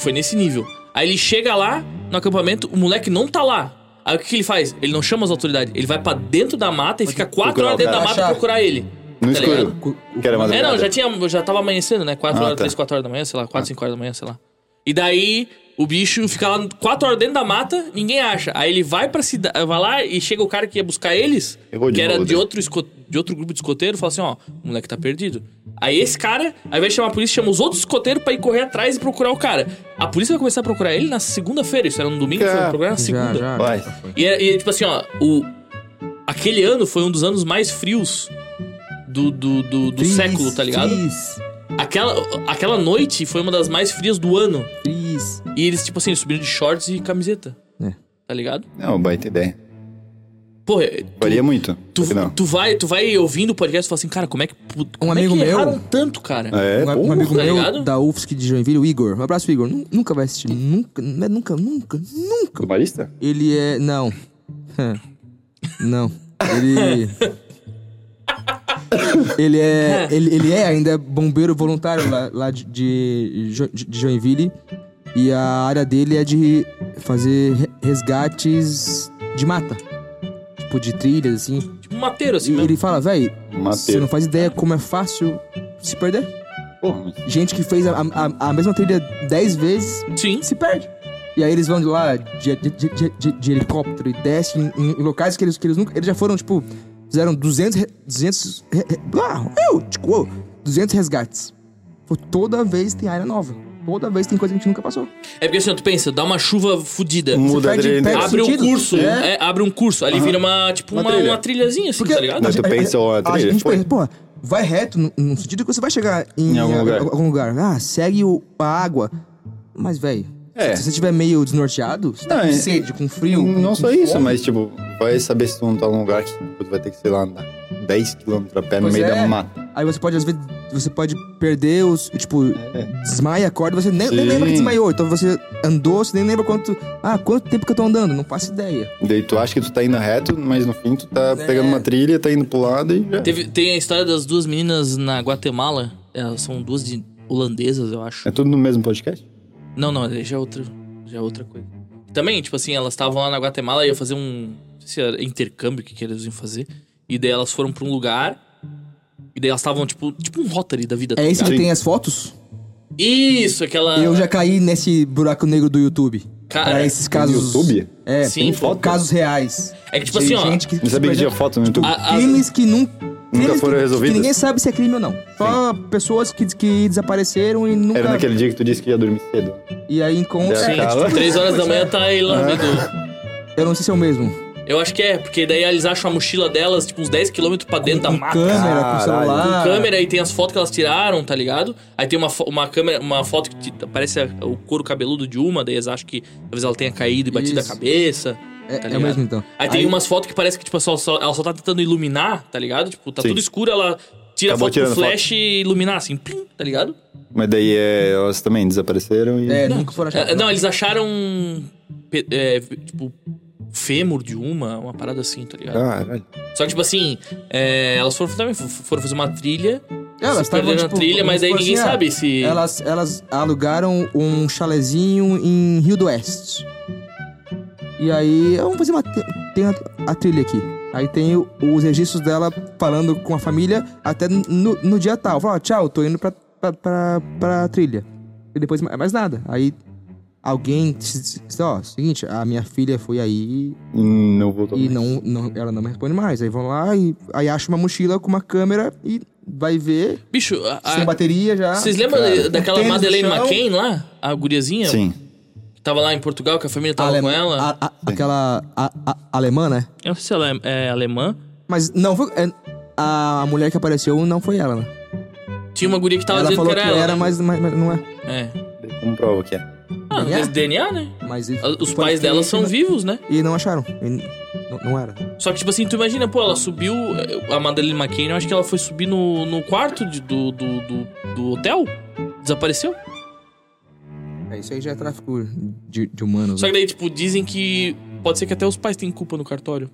Foi nesse nível. Aí ele chega lá no acampamento, o moleque não tá lá. Aí o que, que ele faz? Ele não chama as autoridades. Ele vai pra dentro da mata e fica 4
procurar
horas
o
dentro da
cara.
mata
Achar.
procurar ele.
No
tá
escuro.
ligado?
O- o-
Que era
É,
madrugada.
não, já, tinha, já tava amanhecendo, né? 4
Ah,
horas,
tá.
3, 4 horas da manhã, sei lá, 4, 5 horas da manhã, sei lá. E daí o bicho fica lá 4 horas dentro da mata, ninguém acha. Aí ele vai pra cidade, vai lá e chega o cara que ia buscar eles,
Eu vou de
que era
novo,
de
né?
outro, esco- de outro grupo de escoteiro, fala assim: ó, o moleque tá perdido. Aí esse cara, ao invés de chamar a polícia, chama os outros escoteiros pra ir correr atrás e procurar o cara. A polícia vai começar a procurar ele na segunda-feira, isso era no domingo,
Já.
foi procurar na segunda.
Já, já.
Vai.
E, é- e é tipo assim, ó, o, aquele ano foi um dos anos mais frios do, do, do, do
Frizz,
século, tá ligado?
Frizz,
Aquela, aquela noite foi uma das mais frias do ano.
frizz.
E eles, tipo assim, subiram de shorts e camiseta.
É.
Tá ligado?
Não, baita ideia.
Porra, tu-
Varia muito.
Tu,
só que não.
tu, vai, tu vai ouvindo o podcast e fala assim, cara, como é que. pu- como
amigo
é que
meu-
erraram tanto, cara.
É,
um, a- um
porra.
amigo
tá
meu
ligado?
da UFSC de Joinville, o Igor. Um abraço, Igor. Nu- nunca vai assistir. Nunca, né, nunca, nunca, nunca.
Barista?
Ele é. Não. Não. Ele. Ele é, ele, ele é ainda bombeiro voluntário lá, lá de, de, Jo- de Joinville. E a área dele é de fazer re- resgates de mata. Tipo, de trilhas, assim.
Tipo um mateiro assim
E
mesmo.
ele fala, véi, você
Mateiro.
não faz ideia como é fácil se perder.
Porra, mas-
Gente que fez a, a, a mesma trilha 10 vezes
Sim.
se perde. E aí eles vão de lá de, de- de- de- de- de helicóptero e descem em, em locais que eles, que eles nunca. Eles já foram, tipo, fizeram 200. re- 200 re- re- ah, eu, tipo, uou, 200 resgates. Pô, toda vez tem área nova. Toda vez tem coisa que a gente nunca passou.
É porque assim, ó, tu pensa, dá uma chuva fodida.
Muda a
perde- perde-
adrenalina.
Abre um
Hum. sentido.
curso,
É.
é, abre um curso. Ali vira uma, tipo,
Uma
uma,
trilha.
uma trilhazinha assim,
Porque-
tá ligado?
Mas tu pensa, ó, a
A
trilha
gente
foi.
pensa, pô, vai reto no, no sentido que você vai chegar em,
Em algum
a-
lugar.
algum lugar. Ah, segue o- a água. Mas, velho,
É.
se você estiver meio desnorteado, você
Não,
tá com
é-
sede, com frio. com-
Não
com
só isso,
fome.
mas tipo, vai saber se tu não tá num lugar que tu vai ter que, sei lá, andar 10km a pé no
Pois
meio
é.
da mata.
Aí você pode, às vezes, você pode perder os. Tipo, desmaia, acorda, você nem, nem
É. Sim.
lembra que desmaiou. Então você andou, você nem lembra quanto. Ah, quanto tempo que eu tô andando? Não faço ideia.
Daí tu acha que tu tá indo reto, mas no fim tu tá
É.
pegando uma trilha, tá indo pro lado e já.
Teve, tem a história das duas meninas na Guatemala. Elas são duas de holandesas, eu acho.
É tudo no mesmo podcast?
Não, não, já é outra, já é outra coisa. Também, tipo assim, elas estavam lá na Guatemala e ia fazer um não sei se era intercâmbio que, que eles iam fazer. E daí elas foram pra um lugar. E daí elas estavam, tipo, tipo um Rotary da vida. tá
É esse que
Sim.
tem as fotos?
ligado? Isso, aquela.
Eu já caí nesse buraco negro do YouTube.
Cara,
pra esses casos.
no YouTube?
É,
Ah, é? Sim,
tem
foto?
casos reais.
É que, tipo
De
assim, ó,
gente que,
Não sabia que
é-
tinha foto no
Tipo,
YouTube.
ah,
A- a-
crimes que nun- crimes que-
foram resolvidos?
Que ninguém sabe se é crime ou não. Só pessoas que, que desapareceram e nunca.
Era naquele dia que tu disse que ia dormir cedo.
E aí encontra.
Sim.
Sim,
Cara.
tipo, três horas da manhã tá ele lá vendo.
Eu não sei se é o mesmo.
Eu acho que é, porque daí eles acham a mochila delas, tipo, uns 10km pra dentro da
Com
mata.
câmera, com
Caralho.
celular.
câmera e tem as fotos que elas tiraram, tá ligado? Aí tem uma, fo- uma câmera, uma foto que te- aparece a- o couro cabeludo de uma, daí eles acham que talvez ela tenha caído e batido
Isso.
a cabeça.
É, é
tá
o
ligado?
mesmo então.
Aí, tem umas fotos que parece que, tipo, só, só- ela só tá tentando iluminar, tá ligado? Tipo, tá
Sim.
tudo escuro, ela tira
Acabou
a foto
tirando
com flash e iluminar, assim, plim, tá ligado?
Mas daí é, elas também desapareceram e.
É, nunca foram achados.
É, não, eles acharam. pe- é, tipo, fêmur de uma, uma parada assim, tá ligado?
Caralho.
Só que, tipo assim, é, elas foram, também f- foram fazer uma trilha.
Elas
se
estavam,
perderam na
tipo,
trilha, mas aí
tipo
ninguém
assim, ah,
sabe se.
Elas, elas alugaram um chalezinho em Rio do Oeste. E aí, ah, vamos fazer uma. tri- Tem a, a trilha aqui. Aí tem o- os registros dela falando com a família até no, no dia tal. Fala, ó, tchau, tô indo pra, pra, pra, pra trilha. E depois ma- mais nada. Aí alguém. se- se- Ó, seguinte, a minha filha foi aí
E Não voltou
e
mais.
não, não, ela não me responde mais. Aí vão lá e aí acha uma mochila com uma câmera e vai ver.
Bicho, a- a-
sem bateria já.
Ah, é. vocês lembram da- daquela
Ah, Tênis no
Madeleine
chão.
McCain lá? A guriazinha?
Sim.
Que tava lá em Portugal, que a família tava
Alem-
com ela.
a- a- aquela a- a- alemã, né?
Eu não sei se ela é, é alemã.
Mas não foi. é, a mulher que apareceu não foi ela, né?
Tinha uma guria que tava
ela
dizendo
falou
que era ela.
era,
né?
mas, mas- mas não é.
É.
Daí Comprova que é.
Ah,
DNA?
DNA? DNA, né?
Mas
Os
foi
pais dela
feito,
são
né?
vivos, né?
E não acharam. E não, não era.
Só que, tipo assim, tu imagina, pô, ela subiu. A Madeleine McCain, eu acho que ela foi subir no, no quarto de- do, do, do, do hotel. Desapareceu.
É, isso aí já é tráfico de, de humanos.
Só
né?
que daí, tipo, dizem que. Pode ser que até os pais têm culpa no cartório.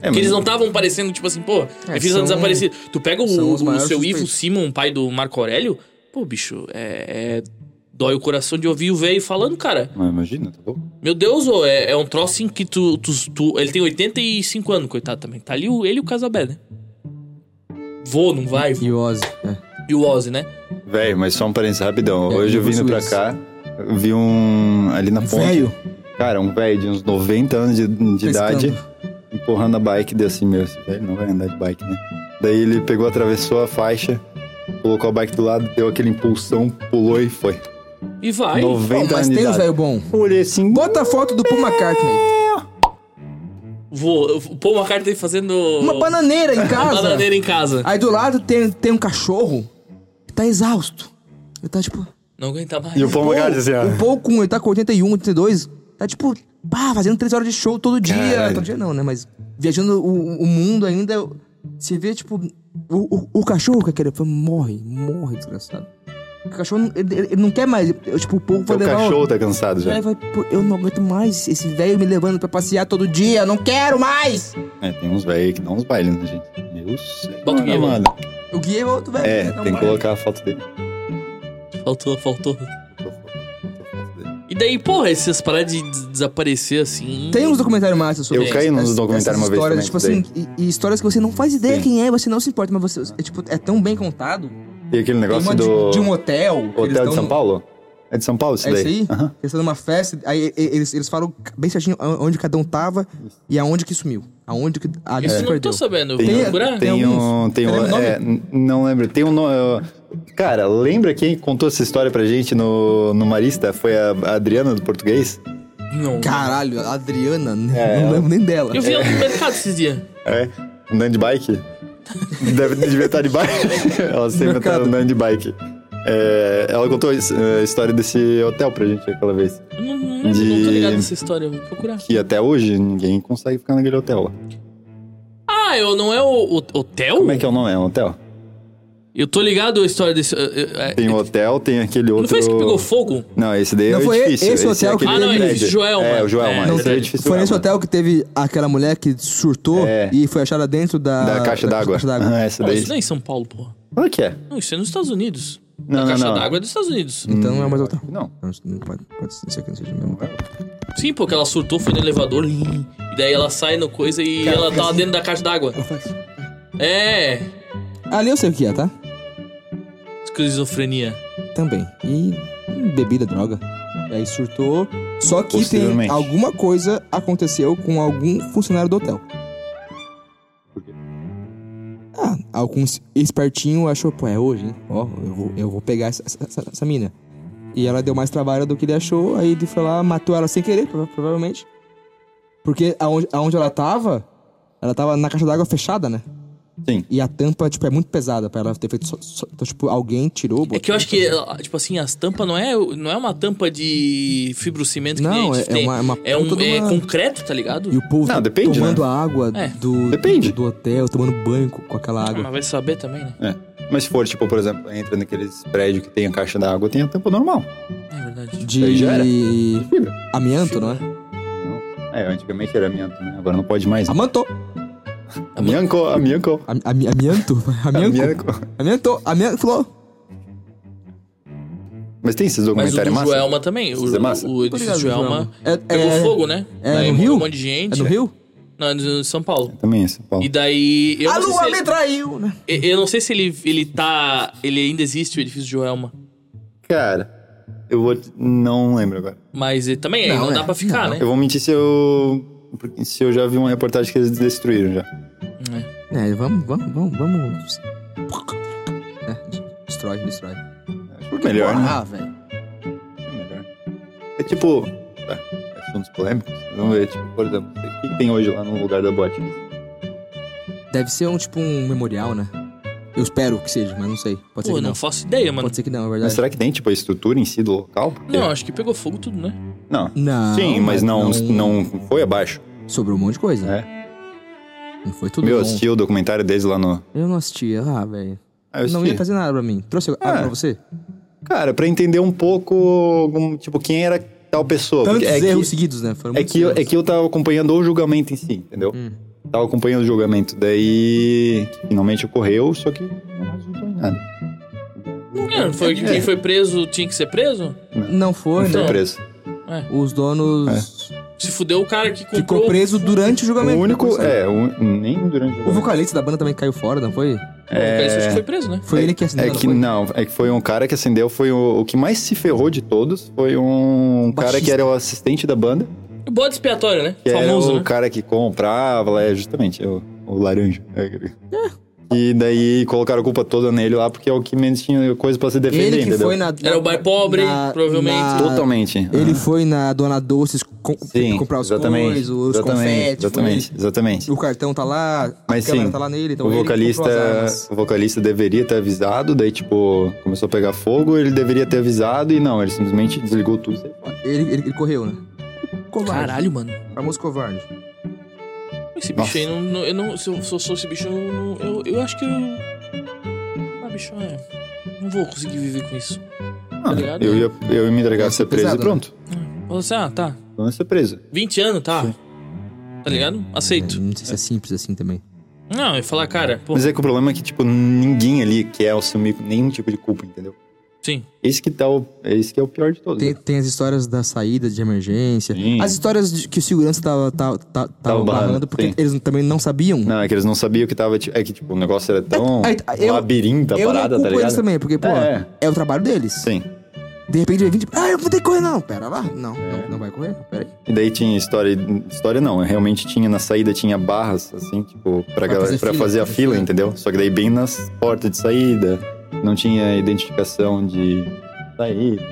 É,
Porque
mas-
eles não estavam parecendo, tipo assim, pô,
É,
meu filho
são-
tá desaparecido. Tu pega
são
o,
os
o
maiores
seu
suspeitos.
Ivo Simon, pai do Marco Aurélio, pô, bicho, é. é- Dói o coração de ouvir o velho falando, cara.
Mas imagina, tá louco?
Meu Deus, ô, é, é um troço em que tu, tu, tu- Ele tem 85 anos, coitado também. Tá ali o, ele e o Casabé, né? Vou, não vai.
E o Ozzy. é.
E o Ozzy, né?
Véio, mas só um parênteses rapidão.
É,
Hoje eu
eu
vindo
faço
pra
isso.
cá, vi um. ali na ponte.
Velho.
Cara, um velho de uns 90 anos de, de
Pescando.
idade, empurrando a bike, deu assim, meu, esse velho não vai andar de bike, né? Daí ele pegou, atravessou a faixa, colocou a bike do lado, deu aquele impulsão, pulou e foi.
E vai.
90
Bom, mas
anos de
tem os
idade.
velho bom.
Olhei assim,
Bota a foto do Paul McCartney.
Vou. Pô, uma carta aí fazendo.
Uma bananeira em casa.
bananeira em casa.
Aí do lado tem, tem um cachorro que tá exausto. Ele tá tipo.
Não aguenta mais.
E o Paul
Paul, um,
McCartney assim, ó.
O Paul com, ele tá com 81, 82. Tá tipo. pá, fazendo três horas de show todo dia.
Caralho.
Todo dia não, né? Mas viajando o, o mundo ainda. eu- Você vê, tipo, o, o, o cachorro que aquele morre, morre, desgraçado. O cachorro, ele, ele- ele não quer mais. eu, tipo, o povo vai
Teu
levar. um-
cachorro tá cansado já.
Aí vai, pô, eu não aguento mais esse velho me levando pra passear todo dia, eu não quero mais!
É, tem uns velhos que dão uns bailes, né, gente? Eu sei.
Bota o
mano,
Guilherme.
mano.
O guia é outro velho.
É,
não
tem que
vai.
colocar a foto dele.
Faltou, faltou. E daí, porra, essas paradas de des- desaparecer assim.
Tem uns documentários massa sobre
Eu caí num
essas-
documentário
essas
uma vez
histórias,
também,
Tipo assim, e, e histórias que você não faz ideia
Sim.
quem é, você não se importa, mas você. É, tipo, é tão bem contado.
E aquele
Tem
negócio
uma
do.
de, de um hotel. que eles
Hotel de
dão-
São Paulo? É de São Paulo isso
É
daí?
isso aí?
Aham.
Eles estão numa festa, aí e- e- eles, eles falam bem certinho a- onde cada um tava e aonde que sumiu. Aonde que. A
Isso
se
eu não tô
perdeu.
sabendo.
É. Tem,
Vou
Tem-
procurar.
tem
alguns.
um. Tem
Você
um
lembra o
é, n- não lembro. Tem um. no- eu- Cara, lembra quem contou essa história pra gente no, no Marista? Foi a, a Adriana do português?
Não.
Caralho, a Adriana, né?
É,
não
ela-
lembro nem dela.
Eu vi um- ela no mercado esses dias.
É? Andando de bike? Deve devia estar de bike. Ela sempre tá
Mercado.
andando de bike. É, ela contou isso, é, a história desse hotel pra gente aquela vez.
Eu não, não, lembro,
De-
não tô ligado nessa história. eu Vou procurar.
Que até hoje ninguém consegue ficar naquele hotel lá.
Ah, eu não é o, o- hotel?
Como é que é o nome? É um hotel?
Eu tô ligado a história desse. eu- eu- é-
Tem um hotel, tem aquele outro.
não foi esse que pegou fogo?
Não, esse daí
Não
é o
foi
edifício.
esse hotel que
aquele
Ah, não, é
prédio.
o Joelma.
É, o Joelma.
É,
esse daí é o
verdade.
edifício
Foi nesse
Joelma.
hotel que teve aquela mulher que surtou
É.
e foi achada dentro da,
Da caixa d'água.
caixa d'água.
[LAUGHS] Ah, essa
Não,
daí.
isso não é em São Paulo, porra.
Como é que é?
Não, isso é nos Estados Unidos.
Não,
a
não,
caixa
não.
d'água é dos Estados Unidos.
Então não é
Hum.
mais hotel.
Não.
Não, não pode, pode ser que não seja mesmo.
Sim, porque ela surtou, foi no elevador. lim, E daí ela sai no coisa e ela tava dentro da caixa d'água. É.
Ali eu sei o que é, tá?
Esquizofrenia.
Também. E hum, bebida, droga. E aí surtou. Só que tem
Possivelmente.
alguma coisa aconteceu com algum funcionário do hotel.
Por quê?
Ah, algum espertinho achou, pô, é hoje, hein? Ó, eu, vou, eu vou pegar essa, essa- essa- essa mina. E ela deu mais trabalho do que ele achou, aí ele foi lá, matou ela sem querer, prova- provavelmente. Porque aonde, aonde ela tava, ela tava na caixa d'água fechada, né?
Sim.
E a tampa, tipo, é muito pesada pra ela ter feito. só- só- então, tipo, alguém tirou.
É
botou-
que eu acho que, tipo assim, as tampas não é, não é uma tampa de fibrocimento que nem
Não,
a
é,
gente
é
tem.
uma, é uma
É um
puta de
é
uma-
concreto, tá ligado?
E o povo
Não,
tá
depende,
tomando
né?
a água
É.
do,
Depende.
do hotel, tomando banho com com aquela
Ah,
água.
mas vai saber também, né?
É. Mas se for, tipo, por exemplo, entra naqueles prédios que tem a caixa d'água, tem a tampa normal.
É verdade.
De
Aí já era. Fibra.
amianto, não é?
Não. É, antigamente era amianto, né? Agora não pode mais.
Amanto.
Amianco, amianco.
Ami- ami- Amianto? [LAUGHS] Amianco?
Amianco.
Amianto? Amianto? Falou.
Mas tem esses
Mas o
documentários
do
massa?
Joelma também. O,
Isso é massa.
o edifício
Obrigado,
Joelma
Tá Joelma. É-
pegou
é-
fogo, né?
é
Daí
no
morreu
Rio?
Um monte de gente.
É no Rio?
Não, é no- em São Paulo.
Também esse, Paulo.
E daí. Eu
a
não sei
lua
se
me
ele-
traiu, né?
Eu eu não sei se ele, ele tá. Ele ainda existe, o edifício Joelma.
Cara, eu vou... Não lembro agora.
Mas ele também não,
Não,
não dá
é.
pra ficar,
Não.
Eu
né?
vou mentir se eu... porque Se eu já vi uma reportagem que eles destruíram já.
É, vamos, vamos, vamos, vamos. É, destrói, destrói.
Acho melhor, né?
Ah, velho.
É melhor. É tipo. tá, assuntos polêmicos. Vamos ver, tipo, por exemplo, o que que tem hoje lá no lugar da boate?
Deve ser um tipo um memorial, né? Eu espero que seja, mas não sei. Pode ser que
Pô, eu
não.
não faço ideia, mano.
Pode ser que não, é
Mas
verdade.
será que tem, tipo, a estrutura em si do local? Porque-
Não, acho que pegou fogo tudo, né?
Não.
Não,
Sim, mas não, não... foi abaixo.
Sobrou um monte de coisa.
É.
Não foi tudo
Meu,
bom.
assisti o documentário deles lá no.
Eu não assistia. Ah, velho.
Ah, eu
Não
assisti.
ia fazer nada pra mim. Trouxe ah,
Ah.
pra você?
Cara, pra entender um pouco, algum- tipo, quem era tal pessoa. porque
Tantos
é
erros
que,
seguidos, né? Foram
é,
muitos
que eu, é
erros. Hum.
que eu tava acompanhando o julgamento em si, entendeu? Tava acompanhando o julgamento. Daí, finalmente ocorreu, só que não resultou em nada.
Não, foi,
É.
Quem foi preso tinha que ser preso?
Não foi,
Foi
né?
preso.
Os donos...
É. Se fudeu o cara que comprou.
Ficou preso durante o
É. O
julgamento.
único,
Depois saiu.
é, o- nem durante
O
o
vocalista da banda também caiu fora, não foi?
É... Acho que foi preso, né?
Foi ele que assinou,
É que não, é que foi um cara que acendeu, foi o, o que mais se ferrou de todos, foi um cara que
Baixista.
era o assistente da banda,
Bode expiatório, né?
que
Famoso,
era É, o
né?
cara que comprava, lá, é justamente o, o laranja.
É.
E daí colocaram a culpa toda nele lá, porque é o que menos tinha coisa pra se
Ele,
defender,
que
entendeu?
foi na...
Era o bar pobre,
na-
provavelmente.
na-
Totalmente.
Ele
Aham.
foi na Dona Doces com-
Sim,
comprar os
exatamente,
coisas, os
exatamente,
confetes. foi
Exatamente, exatamente.
ele. O cartão tá lá, a
Mas
câmera
sim,
tá lá nele. Então
o
ele que comprou
vocalista, é-
as armas.
o vocalista deveria ter avisado, daí tipo, começou a pegar fogo, ele deveria ter avisado e não, ele simplesmente desligou tudo. e saiu fora.
Ele, ele, ele correu, né? covarde.
Caralho, mano.
Famoso covarde.
Esse bicho
Nossa.
aí, não, não- eu não, se, eu, se eu sou esse bicho, eu, não- eu, eu acho que eu. Ah, bicho, é. Não vou conseguir viver com isso.
Ah,
ligado?
eu, ia, eu ia me entregar
Ia
a
ser
ser preso
Tá pesado, né?
e pronto.
Falou assim, ah, tá.
Não ia ser preso.
20 anos, tá. Tá ligado? Aceito.
Não sei se é simples assim também.
Não, eu ia falar, cara, pô,
Mas é que o problema é que, tipo, ninguém ali quer assumir nenhum tipo de culpa, entendeu?
sim.
Esse que, tá o, esse que é o pior de todos.
Tem, tem as histórias da saída de emergência.
Sim.
As histórias de- que o segurança tá, tava, tava, tava, tava
Tava barrando,
barrando, porque
sim.
eles também não sabiam.
Não, é que eles não sabiam o que tava. tipo, É que, tipo, o negócio era tão
Aí, eu-
labirinto a
eu não
parada, tá
culpo eles
ligado?
também, porque, pô, é.
É.
o trabalho deles.
Sim.
De repente vai vir, tipo, ah, eu vou ter que correr, não. Pera lá. Não, não, não vai correr. Pera aí.
E daí tinha história. História não, realmente tinha na saída, tinha barras, assim, tipo, pra, galera,
fazer
pra
fila,
fazer a
fazer
fila,
fila.
entendeu? Só que daí bem nas portas de saída, não tinha identificação de saída.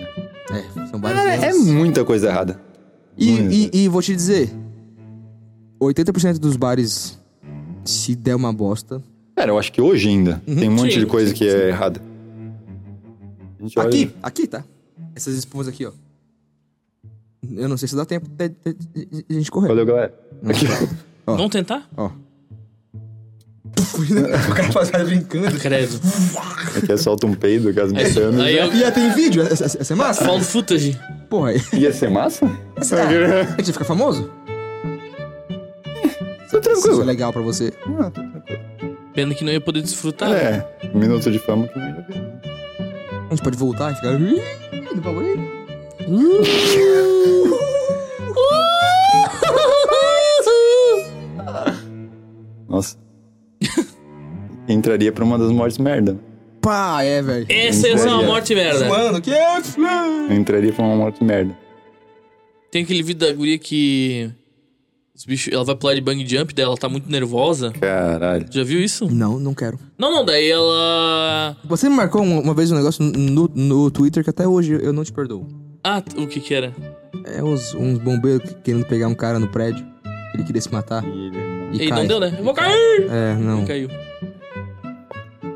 É, são várias
Cara, é
vezes.
muita coisa errada.
E,
Muita.
e, e vou te dizer: 80% dos bares, se der uma bosta.
Cara, eu acho que hoje ainda
Uhum.
tem um monte
sim,
de coisa
sim,
que é errada. A gente olha-
Aqui, aqui, tá? Essas espumas aqui, ó. Eu não sei se dá tempo de, de- de- de a gente correr.
Valeu, galera. Aqui.
Ó.
Vamos tentar?
Ó. [LAUGHS] o cara faz cara brincando.
Credo.
Aqui é solta um peido, caso britânico.
Aí eu.
E aí, tem vídeo? Essa, essa- essa é massa?
Found footage.
Porra, aí.
Ia ser massa?
Essa, ah, a gente fica famoso?
Tô
Isso é
Tá tranquilo.
legal pra você.
Ah, tô tranquilo.
Pena que não ia poder desfrutar. né?
É, um minuto de fama que não ia ver.
A gente pode voltar e ficar. "Ih, no bagulho".
[LAUGHS] Nossa. [LAUGHS] Entraria pra uma das mortes merda.
[LAUGHS] Pá, é, velho.
Essa ia ser uma morte merda.
Mano, que é?
Eu entraria pra uma morte merda.
Tem aquele vídeo da guria que. Os bichos, ela vai pular de bang jump, daí ela tá muito nervosa.
Caralho.
Já viu isso?
Não, não quero.
Não, não, daí ela.
Você me marcou uma, uma vez um negócio no, no Twitter que até hoje eu não te perdoo.
Ah, t- o que que era?
É uns, uns bombeiros que- querendo pegar um cara no prédio. Ele queria se matar. E,
E
cai.
não deu, né? Eu vou cair!
É, não.
E caiu.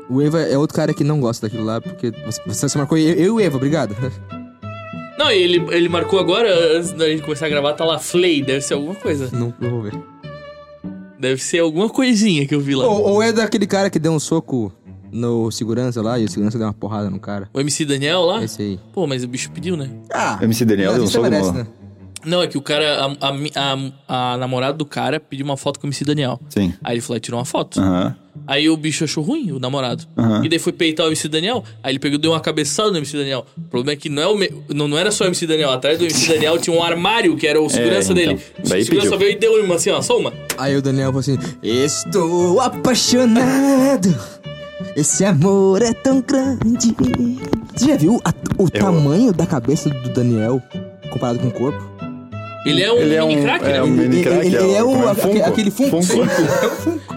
O Eva é outro cara que não gosta daquilo lá, porque você, você marcou eu, eu e o Eva, obrigado. [LAUGHS]
Não, e ele, ele marcou agora, antes da gente começar a gravar, tá lá Flay, deve ser alguma coisa.
Não, não vou ver.
Deve ser alguma coisinha que eu vi lá.
Ou, ou é daquele cara que deu um soco no segurança lá e o segurança deu uma porrada no cara.
O MC Daniel lá?
Esse aí.
Pô, mas o bicho pediu, né?
Ah,
MC Daniel deu um soco no...
né?
Não, é que o cara, a, a mi- a- a namorada do cara pediu uma foto com o MC Daniel.
Sim.
Aí ele foi lá e tirou uma foto.
Aham.
Aí o bicho achou ruim, o namorado.
Aham.
E daí foi peitar o MC Daniel. Aí ele pegou e deu uma cabeçada no MC Daniel. O problema é que não, é o me- não, não era só o MC Daniel. Atrás
[LAUGHS]
do MC Daniel tinha um armário que era o segurança
então.
dele.
Daí
o segurança
pediu.
veio e deu uma assim, ó, só uma.
Aí o Daniel falou assim: Estou apaixonado. Esse amor é tão grande. Você já viu a- o tamanho da cabeça do Daniel comparado com o corpo?
Ele é um
Ele é
mini
um,
crack,
é
né?
um
Ele-
mini
ele-
crack.
ele é o-
como
aque- aquele Funko. [LAUGHS]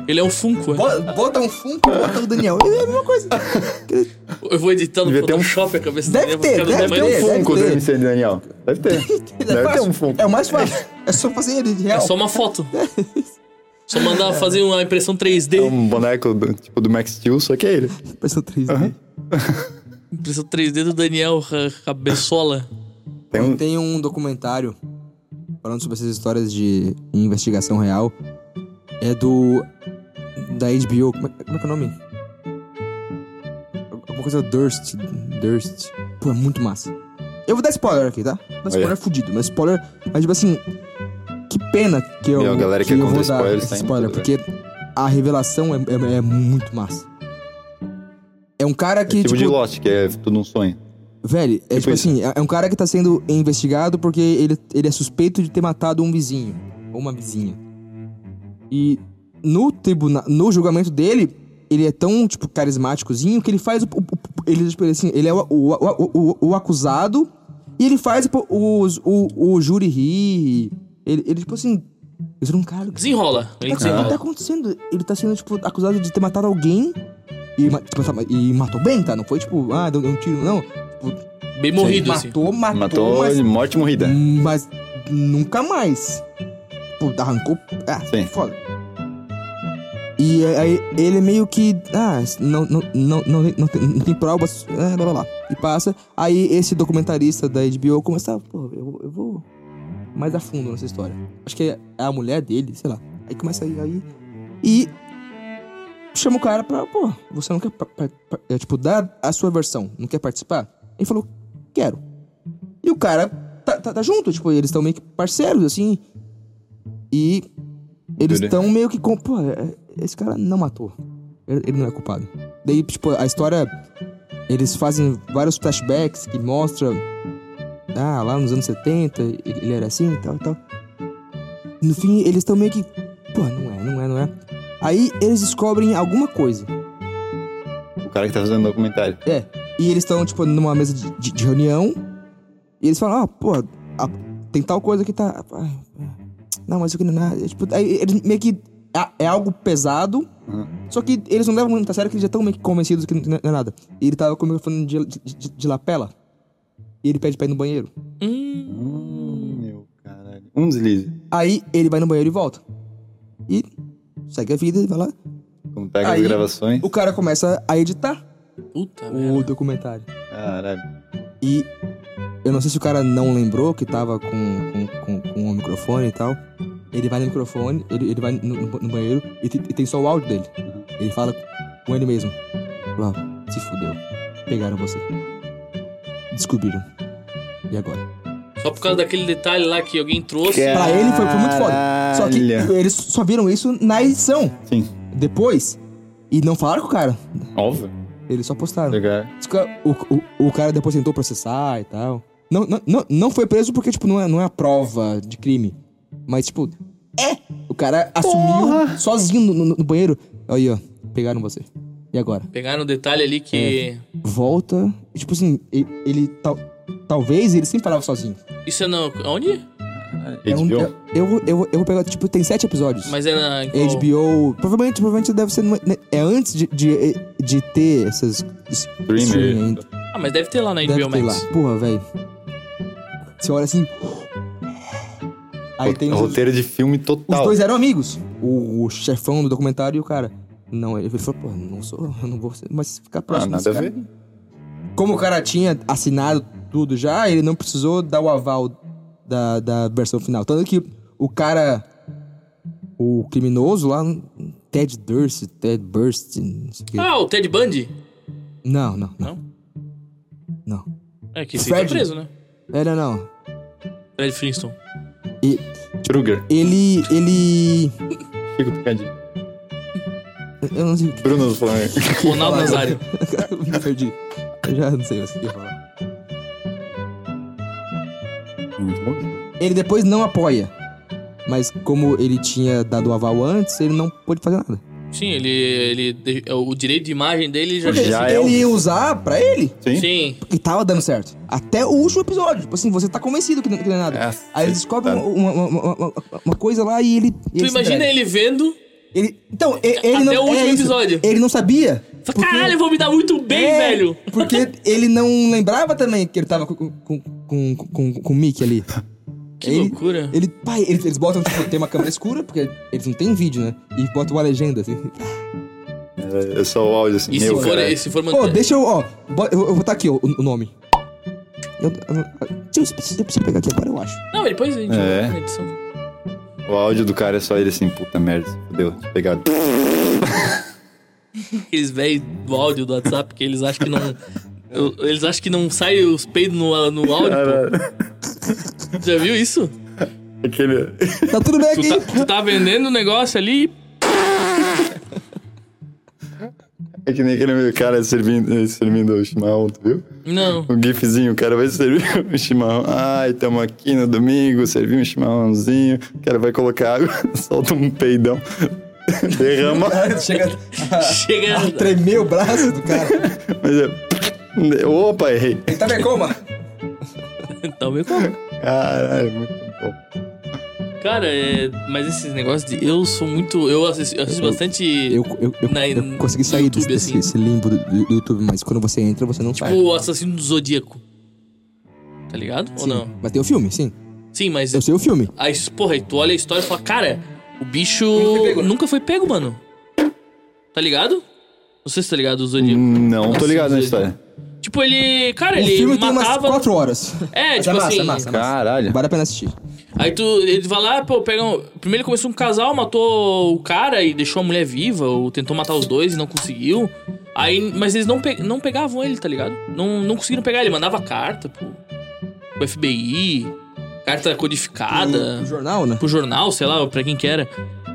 Ele é um Funko. né?
Bo- Bota um Funko, bota o Daniel. É a mesma coisa.
Eu vou editar no
Devia ter um-
Photoshop a cabeça do
Deve
Daniel.
ter,
vou ficar do
Deve ter um
tamanho-
Deve
Funko
ter.
do MC Daniel. Deve ter. Deve ter um Funko.
É o mais fácil. É só fazer ele de
É
real.
só uma
[LAUGHS]
foto. Só mandar fazer uma impressão 3D.
É um boneco do, tipo do Max Steel, só que é ele.
Parece um 3D.
Impressão 3D do Daniel Ra- Cabeçola.
Tem um...
Tem um documentário falando sobre essas histórias de investigação real. É do. Da HBO. Como é, como é que é o nome? Alguma coisa Durst. Durst. Pô, é muito massa. Eu vou dar spoiler aqui, tá? Vou Dar spoiler
Olha.
fudido, mas spoiler. Mas tipo assim. Que pena que eu.
Meu, a galera
que
que
eu vou
conta
dar
spoiler
esse
tá em
spoiler,
tudo,
porque a revelação é, é- é muito massa. É um cara que.
tipo, de
tipo,
Lost, que é tudo um sonho.
Velho, é tipo,
Tipo isso.
assim, é é um cara que tá sendo investigado porque ele, ele é suspeito de ter matado um vizinho. Ou uma vizinha. E no tribunal, no julgamento dele, ele é tão, tipo, carismáticozinho que ele faz o... o- o- ele, tipo, assim, ele é o, o, o- o- o acusado e ele faz tipo, os- o, o, júri rir. Ele, ele, tipo assim... Eu sou um cara... O que
Desenrola. Ele
tá, o que tá
desenrola.
acontecendo? Ele tá sendo, tipo, acusado de ter matado alguém e, ma- tipo, sabe, e matou bem, tá? Não foi, tipo, ah, deu, deu um tiro, não. Tipo,
Bem morrido, assim.
matou, matou,
Matou
Ah, um mas,
morte morrida.
mas nunca mais. Pô, arrancou. Ah,
Sim.
foda. E aí ele meio que. Ah, não, não, não, não, não, tem, não tem provas. Ah, "Ah, blá blá blá. E passa. Aí esse documentarista da HBO começa. Pô, eu, eu vou mais a fundo nessa história. Acho que é a mulher dele, sei lá. Aí começa aí, aí. E chama o cara pra, pô, você não quer, par- par- par- é, tipo, dar a sua versão, não quer participar? Ele falou, quero. E o cara tá, tá- tá junto, tipo, eles estão meio que parceiros, assim. E eles
Tudo.
estão meio que com, pô, é- esse cara não matou. Ele, ele não é culpado. Daí, tipo, a história. Eles fazem vários flashbacks que mostram. Ah, lá nos anos 70, ele, ele era assim e tal e tal. No fim, eles estão meio que. Pô, não é, não é, não é. Aí eles descobrem alguma coisa.
O cara que tá fazendo documentário.
É. E eles estão, tipo, numa mesa de, de- de reunião. E eles falam, ah, pô, a- tem tal coisa que tá. ai, Não, mas isso aqui não é nada. É, Tipo, aí eles meio que. a- É algo pesado.
Uhum.
Só que eles não levam muito a sério que eles já estão meio que convencidos que não é nada. E ele tava com o microfone de, de, de- de lapela. E ele pede pra ir no banheiro.
Hum,
Hum, meu caralho. Um deslize.
Aí ele vai no banheiro e volta. E segue a vida e vai lá.
Como pega
Aí-
as gravações.
O cara começa a editar
puta
o
merda.
documentário.
Caralho.
E eu não sei se o cara não lembrou que tava com, com, com, com o microfone e tal. Ele vai no microfone, ele, ele vai no, no banheiro e, te- e tem só o áudio dele. Ele fala com ele mesmo. Lá, se fudeu. Pegaram você. Descobriram. E agora?
Só por causa daquele detalhe lá que alguém trouxe.
Pra ele foi, foi muito foda. Só que
Caralho.
eles só viram isso na edição.
Sim.
Depois. E não falaram com o cara.
Óbvio.
Eles só postaram.
Legal.
Diz que é O, o, o cara depois tentou processar e tal. Não, não, não, não foi preso porque, tipo, não é, não é a prova de crime. Mas, tipo, é! O cara assumiu sozinho no, no- no banheiro. Aí, ó, pegaram você. E agora?
Pegaram um detalhe ali que.
É. Volta. E, tipo assim, e- ele. tal, talvez ele sempre falava sozinho.
Isso é na. Onde?
É um-
HBO?
eu, eu, vou- eu, vou- eu vou pegar, tipo, tem sete episódios.
Mas é na. em qual-
HBO. Provavelmente, provavelmente deve ser. numa- É antes de, de, de ter essas. streaming ainda.
Streamer.
Ah, mas deve ter lá na
Deve
HBO
ter
Max.
lá. Porra, velho. Você olha assim. Aí tem os,
Roteiro de filme
os
total.
dois eram amigos. O, o chefão do documentário e o cara. Não, ele falou, pô, não sou, eu não vou ser, mas ficar
Ah,
próximo.
nada
desse
a
cara.
ver.
Como o cara tinha assinado tudo já, ele não precisou dar o aval da, da versão final. Tanto que o cara. O criminoso lá. Ted Durst, Ted Burst, não sei o quê.
Ah, o Ted Bundy?
Não, não, não. Não.
Não? É que esse aí tá
Fred.
preso, né?
Era não.
Fred Flintstone.
E-
Truger.
ele. Ele.
Fico picadinho.
Eu não sei o que. [LAUGHS]
Bruno do Flamengo.
Ronaldo Nazário.
Me perdi. Eu já não sei mais o que eu ia falar.
Muito bom.
Ele depois não apoia. Mas como ele tinha dado o aval antes, ele não pôde fazer nada.
Sim, ele, ele. O direito de imagem dele já.
Porque- Já é
ele
o-
ia usar pra ele.
Sim.
Sim.
E tava dando certo. Até o último episódio. Tipo assim, você tá convencido que não, que não é nada.
Caceta.
Aí ele descobre
tá.
uma, uma- uma- uma- uma coisa lá e ele.
Tu imagina ele vendo.
ele. Então, e- ele
Até
não.
o último
é isso.
episódio.
Ele não sabia.
Fala, Caralho, eu vou me dar muito bem,
É,
velho.
Porque ele não lembrava também que ele tava com, com, com, com, com o Mickey ali.
[LAUGHS] Que
ele-
loucura.
Ele, pai, eles, eles botam, tipo, tem uma câmera escura, porque eles não têm vídeo, né? E botam uma legenda, assim.
É, é só o áudio assim.
E se
meu,
for,
cara.
e se for
Pô,
manter.
deixa eu, ó, bo- eu, eu vou tá aqui, ó, o, o nome. Eu, eu, eu, deixa eu, deixa eu- deixa eu pegar aqui agora, eu acho.
Não, depois a gente
É.
vai na edição.
O áudio do cara é só ele assim, puta merda. se Fudeu. te
[LAUGHS]
Pegado.
Aqueles velhos do áudio do WhatsApp que eles acham que não. eu- Eles acham que não sai os peidos no, no áudio. pô. Já viu isso?
Aquele.
Tá tudo bem
Tu
aqui.
tá, tu tá vendendo o negócio ali e
É que nem aquele meu cara servindo, servindo o chimarrão, tu viu?
Não.
O gifzinho, o cara vai servir [LAUGHS] o chimarrão. Ai, tamo aqui no domingo, servi um chimarrãozinho. O cara vai colocar água, [LAUGHS] solta um peidão, [LAUGHS]
[LAUGHS]
derrama.
tá-
Chega
Chega.
a tremer o braço do cara.
Mas é... Opa, errei.
Ele tá bem coma.
Tá meio como.
Caralho, muito bom.
Cara, é, mas esses negócios de. Eu sou muito. Eu assisto, eu assisto bastante.
Eu, eu, eu,
Na-
eu consegui
no
sair
YouTube,
desse, desse-
assim. Tipo,
desse limbo do, do YouTube, mas quando você entra, você não sai.
O assassino do Zodíaco. Tá ligado? Ou
Sim,
não?
Mas tem o filme, sim.
Sim, mas.
Eu sei o filme.
Aí, porra, aí tu olha a história e fala, cara, o bicho
Nunca foi pego, né?
nunca foi pego, mano. Tá ligado? Não sei se tá ligado o Zodíaco.
Não tô
Nossa,
ligado na
Zodíaco.
história.
Tipo, ele. Cara,
O
ele
filme tem umas
matava.
4 horas.
É,
Mas
tipo
é massa,
assim.
é massa.
Caralho.
Vale a pena assistir.
Aí tu, ele vai lá, pô, pega um- Primeiro ele começou um casal, matou o cara e deixou a mulher viva, ou tentou matar os dois e não conseguiu. Aí, mas eles não, pe- não pegavam ele, tá ligado? Não, não conseguiram pegar ele, mandava carta pro, pro FBI, carta codificada
No jornal, né?
pro jornal, sei lá, pra quem que era.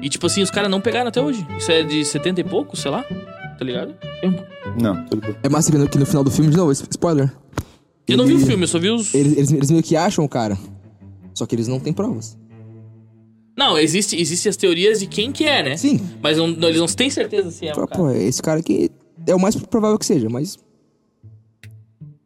E tipo assim, os caras não pegaram até hoje. Isso é de 70 e pouco, sei lá. Tá ligado?
Não, tudo bem.
É massa que no- que no final do filme, de novo, spoiler.
Eu não vi o
Ele-
filme, eu só vi os.
Eles, eles, eles meio que acham o cara. Só que eles não têm provas.
Não, existe, existe as teorias de quem que é, né?
Sim.
Mas não- não- eles não têm certeza se é
Fala,
o
pô,
cara.
esse cara aqui é o mais provável que seja, mas.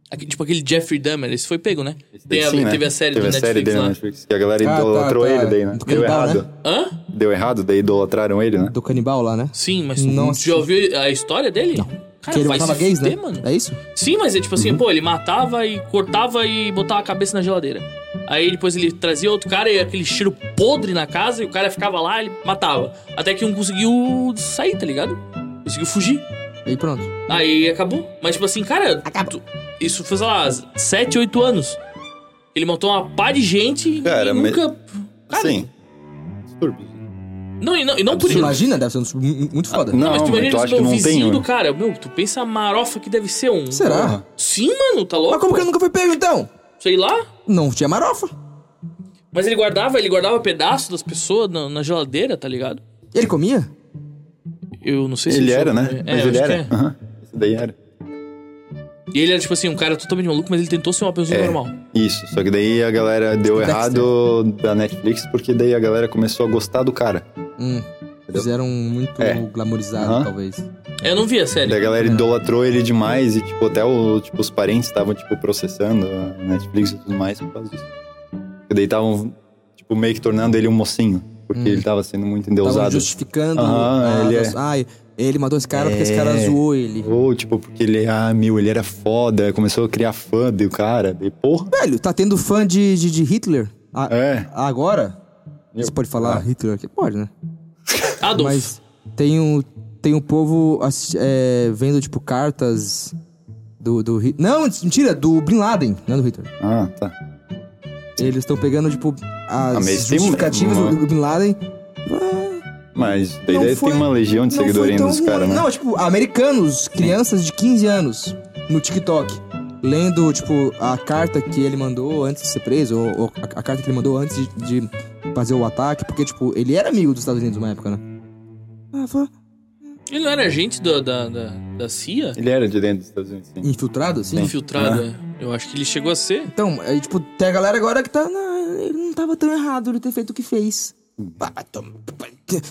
Aqui, tipo aquele Jeffrey Dahmer, esse foi pego, né? Tem a-
Sim, né?
teve a série
Teve
do
a
Netflix
série dele
lá.
na Netflix. Que a galera
Ah, tá,
idolatrou
tá.
ele daí, né?
Do
Deu
canibal,
errado.
Hã?
Deu errado, daí idolatraram ele, né?
Do canibal lá, né?
Sim, mas
Não
tu já ouviu a história dele? Não. Cara,
que ele
vai se
matava gays,
fuder,
né?
mano.
É isso? Uhum.
Sim, mas é tipo assim, pô, ele matava e cortava e botava a cabeça na geladeira. Aí depois ele trazia outro cara e aquele cheiro podre na casa e o cara ficava lá e ele matava. Até que um conseguiu sair, tá ligado? Conseguiu fugir.
Aí pronto.
Aí acabou. Mas tipo assim, cara, tu- isso foi, sei lá, 7, 8 anos. Ele montou uma pá de gente
Cara,
e
mas-
nunca. Cara,
Sim. Absurdo.
Não, e não, e não por
Tu
isso.
imagina, deve ser um, mu- muito foda.
Não,
Mas tipo, tu
mas
imagina
tu
o
acha que não tem.
vizinho do
né?
cara. Meu, tu pensa a marofa que deve ser um.
Será?
Porra.
Sim, mano, tá louco?
Mas como que ele nunca foi pego então?
Sei lá.
Não tinha marofa.
Mas ele guardava, ele guardava pedaço das pessoas na, na geladeira, tá ligado?
Ele comia?
Eu não sei se
Ele
sou-
era, né?
É,
Mas
eu
ele
acho
era.
que é.
Aham. Esse daí era.
E ele era tipo assim, um cara totalmente maluco, mas ele tentou ser uma pessoa
É.
normal.
Isso, só que daí a galera deu
Dexter.
errado da Netflix porque daí a galera começou a gostar do cara.
Hum. Fizeram muito
É.
glamorizado,
Aham.
talvez.
Eu não vi a série.
Daí a galera idolatrou ele demais e tipo até o- tipo, os parentes estavam tipo processando a Netflix e tudo mais por causa disso. E daí estavam tipo meio que tornando ele um mocinho,
Hum.
porque ele tava sendo muito
Estavam
endeusado.
Tá justificando.
Aham,
ah,
ele é.
nossa, ai, ele matou esse cara porque esse
É.
cara zoou ele.
Ou tipo porque ele ah, meu, ele era foda, começou a criar fã do cara, daí porra.
Velho, tá tendo fã de, de, de Hitler? A-
É.
Agora?
Meu.
Você pode falar
Ah.
Hitler aqui? Pode, né?
Adolf.
Mas tem um, tem um povo assi- é, vendo, tipo, cartas do, do Hit- Não, mentira, do Bin Laden, não é do Hitler.
Ah, tá.
Eles estão pegando, tipo, as
Ah, mas tem um-
justificativas do, do Bin Laden.
Mas daí,
Não
daí
foi-
tem uma legião de
Não foi
seguidores ainda
tão
dos
ruim.
caras, né?
Não, tipo, americanos, crianças de 15 anos, no TikTok, lendo, tipo, a carta que ele mandou antes de ser preso, ou, ou a, a carta que ele mandou antes de, de fazer o ataque, porque, tipo, ele era amigo dos Estados Unidos na época, né? Ah, foi
Ele não era agente da, da, da, da CIA?
Ele era de dentro dos Estados Unidos, sim.
infiltrado, assim?
Infiltrado, é. Eu acho que ele chegou a ser.
Então, aí, tipo, tem a galera agora que tá. "Não, ele não tava tão errado ele ter feito o que fez.
Hum.
Ah, então, Pá, pá, toma, pá, pá.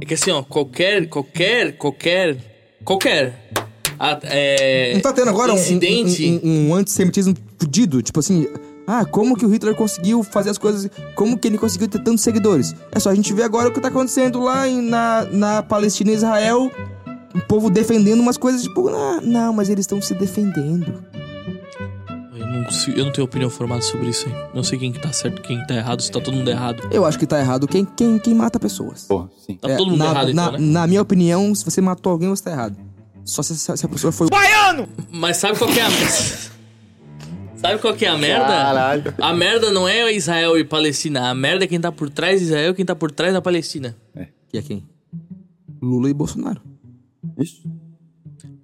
É que assim, ó, qualquer, qualquer, qualquer, qualquer. a- é,
Não tá tendo agora um,
incidente.
um, um, um antissemitismo fudido? Tipo assim, ah, como que o Hitler conseguiu fazer as coisas. Como que ele conseguiu ter tantos seguidores? É só a gente ver agora o que tá acontecendo lá em- na, na Palestina e Israel. O povo defendendo umas coisas, tipo, ah, não, mas eles estão se defendendo. um-
Eu, não, consigo- eu não tenho opinião formada sobre isso aí. Não sei quem que tá certo, quem que tá errado, se tá todo mundo errado.
Eu acho que tá errado quem, quem, quem mata pessoas.
Porra, sim.
Tá
É,
todo mundo
na,
errado,
na,
então, né?
na minha opinião, se você matou alguém, você tá errado. Só se, se se a pessoa foi.
Mas sabe qual que é a merda? [LAUGHS] sabe qual que é a merda?
Caralho.
A merda não é Israel e Palestina. A merda é quem tá por trás de Israel e quem tá por trás da Palestina.
E é quem? Lula e Bolsonaro.
Isso.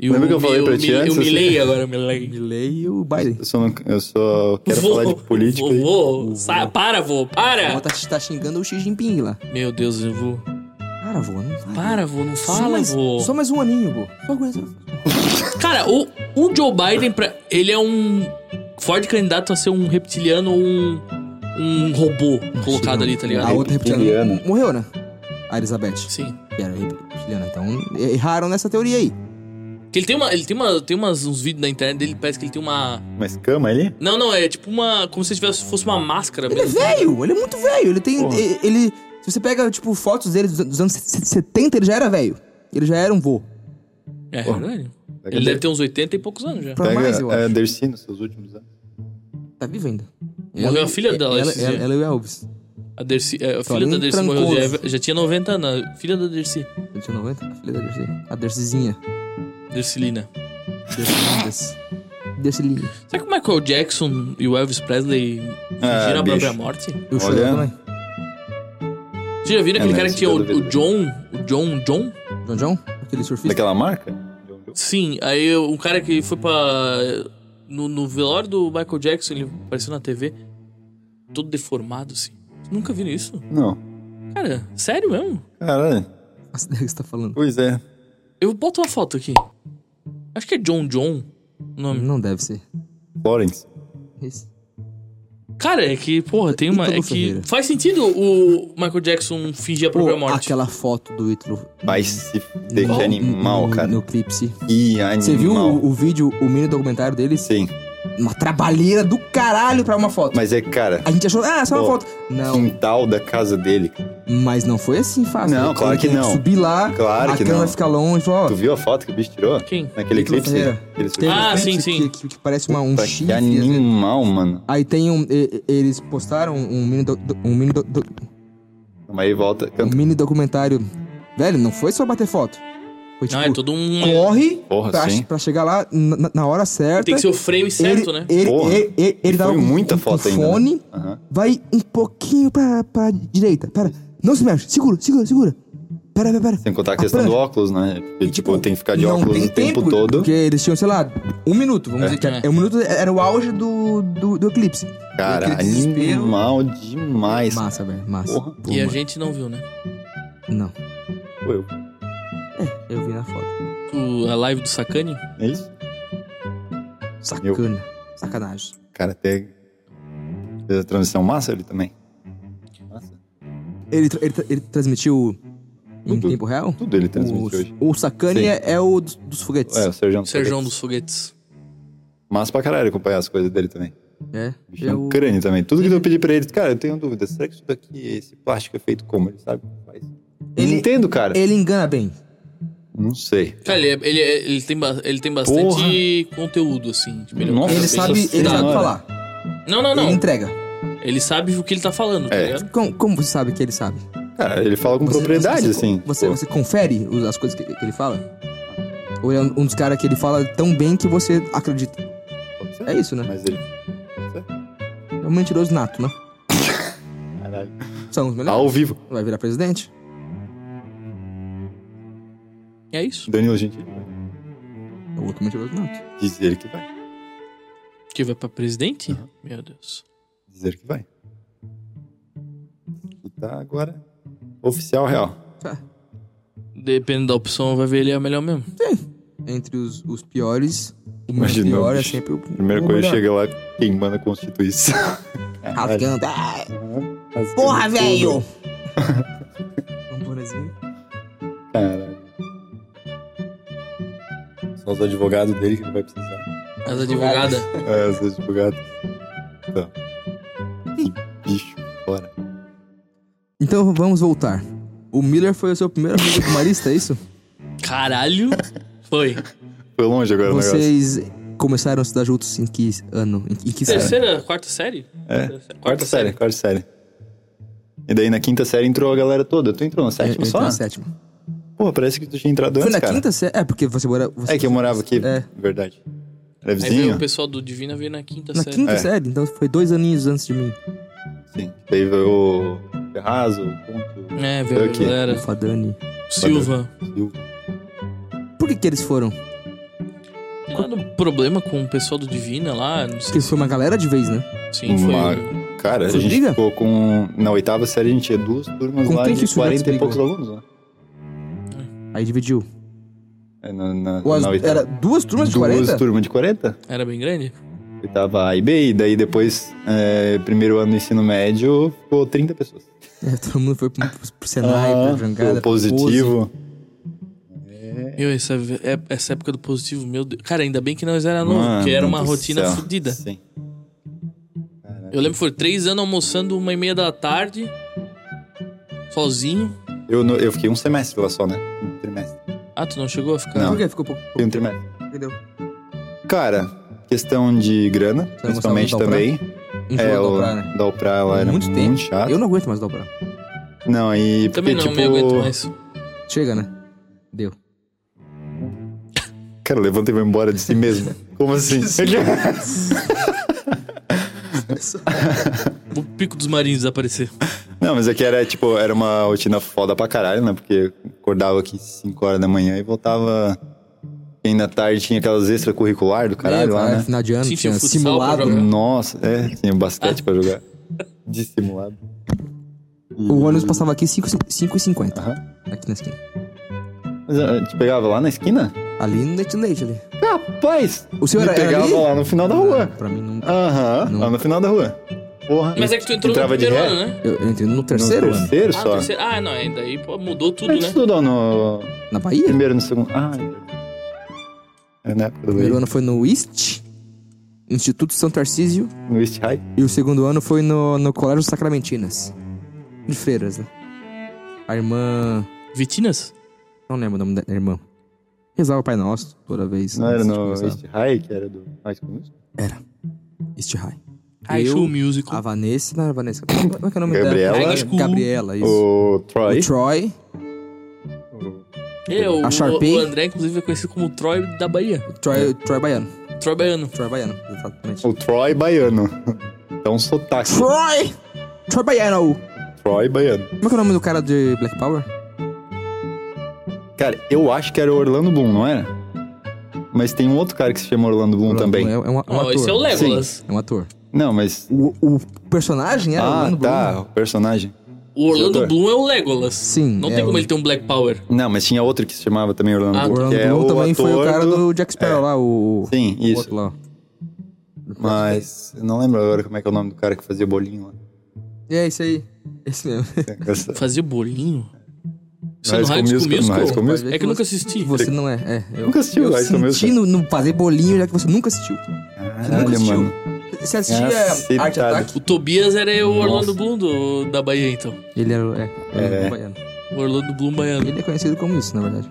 E
Lembra que eu falei
o,
pra
Mi-
ti
o
antes? assim?
Milley agora, o Milley.
Milley e o Biden.
Eu só, não- eu só quero
Vô,
falar de política.
Vô, vô, sa- para, vô,
Ela
para.
tá, tá xingando o Xi Jinping lá.
Meu Deus, eu vou.
Cara, vô, não vai.
Para, vô, não
só
fala,
mais,
vô.
Só mais um aninho, vô. Só aguenta.
Cara, o, o Joe Biden, pra, ele é um forte candidato a ser um reptiliano ou um, um robô colocado ali, tá
A
ligado?
outra reptiliana
Reptiliana.
morreu, né? A Elizabeth.
Sim.
Que era reptiliana. Então, erraram nessa teoria aí.
Que ele tem, uma, ele tem, uma, tem umas, uns vídeos na internet dele, parece que ele tem uma...
Uma escama ali?
Não, não, é tipo uma... Como se tivesse, fosse uma máscara
Ele é
mesmo.
velho, ele é muito velho. Ele tem.
Porra.
e- Ele. Se você pega, tipo, fotos dele dos an- dos anos se- 70, ele já era velho. Ele já era um vô.
É,
Pô.
verdade.
Pega
Ele
a-
deve ter uns 80 e poucos anos já.
Pra mais, eu
a
acho.
é, Dercy nos seus últimos anos.
Tá viva ainda.
Morreu a filha dela
Ela,
esses
ela,
dias.
ela e o Elvis.
A, Dercy, é, a
Só
filha da
nem
Dercy morreu
trancou.
já, já tinha 90 anos. a Filha da Dercy.
Ele tinha 90? A filha da Dercy. A Dercyzinha.
Dercilina.
Dercy Mendes. desse linha.
Será é que o Michael Jackson e o Elvis Presley fingiram a
bicho.
própria morte?
Eu chorei
Olha.
também.
Vocês já viram
É,
aquele
mas
né,
cara que tinha o,
toda
o
vida.
John? O John John?
John John? Aquele surfista?
Daquela marca?
Sim, aí um cara que foi pra. No, no velório do Michael Jackson, ele apareceu na TV, todo deformado, assim. Vocês Nunca viram isso?
Não.
Cara, sério mesmo?
Caralho.
Nossa, [LAUGHS] o que você tá falando?
Pois é.
Eu boto uma foto aqui. Acho que é John John o nome.
Não deve ser.
Florence.
Esse.
Cara, é que, porra, tem uma.
Ítalo
É que
Ferreira.
faz sentido o Michael Jackson fingir a
Pô,
própria morte.
aquela foto do Ítalo.
Vai se fuder,
no-
que animal,
no-
cara.
No clipe, sim.
Que animal.
Hum. Você viu o, o vídeo, o mini documentário deles?
Sim.
Uma trabalheira do caralho pra uma foto.
Mas é, cara,
A gente achou, ah, só uma
Pô.
foto. Não,
quintal da casa dele. cara.
mas não foi assim fácil.
Não,
Ele
claro que
tem
não.
Subir lá,
Claro
a
que
câmera
não.
fica longe, falou, ó,
Tu viu a foto que o bicho tirou?
Quem?
Naquele
Ítalo
clipe?
Ferreira.
que eles-
tem
Ah,
um
sim,
que-
sim.
Que, que parece uma, um
Puta,
chifre.
Que
às vezes.
animal, mano.
Aí tem um. e- e- Eles postaram um mini, do- do- um, mini do- do-
Mas aí volta.
um
Canta.
mini documentário. Velho, não foi só bater foto. Foi tipo.
Ah, é todo um.
Corre
Porra,
pra,
sim.
pra chegar lá na, na hora certa.
Tem que ser o frame certo,
ele,
né?
Ele,
Porra.
ele, ele, ele dava
Foi
um-
muita
um,
foto
um
ainda. né?
fone,
Aham.
vai um pouquinho pra, pra direita. Pera, não se mexe. Segura, segura, segura. Pera, Ah, pera, pera.
Sem contar a questão
prancha.
do óculos, né? Porque,
E,
tipo, tem que ficar de
não
óculos
tem
o tempo, todo.
Porque eles tinham, sei lá, um minuto, vamos
É.
dizer que era. Um minuto era o auge do, do, do eclipse.
Cara,
Aquele desespero.
animal demais.
Massa, velho, massa.
Porra.
Pô,
E a
mano.
gente não viu, né?
Não.
Pô, eu-
É, eu vi na foto.
O- a live do Sacani.
É isso?
Sacana. Sacanagem.
Cara, até fez a transmissão massa ali também. Massa.
Ele, tra- ele, tra- ele transmitiu
Uhum.
em
Tudo.
tempo real?
Tudo ele transmite hoje.
O, o Sacani
Sim.
é, é o dos, dos foguetes.
É, o Serjão. dos
Serjão
Foguetes.
dos Foguetes.
Massa pra caralho acompanhar as coisas dele também.
É.
O bicho é um
Eu,
crânio também. Tudo que eu pedi pra ele, cara, eu tenho dúvida. Será que isso daqui, esse plástico é feito como? Ele sabe como faz.
Ele-
Ele entendo, cara.
ele engana bem.
Não sei.
Cara, ele, é- ele, é- ele, tem, ba- ele tem bastante conteúdo, assim. Tipo, ele é um
Nossa,
cara
Ele
bem
sabe, ele
estudado.
sabe
Senhora.
falar.
Não, não,
Ele
não.
entrega.
Ele sabe o que ele tá falando, tá
É.
ligado?
Como, como você sabe que ele sabe?
Cara, ele fala com
Você-
propriedade,
você-
assim.
Você,
Pô,
você confere os- as coisas que, que ele fala? Ou ele é um um dos caras que ele fala tão bem que você acredita?
pode ser.
É isso, né?
Mas ele.
É um mentiroso nato, né?
Caralho.
São os melhores.
Tá Ao vivo.
Vai virar presidente?
E é isso.
Danilo Gentili.
É outro mentiroso nato.
Diz ele que vai.
Que vai pra presidente? Meu Deus.
Diz ele que vai. E tá agora. Oficial real.
Tá.
Dependendo da opção, vai ver ele é melhor mesmo.
Entre os, os piores, o
Imagina,
pior é
bicho.
sempre o.
Primeira
o
coisa,
melhor.
chega lá queimando a Constituição. [LAUGHS]
Rasgando. Ah,
Rasgando
porra,
tudo.
velho!
[LAUGHS]
um bonezinho.
Caralho. São os advogados dele que ele vai precisar.
As advogadas.
É, os advogados. Tá. Que bicho fora.
Então vamos voltar. O Miller foi o seu primeiro amigo marista, é
[LAUGHS]
isso?
Caralho. Foi.
Foi longe agora o É um negócio.
Vocês começaram a estudar juntos em que ano? Em, em que série?
Terceira, quarta série?
É. Quarta série, quarta série. E daí na quinta série entrou a galera toda. Tu entrou na
É, eu
sétima
entrei
só?
na sétima.
Pô, parece que tu tinha entrado
Foi
antes,
na
cara.
quinta série? É, porque você mora. você-
É que eu morava aqui,
É.
verdade. Era
Aí veio
vizinho?
o pessoal do Divina veio na quinta
Na
série.
quinta
É.
série, então foi dois aninhos antes de mim.
Sim. Daí veio o Ferraz, o Ponto,
É, veio a
Aqui.
O
galera.
Fadani.
Silva.
o Silva.
Por que que eles foram?
Tem nada um problema com o pessoal do Divina lá, não sei
Porque
se...
foi uma galera de vez, né?
Sim, foi... um-
Uma- Cara, a
Vocês
gente
brigam?
ficou com. Na oitava série a gente tinha duas turmas
Com
lá
quem que os
de 40
estudantes
e poucos alunos, né?
Aí dividiu.
É, na, na,
Ou as-
na oitava.
era duas turmas de
duas
40?
turmas de 40?
Era bem grande?
Oitava A e B, e daí depois, é, primeiro ano do ensino médio, ficou 30 pessoas.
É, todo mundo foi pro, pro Senai,
Ah,
pra jangada.
ficou Ah, positivo.
Meu, essa, é- essa época do positivo, meu Deus. Cara, ainda bem que nós era novo,
Mano
porque era uma
do
rotina
céu.
fodida.
Sim.
Eu lembro que foi três anos almoçando uma e meia da tarde, sozinho.
Eu, no- eu fiquei um semestre lá só, né? Um trimestre.
Ah, tu não chegou a ficar?
Não.
Não.
Por que ficou pouco?
Fiquei um trimestre.
Entendeu?
Cara, questão de grana, principalmente
gostava de
também.
Um
é,
jogo
o
dobrar, né?
da Opra lá era
Muito
muito,
tempo.
chato.
Eu não aguento mais dobrar.
Não, e
Também não
porque,
me
tipo,
aguento mais.
Chega, né? Deu. [LAUGHS]
Cara, levanta e vai embora de si mesmo. Como assim?
O pico dos marinhos aparecer.
Não, mas é que era, tipo, era uma rotina foda pra caralho, né? Porque acordava aqui 5 horas da manhã e voltava. E ainda tarde tinha aquelas extracurricular do caralho lá, né?
Final de ano,
Sim,
tinha
tinha futsal
simulado.
pra jogar.
Nossa, é, tinha basquete pra jogar. Dissimulado.
né? O ônibus passava aqui 5,50.
Aham.
Aqui na esquina.
Mas ah, te pegava lá na esquina?
Ali no Leite Leite ali.
Rapaz!
O senhor
me
era- era
pegava
ali?
lá no final da rua.
Pra mim nunca.
Aham,
Não.
lá no final da rua. Porra.
Mas é que tu entrou
Entrava
no
de ré?
primeiro ano, né?
Eu, eu entrei no terceiro?
No terceiro
Ah,
só.
terceiro. Ah, não, ainda aí pô, mudou
A
tudo,
gente
né?
estudou no
Na Bahia?
primeiro, no segundo. Ah, é na época do
O primeiro ano foi no IST, Instituto São Tarcísio,
No East High.
e o segundo ano foi no, no Colégio Sacramentinas. De Freiras, né? A irmã.
Vitinas?
Não lembro o nome da da irmã. Rezava o Pai Nosso toda vez.
Não era
antes de
no
começar.
East High, que era do High School né? Musical?
East High.
High
Eu-
Show Musical.
A Vanessa. Não era a Vanessa. Como é que é o nome
Gabriela.
dela?
High
School.
Gabriela, isso.
O Troy.
O Troy.
É, o,
A Sharpay?
o o André, inclusive, é conhecido como o Troy da Bahia.
O Troy, o Troy Baiano.
Troy Baiano.
Troy Baiano, exatamente.
O Troy baiano. [LAUGHS] Então, sotaque.
Troy! Troy Baiano!
Troy baiano.
Como é que é o nome do cara de Black Power?
Cara, eu acho que era o Orlando Bloom, não era? Mas tem um outro cara que se chama Orlando Bloom também.
É, é um, é um
Ó,
ator.
esse é o Legolas.
É um ator.
Não, mas.
O, o personagem era
ah,
Orlando Bloom?
tá. O personagem.
O Orlando
Jogador.
Bloom é o Legolas.
Sim,
Não
é
tem como
o-
ele ter um Black Power.
Não, mas tinha outro que se chamava também Orlando
Ah,
O
Bloom.
Orlando
que é
Bloom
o
também
ator É.
foi o cara do Jack Sparrow lá, o,
Sim,
o
isso.
outro lá.
Mas eu não lembro agora como é que é o nome do cara que fazia
[LAUGHS]
bolinho lá.
E é isso aí. Esse mesmo.
Essa-
Fazia bolinho? Isso é
High
no
School
High School
Musical, no High School
Musical?
[LAUGHS]
Musical.
É que eu nunca assisti.
Você não é. é eu,
Nunca assistiu
eu
High School
senti no, no fazer bolinho já que você nunca assistiu. nunca
Caralho,
assistiu.
mano.
Você assistia
Cacetado.
Arte Ataque?
O Tobias era o
Nossa.
Orlando Bloom do, da Bahia, então.
Ele era. É,
É.
era um baiano.
O Orlando Bloom baiano.
Ele é conhecido como isso, na verdade.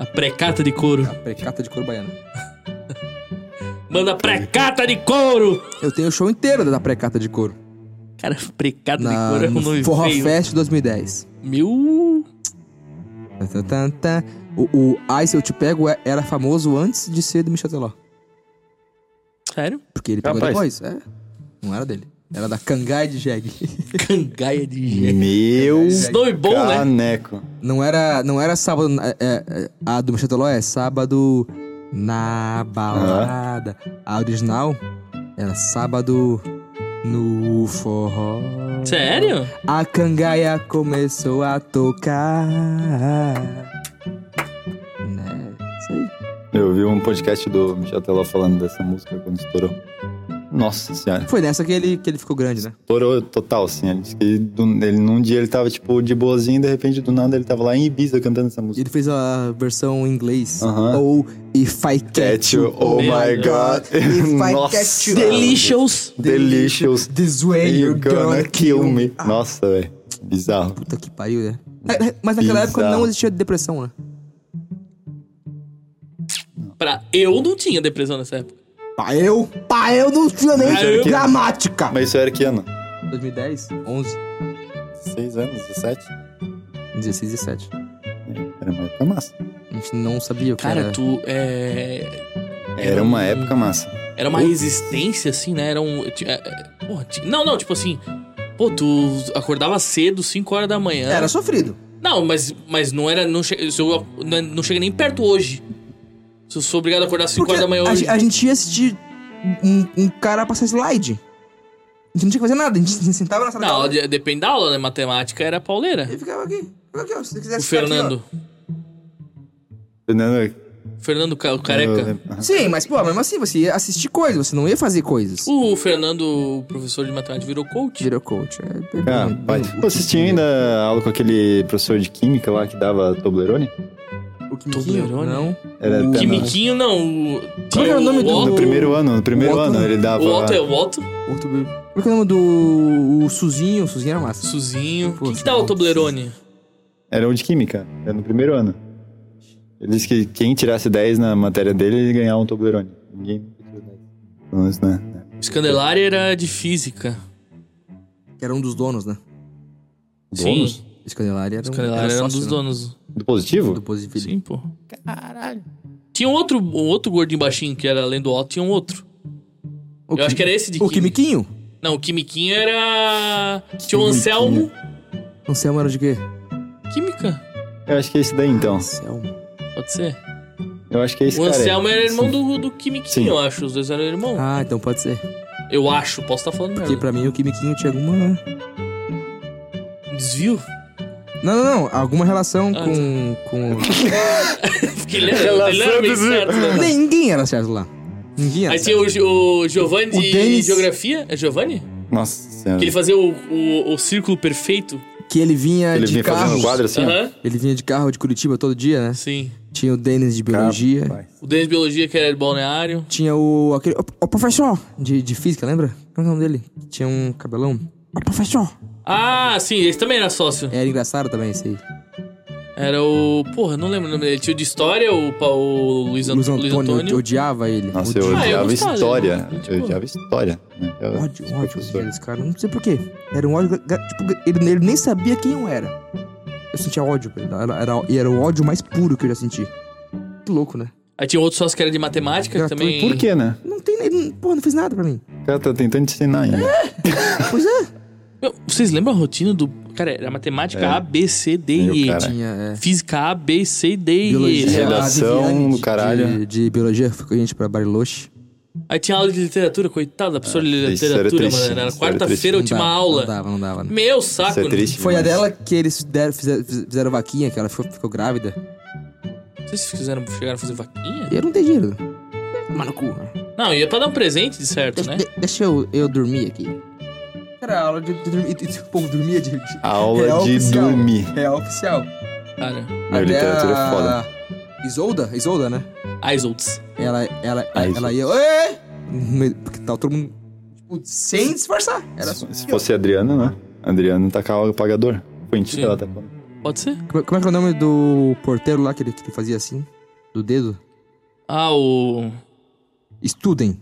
A precata de couro.
A precata de cor baiana.
Manda precata de couro!
Eu tenho o show inteiro da precata de couro.
Cara, precata de
Na,
couro é um nome
no Forró
feio.
Fest 2010.
Meu...
Tan, tan, tan, tan. O, o Ai Se Eu Te Pego é- era famoso antes de ser do Michel Teló.
Sério?
Porque ele pegou
Rapaz.
depois. É. Não era dele. Era da Cangai de Jag.
Cangaia de gelo.
Meu
Esse nome bom, né?
caneco.
[LAUGHS] não, era, não era sábado. é, é, é, a do Michel Teló é sábado na balada. A original era sábado no forró.
Sério?
A cangaia começou a tocar. Né? Isso aí.
Eu vi um podcast do Michel Teló falando dessa música quando estourou. Nossa senhora.
Foi nessa que ele, que ele ficou grande, né?
Estourou total, assim. Ele disse que do- ele, num dia ele tava, tipo, de boazinha e de repente, do nada, ele tava lá em Ibiza cantando essa música.
Ele fez a versão em inglês.
Aham.
Ou If I Catch You,
oh my God.
If I
Nossa.
Catch You.
Delicious.
Delicious.
This way
You
you're
gonna kill me. Nossa, velho. Bizarro.
Puta que pariu, né? Na- na- Mas naquela época
Bizarro.
não existia depressão, né?
Pra... Eu não tinha depressão nessa época.
Pá, eu? Pá, eu não tinha nem
Mas era que-
gramática.
Mas isso era que ano?
2010, 11,
16 anos, 17?
16, 17.
Era uma época massa.
A gente não sabia o que
Cara,
era.
tu é...
Era uma época massa.
Era uma resistência, assim, né? Era um. ti- é, é, Porra, ti- não, não, tipo assim. Pô, tu acordava cedo, 5 horas da manhã.
Era sofrido.
Não, mas, mas não era. Não, che... se eu- não é- não chega nem perto hoje. Se eu sou obrigado a acordar 5
Porque
horas da manhã
a,
hoje.
a gente ia assistir um, um cara passar slide. A gente não tinha que fazer nada. A gente se sentava na sala de
Não,
aula
de- depende da aula, né? Matemática era pauleira.
e ficava aqui. Ficava aqui, ó. Se você quiser
O
ficar aqui, ó.
Fernando.
Fernando,
Fernando Ca- o
eu
Careca.
lembro.
Sim, mas, pô, mesmo assim, você ia assistir coisas, você não ia fazer coisas.
O Fernando, o professor de matemática, virou coach.
Virou coach. É,
Ah, pai. Vocês tinham ainda aula com aquele professor de química lá que dava Toblerone?
O
Toblerone?
Não.
Era
O
até na-
Quimiquinho, não. O...
Como era o nome do-
No
Otto,
primeiro né? ano, no primeiro
Otto-
ano ele dava.
O Otto é o Otto.
Outro... Como é que é o nome do... O Suzinho. O Suzinho era massa.
Suzinho.
Pô,
Quem que dá o
Suzinho.
Toblerone?
Era o de química, era no primeiro ano. Ele disse que quem tirasse 10 na matéria dele, ele ganhava um Toblerone. Ninguém nunca tirou 10. Pelo menos, né?
Scandelari era de física.
Que era um dos donos, né?
Bônus?
Sim.
O Scandelari era um,
Scandelari era um
sócio,
dos
né?
donos.
Do
Do
positivo?
Positivismo.
Sim, pô. Tinha um outro, um outro gordinho baixinho que era além do alto, tinha um outro.
O
Eu acho que era esse de
O
Kimi.
Kimiquinho?
Não, o Quimiquinho era. Tinha o Anselmo.
Anselmo era de quê?
Química?
Eu acho que é esse daí, então.
Anselmo.
Pode ser.
Eu acho que é esse
o
cara. aí.
Anselmo era irmão
Sim.
do, do Quimiquinho,
Sim.
eu acho. Os dois eram irmãos.
Ah, então pode ser.
Eu acho, posso estar falando
Porque
merda.
pra mim o Kimiquinho tinha alguma.
Desvio?
Não, não, não. Alguma relação
Ah,
com.
[LAUGHS]
com...
Porque ele era, ele era meio
Relação
certo, né?
Ninguém era certo lá. Ninguém era
Aí
certo.
tinha o, Gi- o Giovanni
O
de
Denis.
Geografia. É Giovanni?
Nossa senhora.
Que ele fazia o, o, o círculo perfeito.
Que ele vinha
Ele
de
vinha
carro.
fazendo um quadro assim, ó.
Aham.
Ele vinha de carro de Curitiba todo dia, né?
Sim.
Tinha o Denis de Biologia.
Rapaz.
O Denis de Biologia, que era né? de balneário.
Tinha o. aquele. O, o professor de, de física, lembra? Qual é o nome dele? Tinha um cabelão. O professor.
Ah, sim, esse também era sócio.
Era engraçado também esse aí.
Era o. Porra, não lembro o nome dele. Tinha o de história, o, pa- o Luiz, Ant-
Luiz
Luiz
Antônio,
Antônio.
odiava ele.
Nossa, eu
Ah, eu
odiava
gostava,
história.
né? Tipo-
Eu odiava história. né? Eu era
Ódio, ódio
professor.
desse cara. Não sei porquê. Era um ódio. gra- Tipo, ele, ele nem sabia quem eu era. Eu sentia ódio, pô. era, era, e era o ódio mais puro que eu já senti. Que louco, né?
Aí tinha outro sócio que era de matemática que
Gratuito.
também.
Por quê, né?
Não tem. Ele, não- porra, não fez nada pra mim.
O cara tá tentando te ensinar [LAUGHS] ainda.
Pois
[LAUGHS]
é.
Meu, vocês lembram a rotina do. Cara, era matemática
É.
A, B, C, D
Meu
e E.
cara.
Tinha, é.
Física A, B, C, D e E.
Biologia.
Redação
a Viviane
do
de-
caralho.
De, de biologia, ficou a gente pra Bariloche.
Aí tinha aula de literatura, coitada, a professora de
É, isso era
literatura,
triste,
mano. Era
isso era triste.
quarta-feira,
Não
última
dava,
aula.
Não dava, não dava. Né?
Meu saco,
Isso é
né?
triste.
Foi a
demais.
dela que eles deram, fizeram, fizeram vaquinha, que ela ficou, ficou grávida.
Não sei se fizeram, chegaram a fazer vaquinha.
E eu não dei dinheiro. Tomar no cu.
Não, ia pra dar um presente de certo,
Deixa,
né?
de- deixa eu, eu dormir aqui. Cara, a aula de, de dormir. e O povo dormia de. de-
Aula
Real
de
oficial.
dormir.
Real oficial.
Cara,
Meu, literatura é foda.
foda. Isolda? Isolda, né?
Isolts.
Ela, ela,
Ah,
ela ia. Ê! No meio- Porque tava todo mundo. Tipo, sem disfarçar. Era só.
Se se fosse a Adriana, né? A Adriana tacava o apagador. Quentin,
Sim.
ela tá falando.
Pode ser?
Como, como é que é o nome do porteiro lá que ele, que ele fazia assim? Do dedo?
Ah, o.
Estudem.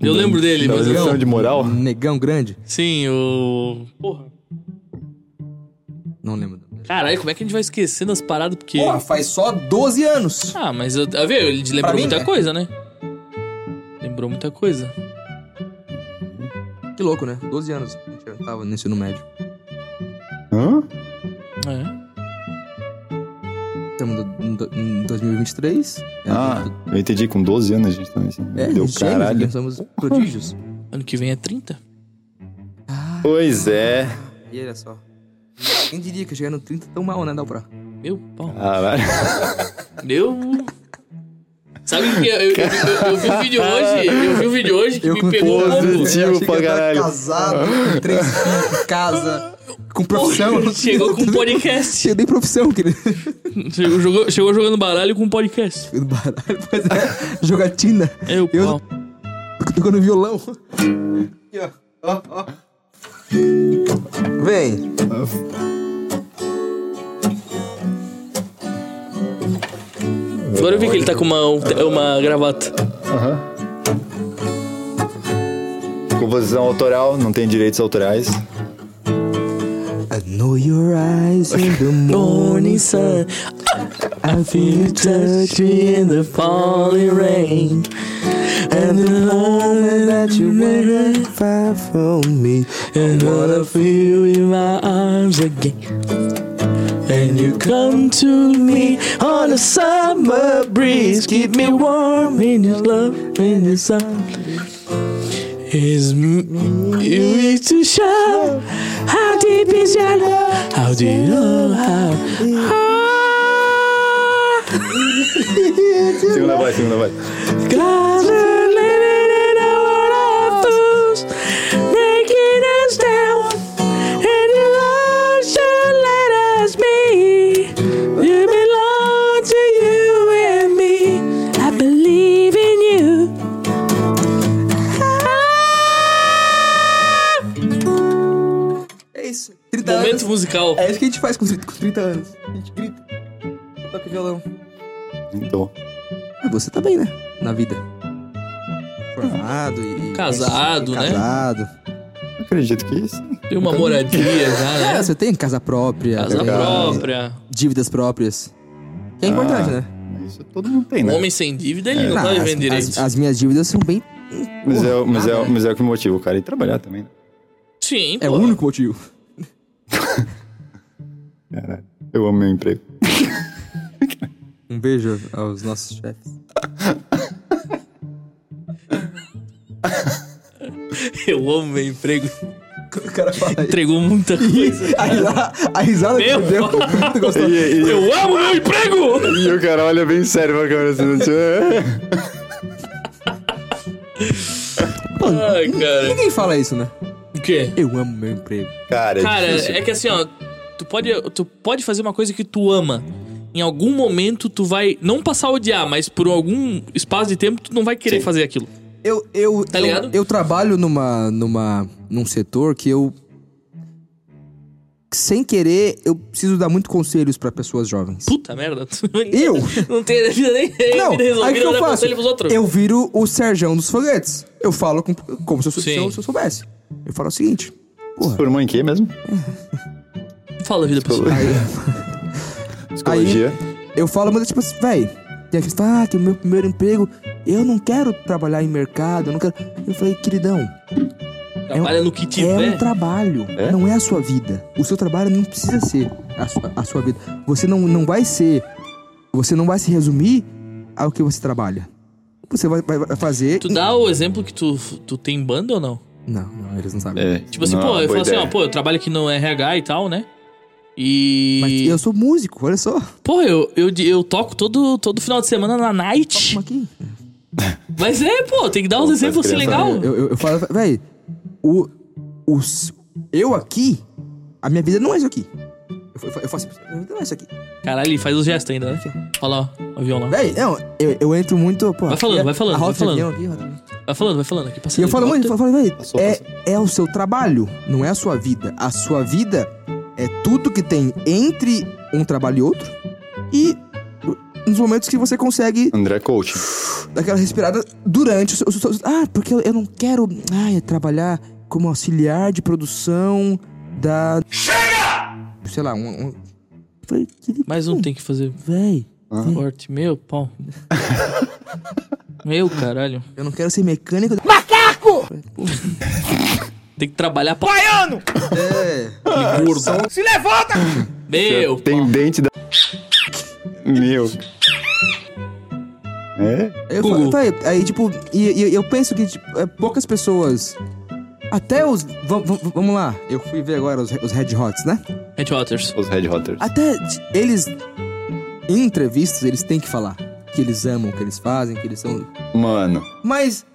Eu lembro dele,
Da
mas. eu-
lição Tá de moral?
Negão grande?
Sim, o. Porra.
Não lembro.
Caralho, como é que a gente vai esquecendo as paradas? Porque.
Porra, faz só 12 anos.
Ah, mas eu, a ver, ele
Pra
lembrou
mim,
muita
né?
coisa, né? Lembrou muita coisa.
Que louco, né? 12 anos. A gente já tava no ensino médio.
Hã?
É.
Estamos do- em do- em 2023. É,
Ah, eu entendi. Com 12 anos a gente tá nesse.
é,
Deu
gêmeos,
caralho.
né? Somos prodígios.
Ano que vem é 30.
Pois é.
E olha só. Quem diria que chegar no 30 tão mal, né, Dalpra?
Meu pau.
Caralho. [LAUGHS]
Meu. Sabe o que eu, eu, eu- eu vi um vídeo hoje? Eu vi um vídeo hoje que
Eu com
me pegou um pouco.
Positivo
Eu achei
pra
que eu tava
caralho.
casado, com
[LAUGHS]
três filhos, em casa, com profissão.
Porra, Chegou com um podcast.
Eu dei profissão, querido.
Chegou, jogou- chegou jogando baralho com um podcast.
Baralho, pois é. Jogatina.
É o
Eu-
pau.
Tocando violão. Aqui, ó. Ó, ó. Vem.
Agora eu vi que ele tá com uma, uma gravata.
Composição autoral, não tem direitos autorais.
I know your eyes in [LAUGHS] the morning sun.
I feel you touch me in the falling rain. And the moment that you make it
far from me.
And wanna feel in my arms again. And you come to me on a summer breeze. Keep me warm in your love, in your sun. Is m- you need to show how deep is your love? How do you know how? Ah,
Segunda voz, segunda voz.
Clouds are living in a world of fools, breaking us down. And you love should let us be. You belong to you and me. I believe in you.
É isso. 30
Momento
anos.
musical.
É isso que a gente faz com 30, com 30 anos. A gente grita. Toca violão.
Então,
Ah, Você tá bem, né? Na vida. Formado e.
Casado, né?
Casado.
acredito que isso.
Tem uma moradia já, né?
É, você tem casa própria.
Casa
tem
própria.
própria.
Dívidas próprias. Que é importante, né?
É Isso todo mundo tem,
Um
né?
homem sem dívida, ele não
Não,
vai
as-
vender
as,
direito.
as minhas dívidas são bem.
Mas é, o- mas, é,
nada,
o- mas é o que motiva o cara a ir trabalhar também, né?
Sim,
É o
pô.
único motivo.
Caralho. Eu amo meu emprego.
Um beijo aos nossos chefes.
Eu amo meu [LAUGHS] emprego.
[LAUGHS] O cara fala [LAUGHS] aí.
Entregou muita coisa.
A risada, a risada que
Meu.
tu deu foi muito gostosa.
[LAUGHS]
E, e-
Eu amo meu emprego!
e o cara olha bem sério pra câmera assim,
[LAUGHS]
não tinha-
Ai, cara.
Ninguém fala isso, né?
O quê?
Eu amo meu emprego.
Cara, é
Cara,
difícil.
é que assim, ó, tu pode, tu pode fazer uma coisa que tu ama. Em algum momento tu vai não passar a odiar, mas por algum espaço de tempo tu não vai querer
Sim.
fazer aquilo.
Eu, eu,
Tá
eu,
ligado?
eu trabalho numa, numa, num setor que eu. Sem querer, eu preciso dar muito conselhos pra pessoas jovens.
Puta merda. tu-
Eu?
[LAUGHS] Não tem a vida nem
Não, aí
vida
o que
resolvida,
eu
dá
faço?
conselho pros outros.
Eu viro o Serjão dos foguetes. Eu falo com- como se eu, sou- se
Sim.
eu- se eu soubesse. Eu falo o seguinte. Porra,
Por mãe que mesmo?
Fala a vida pessoal.
Psicologia.
eu falo, mas tipo assim, véi, tem a questão, ah, que o meu primeiro emprego, eu não quero trabalhar em mercado, eu não quero. Eu falei, queridão,
Trabalha no que
é um
tiver.
trabalho,
É?
não é a sua vida. O seu trabalho não precisa ser a sua, a sua vida. Você não, não vai ser. Você não vai se resumir ao que você trabalha. Você vai, vai- vai fazer.
Tu dá o exemplo que tu, tu tem banda ou não?
Não, não, eles não sabem.
É,
Tipo assim,
não é
pô,
uma
eu
boa
falo assim, ó,
ideia.
pô, eu trabalho aqui no RH e tal, né? E.
Mas eu sou músico, olha só.
Pô, eu, eu, eu toco todo, todo final de semana na night.
Como aqui?
Mas é, pô, tem que dar uns
Pô,
exemplos assim
faz
legal.
criança,
Eu, eu, eu falo, véi, o, os, eu aqui, a minha vida não é isso aqui. Eu, fa- eu faço, a minha vida não é isso aqui.
Caralho, ele faz os gestos ainda, né? Fala, ó, o violão.
Véi, não, eu, eu entro muito. Pô,
Vai falando,
aqui, é
vai falando,
a
vai
rota de
falando.
avião aqui, tá rota de avião.
Vai falando, vai falando aqui.
E
Passando
eu falo muito, eu falo, véi,
Passou,
é, é o seu trabalho, não é a sua vida. A sua vida é tudo que tem entre um trabalho e outro e nos momentos que você consegue
André é Coach.
daquela respirada durante o seu, o seu- Ah, porque eu, eu não quero ai, é trabalhar como auxiliar de produção da. Chega! Sei lá, um. um... Falei, querido,
Mais um tem que fazer
véi.
corte. Meu
[LAUGHS]
pau. Meu caralho.
Eu não quero ser mecânico.
Tem que trabalhar pra. Baiano!
É.
Ele gordo. Se levanta! Meu pau.
Tem dente da. Meu. É?
Eu
Google.
falo, tá, aí, aí, tipo, e, e- eu penso que tipo, é, poucas pessoas. Até os. vam- vam- Vamos lá, eu fui ver agora os, os Red Hots, né?
Headhunters.
Os Red Hotters.
Até eles. Em entrevistas, eles têm que falar que eles amam o que eles fazem, que eles são.
Mano,
Mas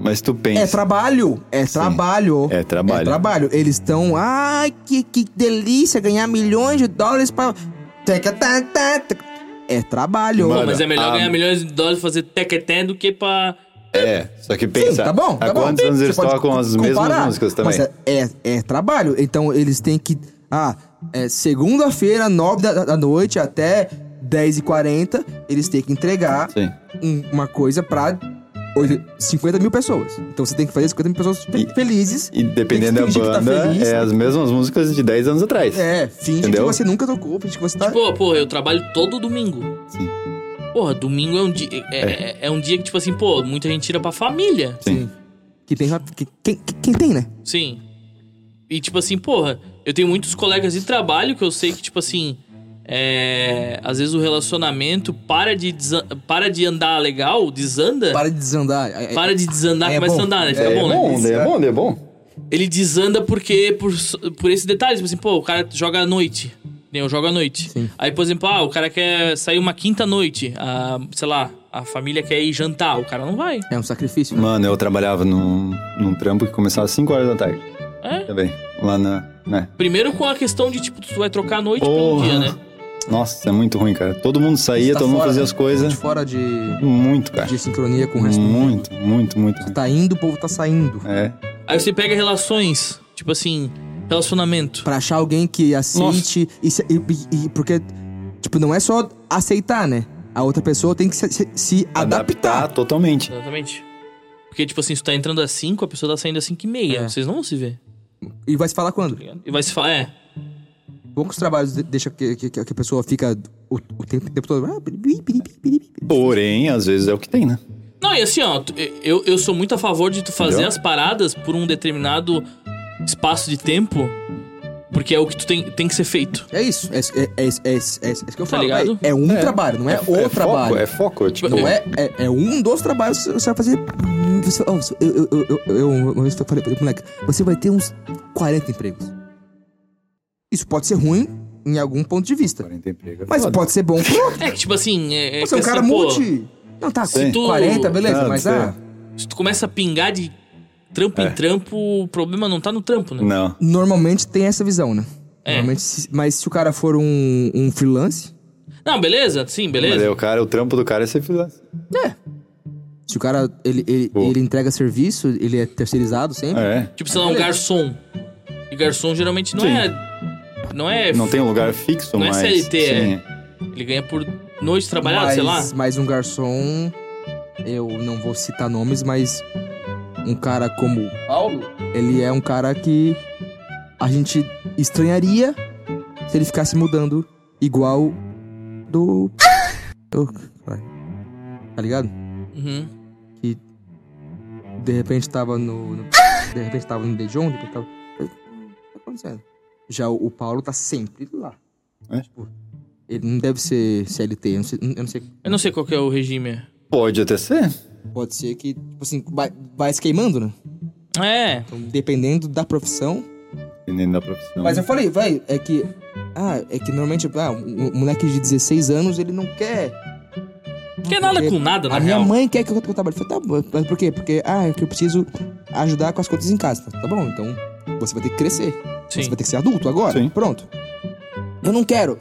mas tu
É
pensa.
trabalho, é trabalho.
É trabalho.
É trabalho. Eles estão, ai, que, que delícia ganhar milhões de dólares pra. Teca, tá, tá, tá." É trabalho.
Mano,
Mas é melhor
Ah.
ganhar milhões de dólares e fazer tequeté do que pra.
É, só que pensa.
Sim, tá bom, tá
há
bom.
quantos anos eles
Você pode
tocam as
comparar,
mesmas músicas também?
Mas é, é, é trabalho. Então eles têm que. Ah, é segunda-feira, 9 da, da noite até 10h40, eles têm que entregar
Sim.
um- uma coisa pra. oito- 50 mil pessoas. Então você tem que fazer 50 mil pessoas fe-
E-
felizes.
E dependendo da
Tem que fingir que tá
banda,
feliz,
é
né?
as mesmas músicas de 10 anos atrás.
É, finge
Entendeu?
que você nunca tocou, finge que você tá.
tipo, Pô, pô, eu trabalho todo domingo.
Sim.
Porra, domingo é um dia. É, é- é um dia que, tipo assim, pô, muita gente tira pra família.
Sim.
Que tem. Que, quem, que- quem tem, né?
Sim. E tipo assim, porra, eu tenho muitos colegas de trabalho que eu sei que, tipo assim, é, às vezes o relacionamento para de, desa- para de andar legal, desanda, para,
Para de desandar. É- é-
de desandar,
é
começa
bom.
a andar, né? Fica
É,
bom,
bom,
né?
né? é bom, é bom.
Ele desanda porque, por, por esse detalhe, tipo assim, pô, o cara joga à noite. né? Eu jogo à noite. Aí, por exemplo, ah, o cara quer sair uma quinta noite. ah, sei lá, a família quer ir jantar. O cara não vai.
É um sacrifício. né?
Mano, eu trabalhava num, num trampo que começava às 5 horas da tarde.
É.
Também. Lá na. Né?
Primeiro com a questão de, tipo, tu vai trocar a noite pelo
Porra.
dia, né?
Nossa, é muito ruim, cara. Todo mundo saía,
Tá
todo mundo
fora,
fazia
né?
as coisas.
De fora de,
Muito, cara.
de assim. sincronia com o resto. do mundo.
é. Muito, muito, muito. ruim.
Tá indo, o povo tá saindo.
É.
Aí você pega relações, tipo assim, relacionamento.
Pra achar alguém que aceite. E, se- e- e- porque, tipo, não é só aceitar, né? A outra pessoa tem que se, se- se adaptar.
totalmente.
Exatamente. Porque, tipo assim, você tá entrando às 5, a pessoa tá saindo às 5 e meia.
É.
Vocês não vão se ver.
E vai se falar quando?
tá ligado? E vai se falar, é.
Poucos trabalhos de- deixa que, que- que a pessoa fica o, o tempo, o tempo todo. ah, piri, piri, piri, piri.
Porém, às vezes é o que tem, né?
Não, e assim, ó, tu- eu, eu sou muito a favor de tu fazer
Entendeu?
as paradas por um determinado espaço de tempo, porque é o que tu tem, tem que ser feito.
É isso, é, isso- é, é, isso- é, isso- é isso que eu
Tá
falo.
ligado?
É, é um trabalho, não é, o trabalho.
Foco, é foco, tipo.
Não é, é, é um dos trabalhos que você vai fazer. Você, ó, você- eu, eu, eu, eu- eu- uma vez eu falei pra ele, moleque, você vai ter uns 40 empregos. Isso pode ser ruim em algum ponto de vista.
40 empregos. é
Mas
foda.
pode ser bom pro [LAUGHS] outro.
É que, tipo assim, é. é
Você é um
questão,
cara
pô,
multi. Não, tá,
Sim.
40, beleza,
Ah,
mas
sim.
ah,
Se tu começa a pingar de trampo
É.
em trampo, o problema não tá no trampo, né?
Não.
normalmente tem essa visão, né?
É.
Normalmente, se- mas se o cara for um, um freelance,
Não, beleza? Sim,
Mas aí
beleza.
o cara, o trampo do cara é ser freelancer.
se o cara ele, ele,
Pô.
ele entrega serviço, ele é terceirizado sempre.
É.
Tipo,
Ah,
sei lá, um garçom. E garçom geralmente não
Sim.
é. Não é.
Não tem um lugar fixo,
Não é
mas.
CLT, é.
sim.
Ele ganha por noite trabalhada, sei lá.
Mas- Mas um garçom, eu não vou citar nomes, mas um cara como Paulo, ele é um cara que a gente estranharia se ele ficasse mudando igual do. do- tá ligado?
Uhum.
De repente tava no. no- de repente tava no Dejon, de repente tava. O que tá acontecendo? Já o, o Paulo tá sempre lá.
É?
Tipo, ele não deve ser CLT, eu não sei- eu não sei
Eu não sei qual que é o regime.
Pode até ser.
Pode ser que, tipo assim, vai, vai se queimando, né?
É.
Então, dependendo da profissão.
Dependendo da profissão.
Mas eu falei, vai, é que. Ah, é que normalmente, ah, um um moleque de 16 anos, ele não quer.
Não Quer nada
Porque
com nada, na
A minha
real.
mãe quer que eu, que eu trabalhe. Eu falei, tá bom, mas por quê? Porque, ah, é que eu preciso ajudar com as contas em casa. Tá, tá bom, então você vai ter que crescer. Você
Sim.
vai ter que ser adulto agora.
Sim.
Pronto. Eu não quero.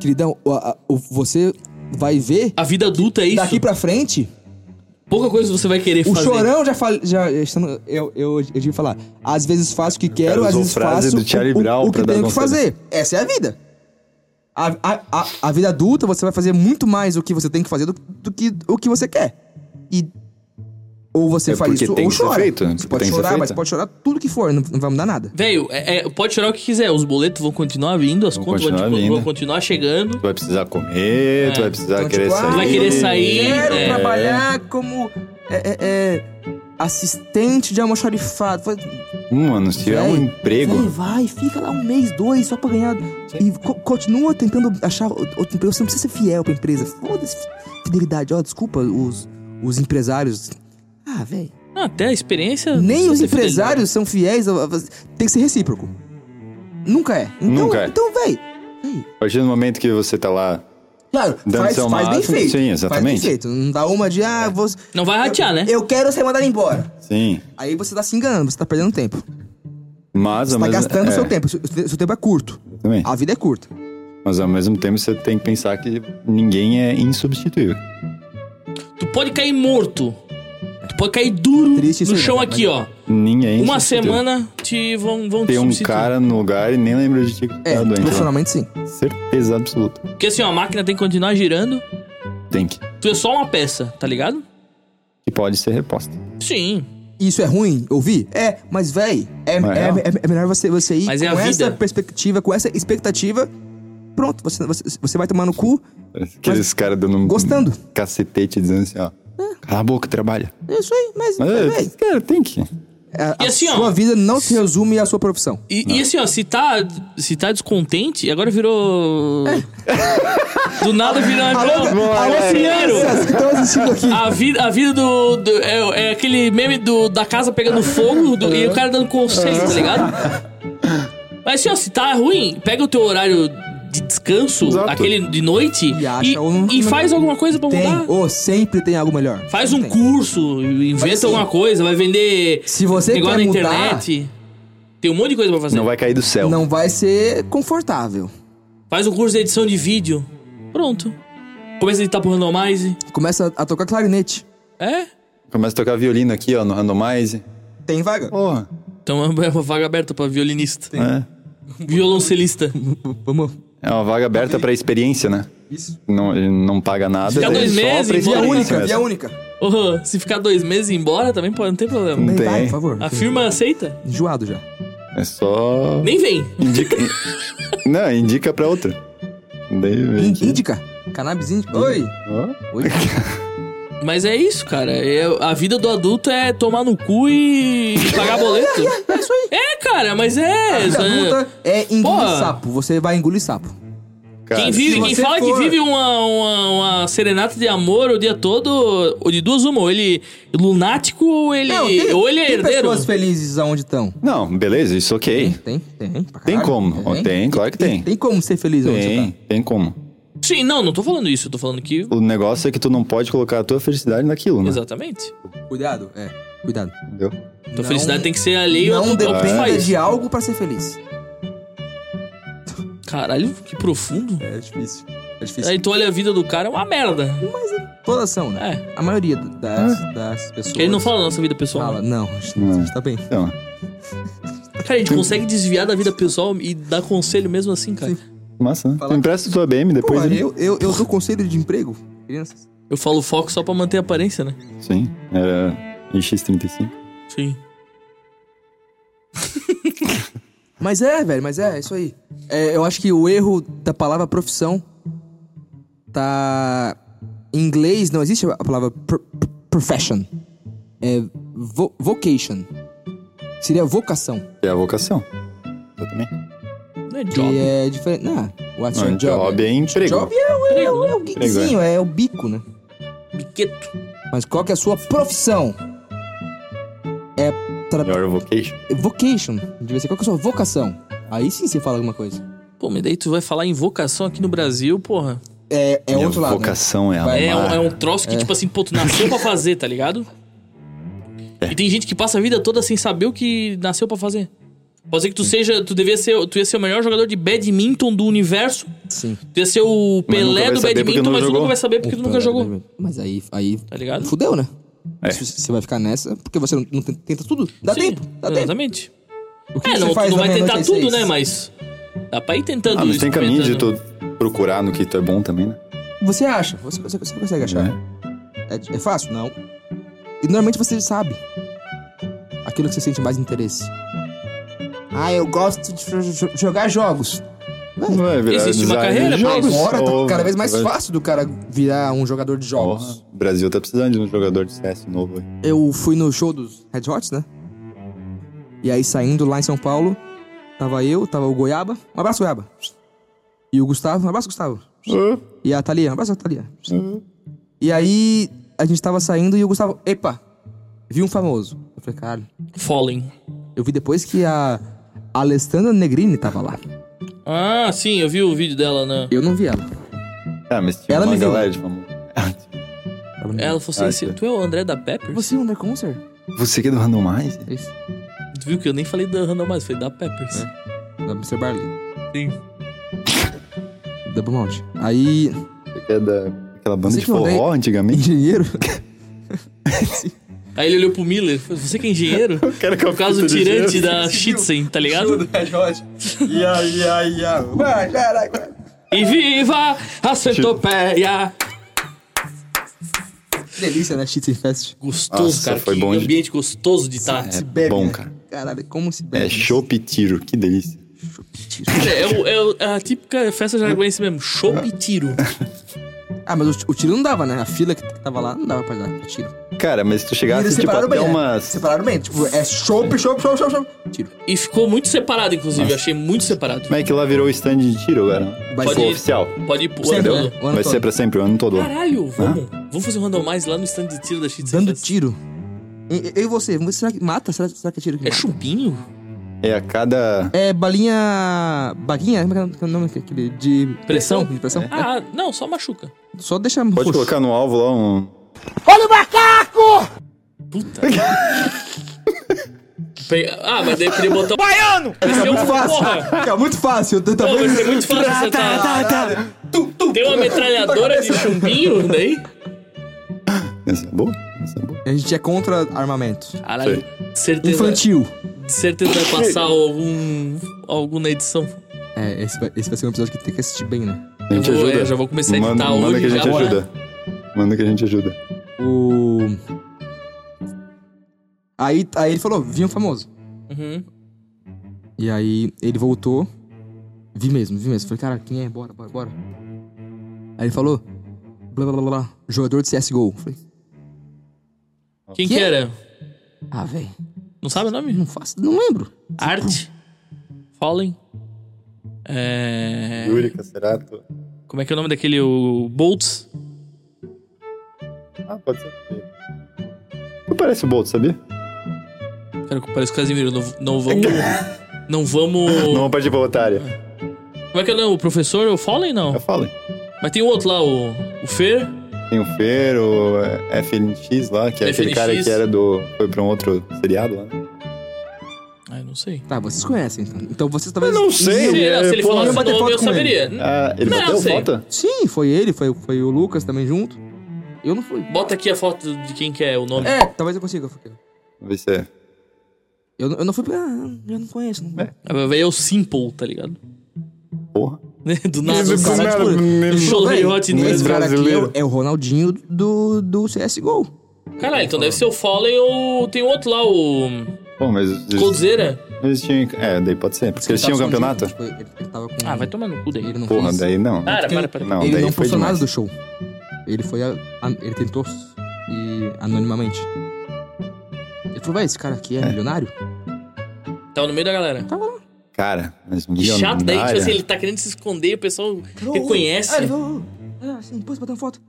Queridão, o- a- o- você vai ver
A vida adulta é isso.
daqui pra frente.
Pouca coisa você vai querer
O
fazer.
chorão já fala. Já, está no- eu, eu, eu tive que falar. Às vezes faço o que quero,
cara
às
usou
vezes
frase
faço
do Charlie
o, o-
Brown
o que
pra dar
tenho que
conselho.
fazer. Essa é a vida. A, a, a, a vida adulta, você vai fazer muito mais o que você tem que fazer do, do que o que você quer. E. Ou você
É
faz
porque
isso,
tem
ou
que ser
chora.
feito, né?
Você
Porque
pode
tem que ser
chorar,
feito.
mas pode chorar tudo que for, não, não vai mudar nada.
Velho, é- é, pode tirar o que quiser. Os boletos vão continuar vindo, as
Vão
contas vão,
continuar
tipo,
vindo.
vão continuar chegando.
Tu vai precisar comer, tu vai precisar
Então,
querer
tipo, ah,
sair.
É. Vai querer sair,
Eu quero
é.
trabalhar como. é, é, é, assistente de almoxarifado. Vai-
Mano, se tiver um
Véi,
emprego.
Véi, vai, fica lá um mês, dois, só pra ganhar. E co- continua tentando achar o- outro emprego. Você não precisa ser fiel pra empresa. Foda-se, fi- fidelidade. Ó, desculpa os, os empresários. Ah, velho.
Não, até a experiência.
Nem
não
os
sei se é
empresários são fiéis. a- a- Tem que ser recíproco. Nunca é. Então,
Nunca é.
Então, velho.
A partir do momento que você tá lá.
Claro,
Dando
faz,
seu
faz bem
máximo,
feito.
sim,
Faz bem
exatamente.
feito. Não dá uma de, ah, vou,
dele. Não vai ratear, né?
eu quero ser mandado embora.
Sim.
Aí você tá se enganando, você tá perdendo tempo.
Mas
Você
ao
tá
mesmo-
gastando
é,
seu tempo. Seu, seu tempo é curto.
Também.
A vida é curta.
Mas ao mesmo tempo você tem que pensar que ninguém é insubstituível.
Tu pode cair morto. Tu pode cair duro
Triste isso
no
aí,
chão
mas-
aqui, ó.
Ninguém. é
Uma
insubstituível.
semana é te vão, vão te
Tem um
substituir.
cara no lugar e nem lembra de ti que
É,
tá doente. lá.
profissionalmente sim.
Certeza absoluta.
Porque assim, ó, a máquina tem que continuar girando.
Tem que.
Tu é só uma peça, tá ligado?
E pode ser reposta.
Sim.
Isso é ruim ouvir? É, mas véi, é,
Não é
é,
real.
é- é melhor você, você ir
Mas
com
é a
essa
vida.
perspectiva, com essa expectativa. Pronto, você, você, você vai tomar no cu
Aqueles caras dando um
gostando.
cacetete dizendo assim, ó. Cala a boca, trabalha.
É isso aí, mas,
Mas,
mas véi,
cara, tem que.
a,
E
a
assim, ó,
sua vida não se resume à sua profissão.
E, e assim, ó, se tá, se tá descontente, agora virou. Do nada virou. virou- dinheiro.
crianças que estão assistindo aqui.
A vida, a vida do. do- é, é aquele meme do, da casa pegando fogo do- e o cara dando conselho, tá ligado? Mas assim, ó, se tá ruim, pega o teu horário de descanso,
Exato.
aquele de noite,
E acha
e,
um-
e faz alguma coisa pra
Tem,
mudar.
ou sempre tem algo melhor.
Faz um
Tem.
curso, inventa
assim,
alguma coisa, vai vender
Se você
negócio
quer
na
mudar,
internet. Tem um monte de coisa pra fazer.
Não vai cair do céu.
não vai ser confortável.
Faz um curso de edição de vídeo. Pronto. Começa a editar pro randomize.
Começa a tocar clarinete.
É?
Começa a tocar violino aqui, ó, no randomize.
Tem vaga.
Porra.
Então é uma vaga aberta pra violinista.
É.
Violoncelista.
Vamos.
É uma vaga aberta pra experiência, né?
Isso.
Não, não paga nada.
Fica
daí
dois
só
meses,
pra
embora.
Via
Olha
experiência
única,
mesmo.
via única.
Uhum, se ficar dois meses e ir embora também pode, não tem problema.
Vem,
Tem.
vai, por favor.
A firma aceita?
Enjoado já.
É só.
Nem vem.
Indica... não, indica pra outra. Daí,
Indica. Cannabis índico. Oi!
Ó,
Oi!
Mas é isso, cara. É- a vida do adulto é tomar no cu e pagar boleto.
[LAUGHS] É isso aí. Ah,
É, cara, mas [LAUGHS] é.
Vida
isso é-
adulta é engolir
Porra.
sapo. Você vai engolir sapo.
cara,
Quem, vive,
se
quem
você
fala
for-
que vive uma, uma, uma serenata de amor o dia todo, ou de duas uma, ou ele é lunático ou ele,
Não, tem,
ou ele é
tem
herdeiro.
pessoas felizes aonde estão.
Não, beleza, isso ok.
Tem, tem. pra
Tem
caralho.
como, ó, tem, claro que tem.
Tem como ser feliz onde você
Tem,
tá.
tem como.
Sim, não, não tô falando isso, eu tô falando que.
O negócio é que tu não pode colocar a tua felicidade naquilo, né?
Exatamente.
Cuidado, é. Cuidado.
Entendeu?
Tua
Não-
felicidade tem que ser alheia ao
não
que- ao que tu
dependa
faz.
de algo pra ser feliz.
Caralho, que profundo.
É difícil. É difícil.
Aí tu olha a vida do cara, é uma merda.
Todas são, né?
É.
A maioria das, das pessoas.
Ele não fala né? da nossa vida pessoal.
Fala, né? não, a gente
Não.
a gente tá bem.
Então,
Cara, a gente consegue desviar da vida pessoal e dar conselho mesmo assim, cara.
massa, né?
Fala-
Tu empresta tua BM
Pô,
depois.
é.
né?
eu, eu, eu dou conselho de emprego, crianças.
Eu falo foco só pra manter a aparência, né?
Sim, era IX35.
Sim.
Mas é, velho, mas é, é isso aí. É, eu acho que o erro da palavra profissão tá. Em inglês não existe a palavra pro- pro- profession. É vo- vocation. Seria vocação.
É a vocação. Exatamente.
Não é
Que
job.
é diferente. Não, what's
Não,
your job?
job é né? emprego.
Job é, o- é, o- é o gigzinho, é o bico, né?
Biqueto.
Mas qual que é a sua profissão? É tra-
Your vocation.
vocation. Devia ser qual que é a sua vocação? Aí sim você fala alguma coisa.
Pô, mas daí tu vai falar em vocação aqui no Brasil, porra.
É, é
Minha
outro lado. né?
vocação é amar.
Vai-
É, um, é um troço que, tipo assim, pô, tu nasceu pra fazer, tá ligado?
É.
E tem gente que passa a vida toda sem saber o que nasceu pra fazer. Pode ser que tu seja, tu devia ser, tu ia ser o melhor jogador de badminton do universo,
Sim.
tu ia ser o
Mas nunca
Pelé
vai
do
saber porque
badminton,
nunca
mas tu
jogou.
nunca vai saber porque É tu nunca jogou.
né? Mas aí, aí
Tá ligado?
fudeu, né?
É.
Se Você vai ficar nessa porque você não, não ten- tenta tudo? Dá
Sim, É,
tempo, dá tempo.
Exatamente.
O que
É,
você
não, tu
faz
não
da meia-noite
vai
É
tentar
às
tudo,
seis?
né? Mas dá pra ir tentando.
Ah, mas tem caminho de
experimentando.
tu procurar no que tu é bom também, né?
Você acha, você, você, você consegue achar.
Uhum.
É, é fácil? Não. E normalmente você sabe aquilo que você sente mais interesse. Ah, eu gosto de jo- jo- jogar jogos.
Vai virar
Existe uma
design
carreira
de
pra
jogos.
isso.
É. Agora tá
Ou-
cada vez mais
vai-
fácil do cara virar um jogador de jogos.
Porra, O Brasil tá precisando de um jogador de CS novo aí.
Eu fui no show dos Red Hots, né? E aí saindo lá em São Paulo, tava eu, tava o Goiaba. Um abraço, Goiaba. E o Gustavo, um abraço, Gustavo. E a Thalia, um abraço, Thalia. E aí a gente tava saindo e o Gustavo, epa, vi um famoso. Eu falei, caralho.
Fallen.
Eu vi depois que a Alessandra Negrini tava lá.
Ah, sim, eu vi o vídeo dela, né?
Eu não vi ela.
Ah, mas tinha
Ela
uma
me viu.
galera de famoso.
Ela falou
Ah,
assim,
tá.
tu é o André da Pepper?
Você é um Underconser?
[LAUGHS] Você que é do Randomize?
É isso.
Tu viu que eu nem falei da Randomize, falei da Peppers.
É. Da Mr. Barley.
Sim.
Double Mount. Aí. [LAUGHS]
Você que é daquela banda
Você
de
que eu odeio-
forró
[LAUGHS]
antigamente?
Engenheiro?
Aí ele olhou pro Miller, falou, você que é engenheiro?
O cara com a
Por causa do
fita de
tirante
gelo.
da Shitsen, tá ligado?
Red Hot. Ia, ia, ia. Vai, caraca.
E viva a centopeia!
Que delícia, né? Cheating Fest.
Gostoso,
Nossa,
cara.
foi
que
bom de-
ambiente gostoso de estar.
Se bebe.
É bom,
né?
cara.
Caralho, como se bebe. né?
É chopp e tiro, que delícia.
É, o- é o- é a típica festa jaraguense mesmo. Show e tiro.
Ah, mas o, ti- o tiro não dava, né? A fila que tava lá não dava pra dar pra tiro.
Cara, mas se tu chegasse,
Eles
tipo,
separaram
até
bem, né?
umas...
Separaram bem. Tipo, é chope, chope, chope, chope, chope. Tiro.
E ficou muito separado, inclusive. Eu achei muito separado.
Como é que lá virou stand de tiro agora?
Vai
Tipo,
ser.
oficial.
Pode ir pro
Sempre,
ano
né?
todo.
O ano
Vai ser
todo.
pra sempre, o ano todo.
Caralho, vamos. Vamos fazer um randomize lá no stand de tiro da Shitsen.
Dando
Fest.
tiro. E- e- Eu e você, você será que mata? Será, será que é tiro que
É
mata?
chumbinho?
É a cada...
É balinha. Baguinha? Como é que é o nome daquele? De pressão?
Pressão?
De pressão? É.
Ah, não, só machuca.
Só deixa.
Pode colocar no alvo lá um...
Puta. Pe- ah, mas daí eu queria botar. Baiano! Vai ser um porra!
Fica muito fácil. Eu
Não,
também.
vai ser muito fácil você tá. Tem uma metralhadora de chumbinho daí?
Essa é boa? Essa é boa.
A gente é contra armamento.
Caralho, certeza.
Infantil.
De certeza vai passar algum. algum na edição.
É, esse vai, esse vai ser um episódio que tem que assistir bem, né?
A gente
Eu vou-
ajuda.
é, já vou começar a editar
manda,
hoje,
Manda que a
já
gente
vou-
ajuda. Manda que a gente ajuda.
O. Aí, aí ele falou, vi um famoso.
Uhum.
E aí ele voltou. Vi mesmo, vi mesmo. Falei, cara, quem é? Bora, bora, bora. Aí Aí ele falou, blá blá blá blá, jogador de CSGO. Eu Falei,
Quem que,
Que?
era?
ah, velho,
Não sabe o nome?
não faço, não lembro.
Art. Fallen. É...
Yuri Cacerato.
Como é que é o nome daquele? O Boltz?
Ah, pode ser. Não parece o Bolt, sabia?
Cara, parece o Casimiro. Não, não [LAUGHS] vamos. Não vamos.
Não vamos partir pra otária.
Como é que é o nome? O professor? O Fallen? Não.
Eu falo.
Mas tem o outro lá, o, o Fer.
Tem o Fer, o é, FNX lá, que é aquele
FNX.
cara que era do. Foi pra um outro seriado lá, né?
Ah, eu não sei.
Tá, vocês conhecem então. Então vocês talvez.
Eu não sei.
Sim,
é,
não, se ele
pô,
falasse
eu
o
vou bater
nome,
foto
eu
com ele.
saberia.
Ah, ele
Não, eu
bateu
sei.
volta?
Sim, foi ele, foi, foi o Lucas também junto. Eu não fui.
Bota aqui a foto de quem que é o nome.
É, talvez eu consiga.
Vamos ver se é.
Eu, eu não fui porque ah, eu não conheço. Não.
É.
Vai é o Simple, tá ligado? [LAUGHS]
Porra.
Do nada,
Esse
do
cara,
nada.
tipo,
eu chorei
Véi,
Hot
Esse
News.
cara aqui é
brasileiro.
o, é o Ronaldinho do, do CSGO.
Caralho, então deve ser o Fallen ou tem um outro lá, o
Pô, mas.
Coldzera.
Eles tinham. É, daí pode ser. Porque eles tinham
Tava
um
escondido,
campeonato?
né?
tipo, ele, ele tava com.
Ah, vai tomar no cu daí.
Ele não
Porra,
fez.
daí não.
Para,
Porque
para, para.
Não,
ele
daí
não
foi
foi nada
demais.
do show. Ele foi. A, a- ele tentou e anonimamente. Ele falou, vai, esse cara aqui é, milionário?
Tava Tá no meio da galera.
Tá.
Cara, mas
Que chato daí, tipo
milionária.
assim, ele tá querendo se esconder e o pessoal
Não,
reconhece.
Ah, ele falou, ah, assim, pô, você bateu uma foto.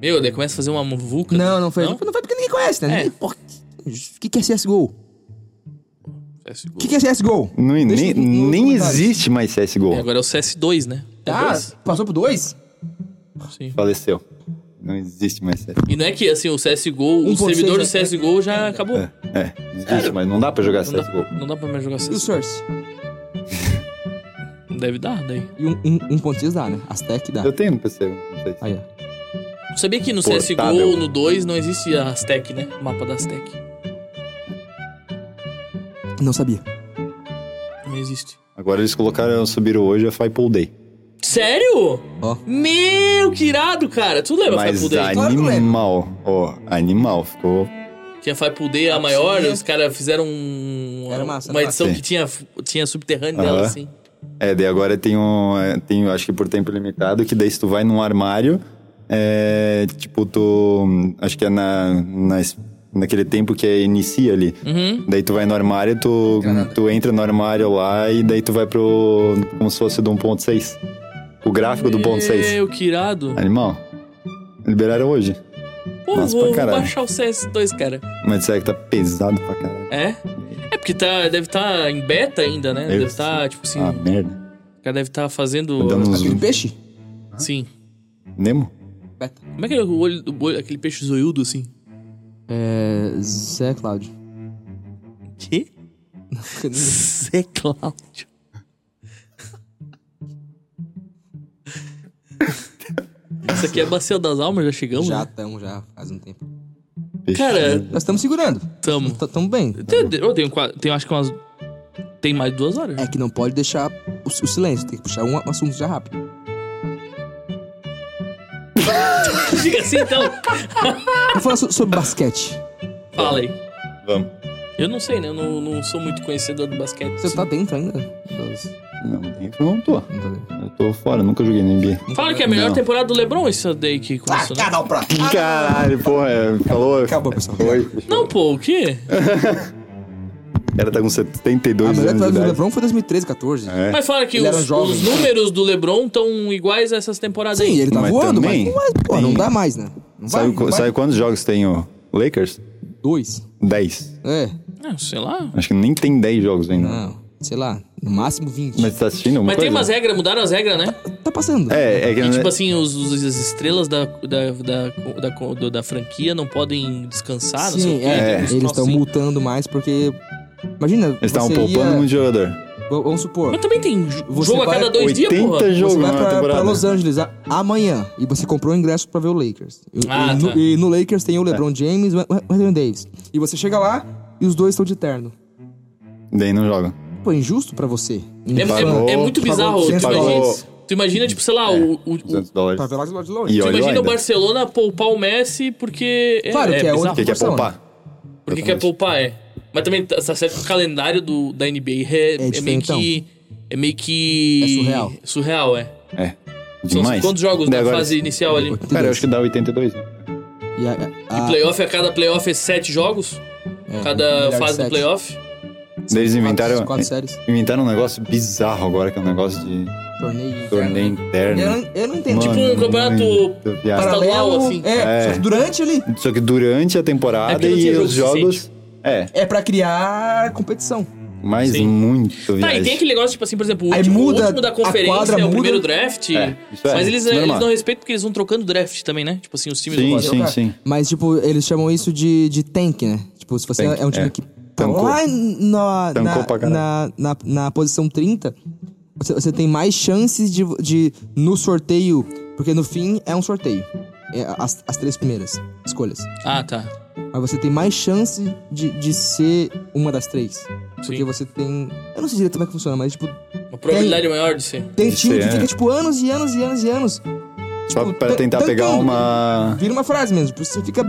Meu, daí começa a fazer uma muvuca. né?
Não, não foi.
Não?
Não, foi porque ninguém conhece, né?
É.
Ninguém- porra, O que, que é CSGO? O que,
CSGO.
que é CSGO?
Não, nem
Deixa no- nos
nem
comentários.
existe mais CSGO.
É, Agora é o CS2, né? É
Ah,
dois?
passou pro dois?
Sim.
Faleceu. Não existe mais CSGO.
E não é que, assim, o CSGO, o
1.6,
servidor do
né?
CSGO já acabou.
É, é, existe, mas não dá pra jogar
Não
CSGO.
dá, não dá pra mais
E
jogar
o
CS.
Source?
Deve dar, né? daí.
E um, um, um ponto X dá, né? Aztec dá.
Eu tenho no PC, não sei. se-
Aí, ó.
Tu sabia que no CSGO,
Portável.
no 2, não existe a Aztec, né? O mapa da Aztec.
Não sabia.
Não existe.
Agora eles colocaram, subiram hoje a Fipol Day.
Sério?
Ó.
Meu, que irado, cara. Tu lembra a Fipool
Mas
Day?
Claro que eu
animal, ó, animal, ficou.
Tinha Fipool Day, a maior, os caras fizeram um-
Era massa,
uma
era
edição
massa.
que tinha, tinha subterrâneo dela,
Aham.
assim.
É, daí agora tem um, é, tem, acho que por tempo limitado, que daí se tu vai num armário, é, tipo, tu, acho que é na, nas- naquele tempo que é inicia ali.
Uhum.
Daí tu vai no armário, tu, tu entra no armário lá e daí tu vai pro, como se fosse do 1.6. O gráfico do 1.6.
Meu, que irado.
Animal. Liberaram hoje.
Pô,
Massa
vou,
pra
vou
caralho.
baixar o CS2, cara.
Mas será que tá pesado pra caralho?
É? É porque tá, deve estar em beta ainda, né?
Eu
deve estar, tipo assim,
Ah,
o
merda.
cara deve estar fazendo.
Tá Dando uns
Aquele peixe?
Sim.
Nemo?
Beta.
Como é que é o olho, o olho- aquele peixe zoiudo assim?
É. Zé Cláudio.
Que?
[LAUGHS]
Zé Cláudio. Isso aqui é Bacia das Almas, já chegamos?
já
né?
estamos, já faz um tempo.
Peixe.
Cara,
Nós estamos segurando.
tamo.
Estamos bem.
Tem- tem- Eu tenho, qua- tenho acho que umas. Tem mais de duas horas.
É que não pode deixar o, o silêncio, tem que puxar um assunto já rápido. É.
[LAUGHS] Diga assim então.
Vamos falar so- sobre basquete.
Fala aí.
Vamos.
Eu não sei, né? Eu não, não sou muito conhecedor do basquete. assim.
Você tá dentro ainda? das-
Não, dentro eu não tô.
não tá dentro.
Eu tô fora, nunca joguei na NBA.
Fala que é a melhor
Não.
temporada do LeBron esse daí que
Ah,
começou, né?
um.
[LAUGHS] Caralho, porra, é, falou.
Acabou, pessoal.
Foi.
Não, pô, o quê?
O cara tá com
A
72
melhor
anos de
temporada é do
idade.
LeBron foi 2013, 14.
É.
Mas fala que
Ele era
os,
jovem. né?
os números do LeBron estão iguais a essas temporadas
Sim,
aí.
ele tá
Mas
voando,
também
mas, não vai- pô,
tem-
não dá mais, né? Não vai,
Sabe,
não
qu-
vai.
sabe quantos jogos tem o Lakers?
Dois.
10.
É,
Ah, sei lá.
Acho que nem tem 10 jogos ainda.
não. Sei lá, no máximo 20.
Mas você tá assistindo alguma
Mas tem
coisa?
umas regras, mudaram as regras, né?
Tá passando.
É, é que...
E
né?
tipo assim, os, os- as estrelas da, da, da, da, do- da franquia não podem descansar, Tá, não sei o
Sim,
quê.
é,
tem uns
eles
troços
estão
assim.
multando mais porque. Imagina,
Eles estavam
você
poupando
ia,
muito jogador.
v- Vamos supor,
Mas também tem jo-
Você
jogo a
vai-
cada dois dias,
80
porra.
jogos
você vai
na
pra, pra
temporada.
Los Angeles a- amanhã e você comprou o ingresso pra ver o Lakers. E, e,
Ah, tá.
no, e no Lakers tem o
É.
LeBron James e o Anthony Davis. E você chega lá e os dois estão de terno.
Daí não joga.
Pô, injusto pra você. Então,
É, é-
Pagou-
é muito bizarro.
pagou
Tu imagina,
200
tu imagina, tipo, sei lá,
É.
o, o, o-
200
Pra
dólares.
ver lá de lá de longe.
E
tu
olha
imagina
ainda.
o Barcelona poupar o Messi porque... É,
Claro que é
bizarro.
O que que é
Proporção,
poupar?
Porque quer poupar, é. Mas também tá tá certo que o calendário do, da NBA é, é meio
diferentão.
que É meio que.
É surreal.
Surreal, é. São
Demais.
quantos jogos
Daí
da
agora-
fase inicial ali?
82.
Cara, eu acho que dá 82. né?
E a, a-
E playoff, a cada playoff é sete jogos?
é, um
Cada
milhar de
fase do
sete.
playoff?
Eles
Quatro-
inventaram,
Quatro séries.
inventaram um negócio bizarro agora, que é um negócio de
Torneio.
torneio
Eu não,
interno.
eu não entendi.
Tipo um campeonato
muito viagem.
estadual,
paralelo.
assim.
É,
É.
só que durante ali.
Só que durante a
É
temporada
porque não
e
tinha
os
jogo
jogos. É,
É pra criar competição.
mas
Sim.
muito viagem.
Tá, e tem aquele negócio, tipo assim, por exemplo, o
Aí
último,
muda
o último da
a
conferência
quadra,
é o
muda.
primeiro draft.
É, isso é,
mas eles,
normal.
eles não respeitam porque eles vão trocando draft também, né? Tipo assim, os times
Sim,
vão
sim, sim.
Mas, tipo, eles chamam isso de, de tank, né? Tipo, se você
Tank,
é um time
é.
que tá
Tancou.
lá na,
Tancou
na,
pra caralho.
na, na, na posição 30, você, você tem mais chances de, de, no sorteio, porque no fim é um sorteio. É as, as três primeiras escolhas.
Ah, tá.
Mas você tem mais chance de, de ser uma das três. Porque
Sim.
você tem. Eu não sei direito como é que funciona, mas, tipo,
Uma probabilidade maior de ser.
tem
Isso
time
é.
que fica, tipo, anos e anos e anos e anos.
Só
tipo,
pra
tan-
tentar pegar
tancando.
uma.
Vira uma frase mesmo. Tipo, você fica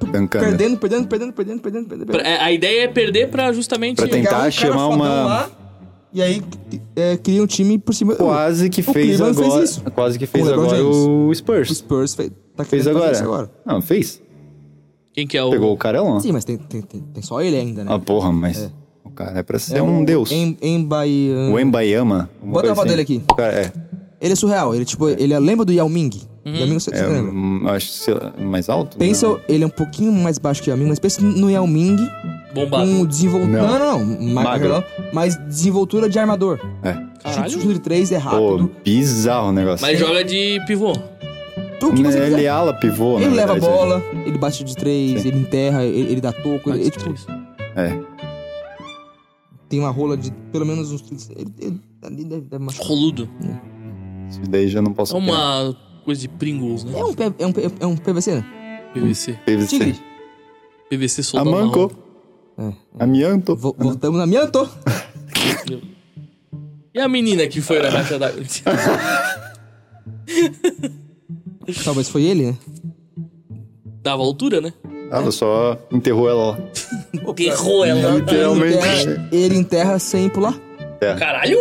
Tancando.
perdendo, perdendo, perdendo, perdendo, perdendo, perdendo.
Pra- é, A ideia é perder pra justamente.
Pra tentar-
pegar um cara
chamar
fodão
uma-
lá, e aí é, cria um time por cima.
Quase que
O
fez
Cleveland
agora.
fez isso.
Quase que fez
O LeBron
agora
James.
o
O
Spurs.
Spurs fez, tá
Fez
querendo fazer
agora.
isso agora. Oh.
Não, fez.
Quem que é o.
Pegou o carão, ó.
Sim, mas tem, tem, tem, tem só ele ainda, né?
Ah, porra, mas. O cara é pra ser um deus.
Em, em Bahia.
O Embayama. alguma
Bota a
coisa
foto
assim.
dele aqui.
O cara é.
Ele é surreal. Ele, tipo, ele é- lembra do Yao Ming? Yao Ming, você, você
é
lembra?
hum, acho sei lá, mais alto?
Pensa,
Não.
ele é um pouquinho mais baixo que o Yao Ming, mas pensa no Yao Ming
Bombado.
com desenvoltura.
Não.
Não, não, não. ma-
Magro.
não, Mas desenvoltura de armador.
É.
Caralho.
Chute de três é
Pô,
rápido.
bizarro o negócio.
Mas joga de pivô.
Tudo que você quiser.
ele é ala pivô,
Ele
na
leva a
verdade,
bola, ele bate de três, ele enterra, ele, ele dá toco, ele, ele, tipo,
É.
tem uma rola de pelo menos uns 30. Ele, ele, ali deve, deve machucar.
Roludo.
Isso daí já não posso
É uma coisa de Pringles, né?
É um, P- é, um, P- é um PVC, né?
PVC.
Teve
Tigre.
PVC soldado.
Amanco.
É,
Amianto.
Vo- voltamos na minha, tô.
marrom. E a menina que foi na baixa da. [LAUGHS]
Talvez foi ele, né?
Dava altura, né?
Ela só enterrou ela lá.
Derrou ela.
Literalmente.
Enterra- ele enterra sem pular.
É.
Caralho!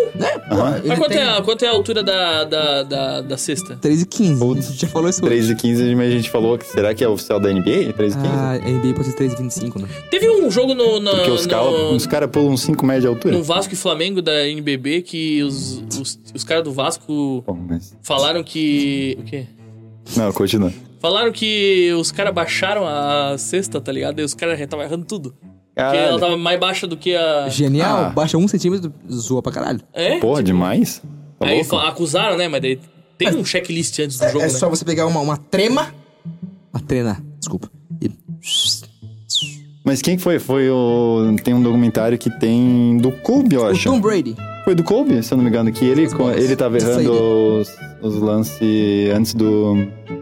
Aham.
Ele
Mas quanto,
tem
é, a- quanto é a altura da, da, da, da cesta?
3 e 15.
Putz.
A gente já falou isso hoje.
3 e 15, mas a gente falou que será que é oficial da NBA? 3 e 15?
Ah, NBA pode ser 3 e 25, né?
Teve um jogo no, na-
Porque os
no-
caras cara pulam 5 metros de altura.
no Vasco e Flamengo da NBB que os, os, os caras do Vasco
Bom, mas...
falaram que. O quê?
Não, continua.
Falaram que os caras baixaram a cesta, tá ligado? E os caras estavam errando tudo. Porque ela
Caralho.
tava mais baixa do que a.
Genial,
Ah.
baixa um centímetro, zoa pra caralho.
É?
Porra, demais? Tá
Aí
louco? É.
fa- acusaram, né? Mas daí tem um checklist antes do jogo,
É
né?
só você pegar uma, uma trema. Uma trena, desculpa. E...
Mas quem que foi? Foi o... Tem um documentário que tem do Kobe, eu
O
acho.
Tom Brady.
Foi do Kobe, se eu não me engano, que ele,
bolas.
ele tava
Isso aí,
errando
né?
os, os lances antes do,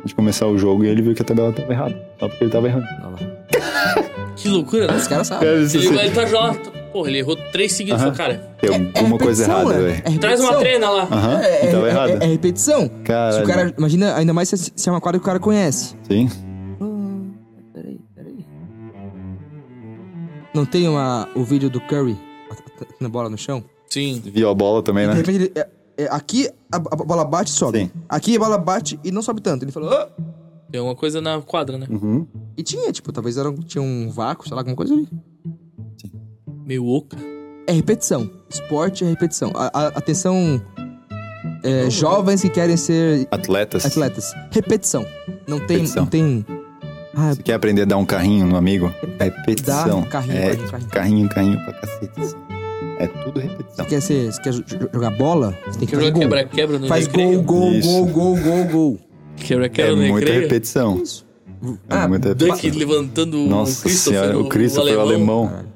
de começar o jogo e ele viu que a tabela tava errada. Só porque ele tava errando.
Olha lá.
Que loucura, né?
Esse cara sabe.
Cara, isso
Ele,
assim,
ele tá já. Porra, ele errou três seguidos.
Aham.
Falou, cara,
tem alguma coisa
repetição,
errada,
né?
velho.
É
traz uma
repetição.
trena lá.
Aham,
É,
e
é,
tava
é-
errada.
é repetição. Se
Caralho.
o cara, imagina, ainda mais se, se é uma quadra que o cara conhece.
Sim.
Não tem uma, o vídeo do Curry na bola no chão?
Sim.
Viu a bola também,
De
né?
repente ele. é- é, aqui a, a bola bate e sobe.
Sim.
Aqui a bola bate e não sobe tanto. Ele falou. "Ah!"
Tem uma coisa na quadra, né?
Uhum.
E tinha, tipo, talvez era, um- tinha um vácuo, sei lá, alguma coisa ali.
Meio oca.
É repetição. Esporte é repetição. A- a- atenção. é, jovens que querem ser
Atletas.
atletas. Repetição. Não tem.
Repetição.
Não tem. Ah,
Você quer aprender a dar um carrinho no amigo? Repetição.
Dá um É carrinho,
é,
carrinho, carrinho.
carrinho, carrinho pra cacete. assim. É tudo repetição.
quer ser. Você quer jo- jo- jogar bola? Você tem que
Quer
fazer
jogar
gol.
quebra-quebra no
Faz
recreio?
gol, gol,
Isso.
gol, gol, gol, gol. Ah,
Quebra-quebra
É
no
muita
recreio?
repetição.
Isso.
É muita
Duck
repetição.
levantando o
Nossa
Christopher,
senhora,
o,
o Christopher o alemão.
Caralho.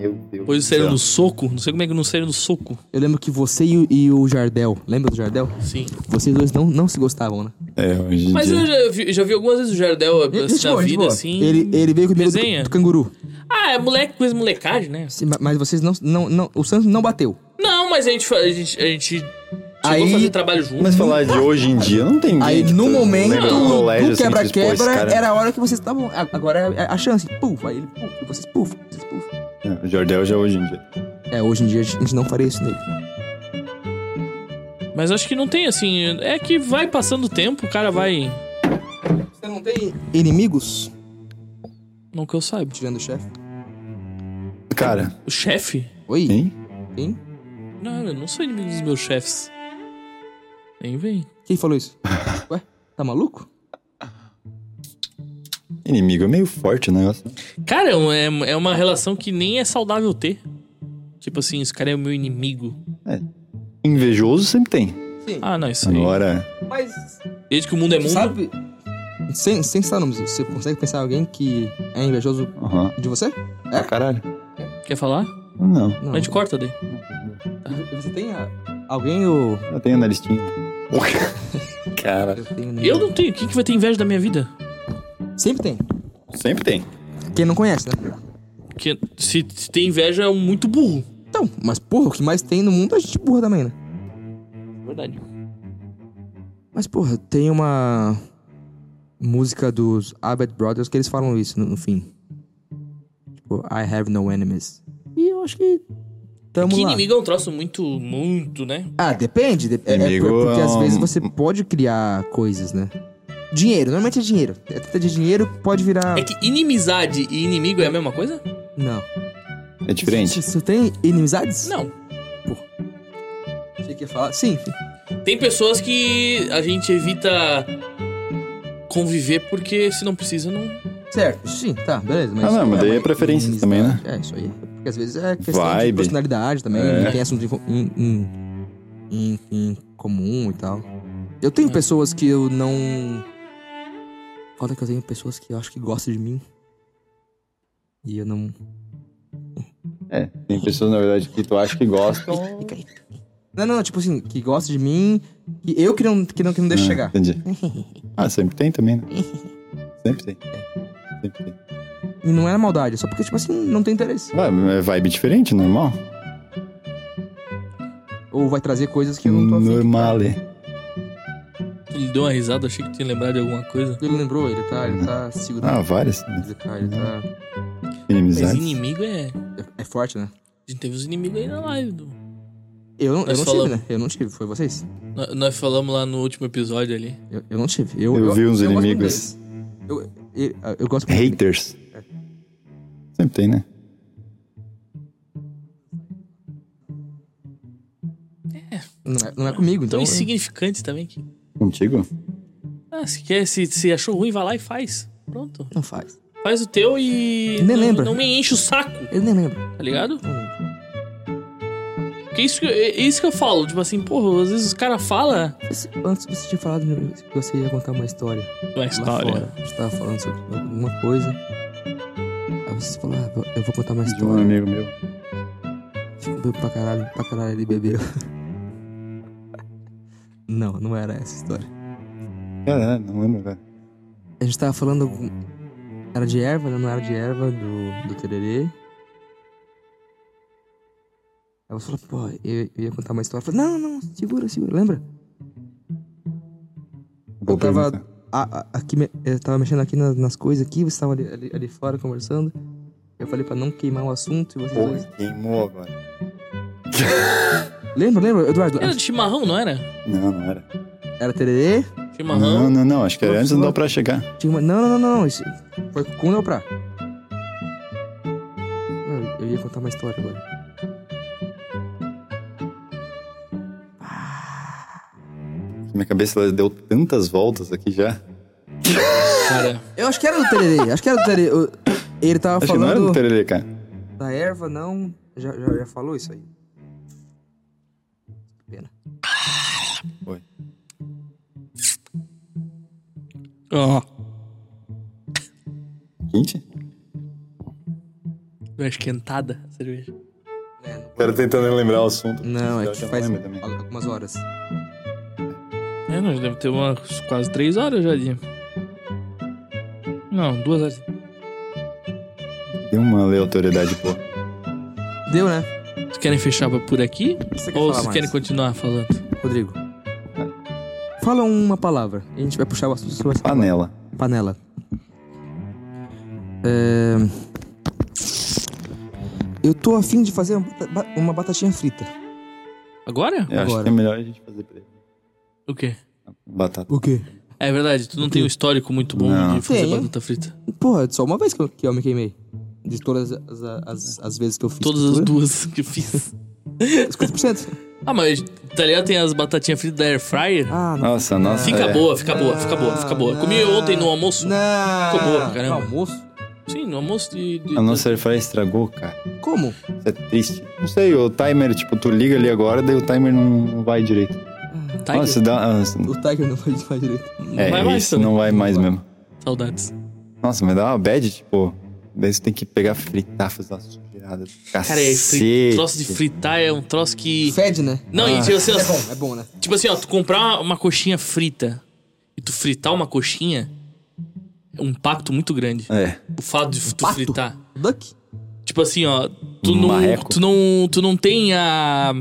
Meu Deus.
Depois
do
saíram
céu.
no soco. Não sei como é que não saíram no soco.
Eu lembro que você e o, e o Jardel, lembra do Jardel?
Sim.
Vocês dois não, não se gostavam, né?
É, hoje em
Mas
dia.
eu já vi, já vi algumas vezes o Jardel assim, na vida, assim.
Ele, ele veio comigo
Resenha.
do, do canguru.
Ah, é moleque, coisa molecagem, né?
Sim, ma- Mas vocês não, não, não. O Santos não bateu.
Não, mas a gente. fa- A gente, a gente chegou a
Aí-
fazer trabalho junto.
Mas falar de hoje em dia não tem ninguém
Uhum. Aí
que
no
tu
momento
lembra do colégio,
do
assim, que diz, "Pô, esse
quebra-quebra
cara-
era a hora que vocês estavam. a- Agora é a chance. Puf, aí ele puf, e vocês puf, vocês puf.
É, O Jordel já é hoje em dia.
É, hoje em dia a gente não faria isso nele.
Mas acho que não tem assim. É que vai passando o tempo, o cara vai.
Você não tem inimigos?
Não que eu saiba.
Tirando o chefe.
Cara,
O chefe?
Oi?
hein?
Tem?
Não, eu não sou inimigo dos meus chefes. Nem vem.
Quem falou isso?
[LAUGHS]
Ué? Tá maluco?
Inimigo é meio forte o negócio.
Cara, é um- é, é uma relação que nem é saudável ter. Tipo assim, esse cara é o meu inimigo.
Invejoso sempre tem.
Sim.
Ah, não, isso aí.
Agora,
Mas.
Desde que o mundo é mundo.
Sabe. Sem, sem citar nomes, você consegue pensar em alguém que é invejoso
aham.
de você?
Ah, caralho.
Quer falar?
Não,
Não.
A gente corta daí.
Você tem a- alguém ou.
eu tenho na listinha. [LAUGHS] Cara,
Eu tenho, né?
Eu não tenho. Quem que vai ter inveja da minha vida?
Sempre tem.
sempre tem.
Quem não conhece, né?
Porque se, se tem inveja é um muito burro.
Então, mas porra, o que mais tem no mundo é gente burra também, né?
Verdade.
Mas porra, tem uma. Música dos Abbott Brothers que eles falam isso no, no fim. Tipo, I have no enemies. E eu acho que. Tamo
que
lá.
inimigo é um troço muito, muito, né?
Ah, depende. de- é- é
Inimigo
por- porque
é
às
um-
vezes você pode criar coisas, né? Dinheiro, normalmente é dinheiro. É treta de dinheiro pode virar.
É que inimizade e inimigo é a mesma coisa?
Não.
É diferente.
Você tem inimizades?
Não.
Achei que ia falar. Sim.
Tem pessoas que a gente evita conviver porque se não precisa, não.
Certo. Sim, tá, beleza. Mas
Ah, não, mas
é,
daí é preferência também, né?
É, isso aí. Porque às vezes é questão de
Vibe.
personalidade também.
É.
não Tem assunto em, co- em- em- em- em comum e tal. Eu tenho pessoas que eu não. Foda que eu tenho pessoas que eu acho que gostam de mim. E eu não.
É, tem pessoas, na verdade, que tu acha que gostam.
Não, não, tipo assim, que gosta de mim, que eu que não, que não, que não deixa
Ah,
chegar. [LAUGHS]
Entendi. Ah, sempre tem também, né? Sempre tem. Sempre tem.
E não é maldade, é só porque, tipo assim, não tem interesse.
Ah, é vibe diferente, normal.
Ou vai trazer coisas que eu não tô afim.
Normal, é.
Ele deu uma risada, achei que tinha lembrado de alguma coisa.
Ele lembrou, ele tá, ele tá segurando.
Ah, várias.
Ah, ele tá...
Mas
Inimizades.
inimigo é.
É forte, né?
A gente teve os inimigos aí na live. do-
Eu não, eu
Nós
não tive,
falamos.
né? Eu não tive, foi vocês.
Nó- Nós falamos lá no último episódio ali.
Eu, eu não tive. Eu,
Eu vi uns
gosto muito
inimigos.
deles. Eu, eu, eu gosto muito deles.
Haters. Sempre tem, né?
Não é, não é comigo, então.
Tão
eu-
insignificante também. Que...
Contigo?
Ah, se quer, se, se achou ruim, vai lá e faz. Pronto.
Não faz.
Faz o teu e.
Nem
não,
lembra.
Não me enche o saco,
Eu nem lembro.
tá ligado?
Não lembro.
Porque isso que, eu- é isso que eu falo. Tipo assim, porra, às vezes os caras falam.
Você- Antes você tinha falado que você ia contar uma história.
Uma
Lá fora. A gente tava falando sobre alguma coisa. Aí você falou, ah, eu- eu vou contar uma
De um
história.
amigo meu.
Ficou bebo pra caralho, pra caralho ele bebeu. [LAUGHS] Não, não era essa a história.
Caralho, é, não lembro agora.
A gente tava falando. algum- Era de erva, né? Não era de erva, do, do tererê. Aí você falou, pô, eu, eu ia contar uma história. Eu falei, não, não, segura, segura, lembra?
Vou
Eu tava,
perguntar.
a- a- aqui, me- eu tava mexendo aqui nas, nas coisas aqui, vocês estavam ali, ali, ali fora conversando. Eu falei pra não queimar o assunto e vocês dois.
Pô, queimou agora.
Lembra, lembra, Eduardo?
Era de chimarrão, não era?
Não, não era.
Era tererê?
Chimarrão.
Não, não, não. Acho que era antes
Professor.
não dá pra chegar.
Tinha uma... Não, não, não, não. Isso foi com o Neopra. Eu, eu ia contar uma história agora.
Minha cabeça ela deu tantas voltas aqui já.
Cara,
Eu acho que era do tererê. acho que era do tererê. Eu- Ele tava
Acho que não era
falando
do Tererê, cara.
da erva, não. Já, já, já falou isso aí. Que Pena.
Foi.
ó.
Quente?
Deu uma esquentada a cerveja.
É, não,
Quero tentando lembrar o assunto.
não, é
Eu
que
já não
faz
lembro também.
al- algumas horas.
É, nós deve ter umas quase três horas já de. Não, duas horas.
Deu uma aleatoriedade, pô.
Deu, né?
Vocês querem fechar por aqui?
O que você quer falar
Ou vocês
mais?
querem continuar falando?
Rodrigo.
É.
Fala uma palavra. A gente vai puxar o assunto sobre essa
Panela.
panela. É... Eu tô afim de fazer uma bata- ba- uma batatinha frita.
Agora?
Eu acho
Agora.
que é melhor a gente fazer pra ele.
O quê?
Batata.
O quê?
É verdade, tu não tem um histórico muito bom
Não.
de fazer
Tenho.
batata frita.
Porra, só uma vez que eu, que eu me queimei. De todas as, as, as vezes que eu fiz.
Todas as duas que eu fiz.
as 50%.
Ah, mas tá ligado? Tem as batatinhas fritas da Air Fryer.
Ah, não.
Nossa, nossa.
Fica
é.
boa, fica boa, fica boa, fica boa. Comi
Não.
ontem no almoço.
Não.
Ficou boa pra caramba.
No almoço?
Sim, no almoço de. de-
A nossa airfryer estragou, cara.
Como?
Isso é triste. Não sei, o timer, tipo, tu liga ali agora, daí o timer não não vai direito.
Tiger.
Nossa, dá. ah,
O Tiger não faz, faz direito.
não
É,
vai mais né?
isso
também.
não vai mais mesmo.
Saudades.
Nossa, mas dá uma bad, tipo. Daí você tem que pegar, fritar, fazer uma sujeirada. Cacete.
Cara, esse troço de fritar é um troço que.
Fede, né?
Não, e tipo assim,
É
ó,
bom, é bom, né?
tipo assim, ó, tu comprar uma, uma coxinha frita e tu fritar uma coxinha é um impacto muito grande.
É.
O fato de tu
Pato?
fritar.
Duck?
Tipo assim, ó, tu não,
Um Marreco.
tu não. Tu não tem a.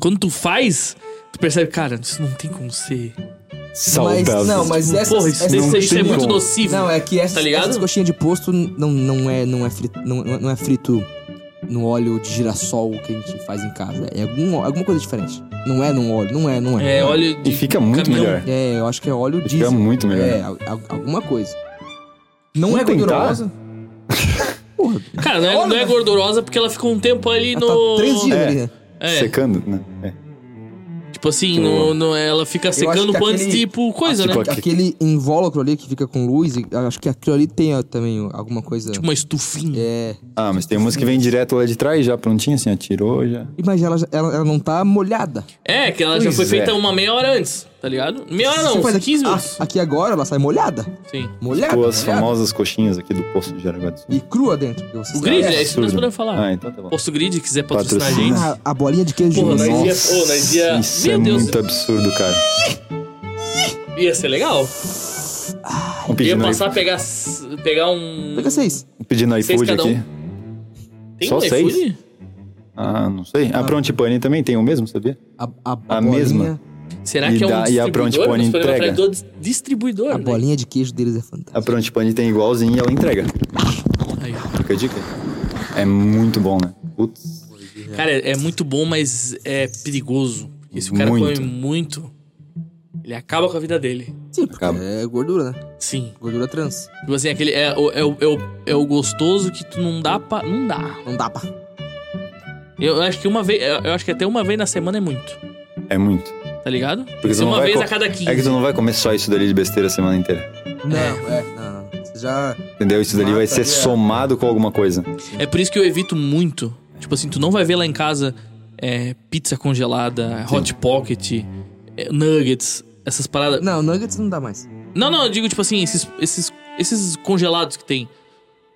Quando tu faz, tu percebe, cara, isso não tem como ser. Tipo,
Mas,
Saudável.
não, mas essas...
Porra, isso,
essas-
não
isso- isso é
tem
muito
como.
nocivo.
Não, é que essas,
Tá ligado?
essas coxinhas de posto não, não, é, não, é frito, não, não é frito no óleo de girassol que a gente faz em casa. É algum, alguma coisa diferente. Não é num óleo, não é, não é.
É óleo de.
E fica muito
caminhão.
melhor.
É, eu acho que é óleo
Fica
diesel.
muito melhor.
É, al- al- alguma coisa. Não
um né? Vamos
é gordurosa. Porra,
Cara, não é,
Olha,
não é
né?
gordurosa porque ela ficou um tempo ali
ela
no.
tá três dias
É.
ali, né?
É,
Secando, né? É.
tipo assim,
Tô.
no, no- ela fica secando
que
antes,
aquele-
tipo, coisa,
tipo
né?
Ok.
Aquele invólucro ali que fica com luz, e eu acho que aquilo ali tem ó, também alguma coisa.
Tipo uma estufinha.
É.
Ah, mas tem umas que vem direto lá de trás, já prontinha, assim, atirou já.
Mas ela, ela, ela não tá molhada.
É, que ela já
Pois
foi
é.
feita uma meia hora antes, tá ligado? Meia hora
Você
não,
faz aqui-
15
ah,
minutos.
Aqui agora ela sai molhada.
Sim.
Molhada.
Tipo, as
molhada.
famosas coxinhas aqui do posto de Jaraguá do Sul.
E crua dentro. porque você
O
sabe.
grid,
É
é isso que nós
absurdo.
podemos falar.
Ah, então tá bom.
Posto Grid quiser patrocinar a
Patrocina.
gente.
Ah, a bolinha de queijo.
Porra, nós ia-
Nossa.
Ô, nós ia-
Isso
Meu
é
Deus.
muito absurdo, cara.
Ia ser legal.
Vamos pedir
Ia
no
passar a pegar, s- pegar um.
Pega seis.
pedindo
Seis
iFood
cada
aqui.
um. Tem
Só
um
seis?
iFood?
Ah, não sei. A Prontipani também tem o mesmo, sabia?
A, a, a,
A
bolinha,
mesma.
Será
E
que é um
dá- e a
distribuidor?
Pronto
Nós
Pony
podemos
entrega?
atrás é do dis- distribuidor.
A
né?
bolinha de queijo deles é
A
fantástica.
Prontipani tem igualzinho e ela entrega.
Aí, ó.
Fica a dica. É muito bom, né? Putz.
Cara, é muito bom, mas é perigoso. Porque se o cara
Muito.
come muito, ele acaba com a vida dele.
Sim, porque
Acaba.
é gordura, né?
Sim.
Gordura trans.
Tipo assim, aquele é, o- é, o- é, o- é o gostoso que tu não dá pra. Não dá.
Não dá pra.
Eu acho que uma vez. Eu acho que até uma vez na semana é muito.
É muito.
Tá ligado?
Porque
Se
tu não
uma
vai
vez
co-
a cada 15.
É que tu não vai comer só isso dali de besteira a semana inteira.
Não, é. Não, não. Você já.
Entendeu? Isso dali vai
Mata
ser
ali, é.
somado com alguma coisa.
É por isso que eu evito muito. Tipo assim, tu não vai ver lá em casa é, pizza congelada, hot pocket, é, nuggets, essas paradas.
Não, nuggets não dá mais.
Não, não, eu digo, tipo assim, esses, esses, esses congelados que tem.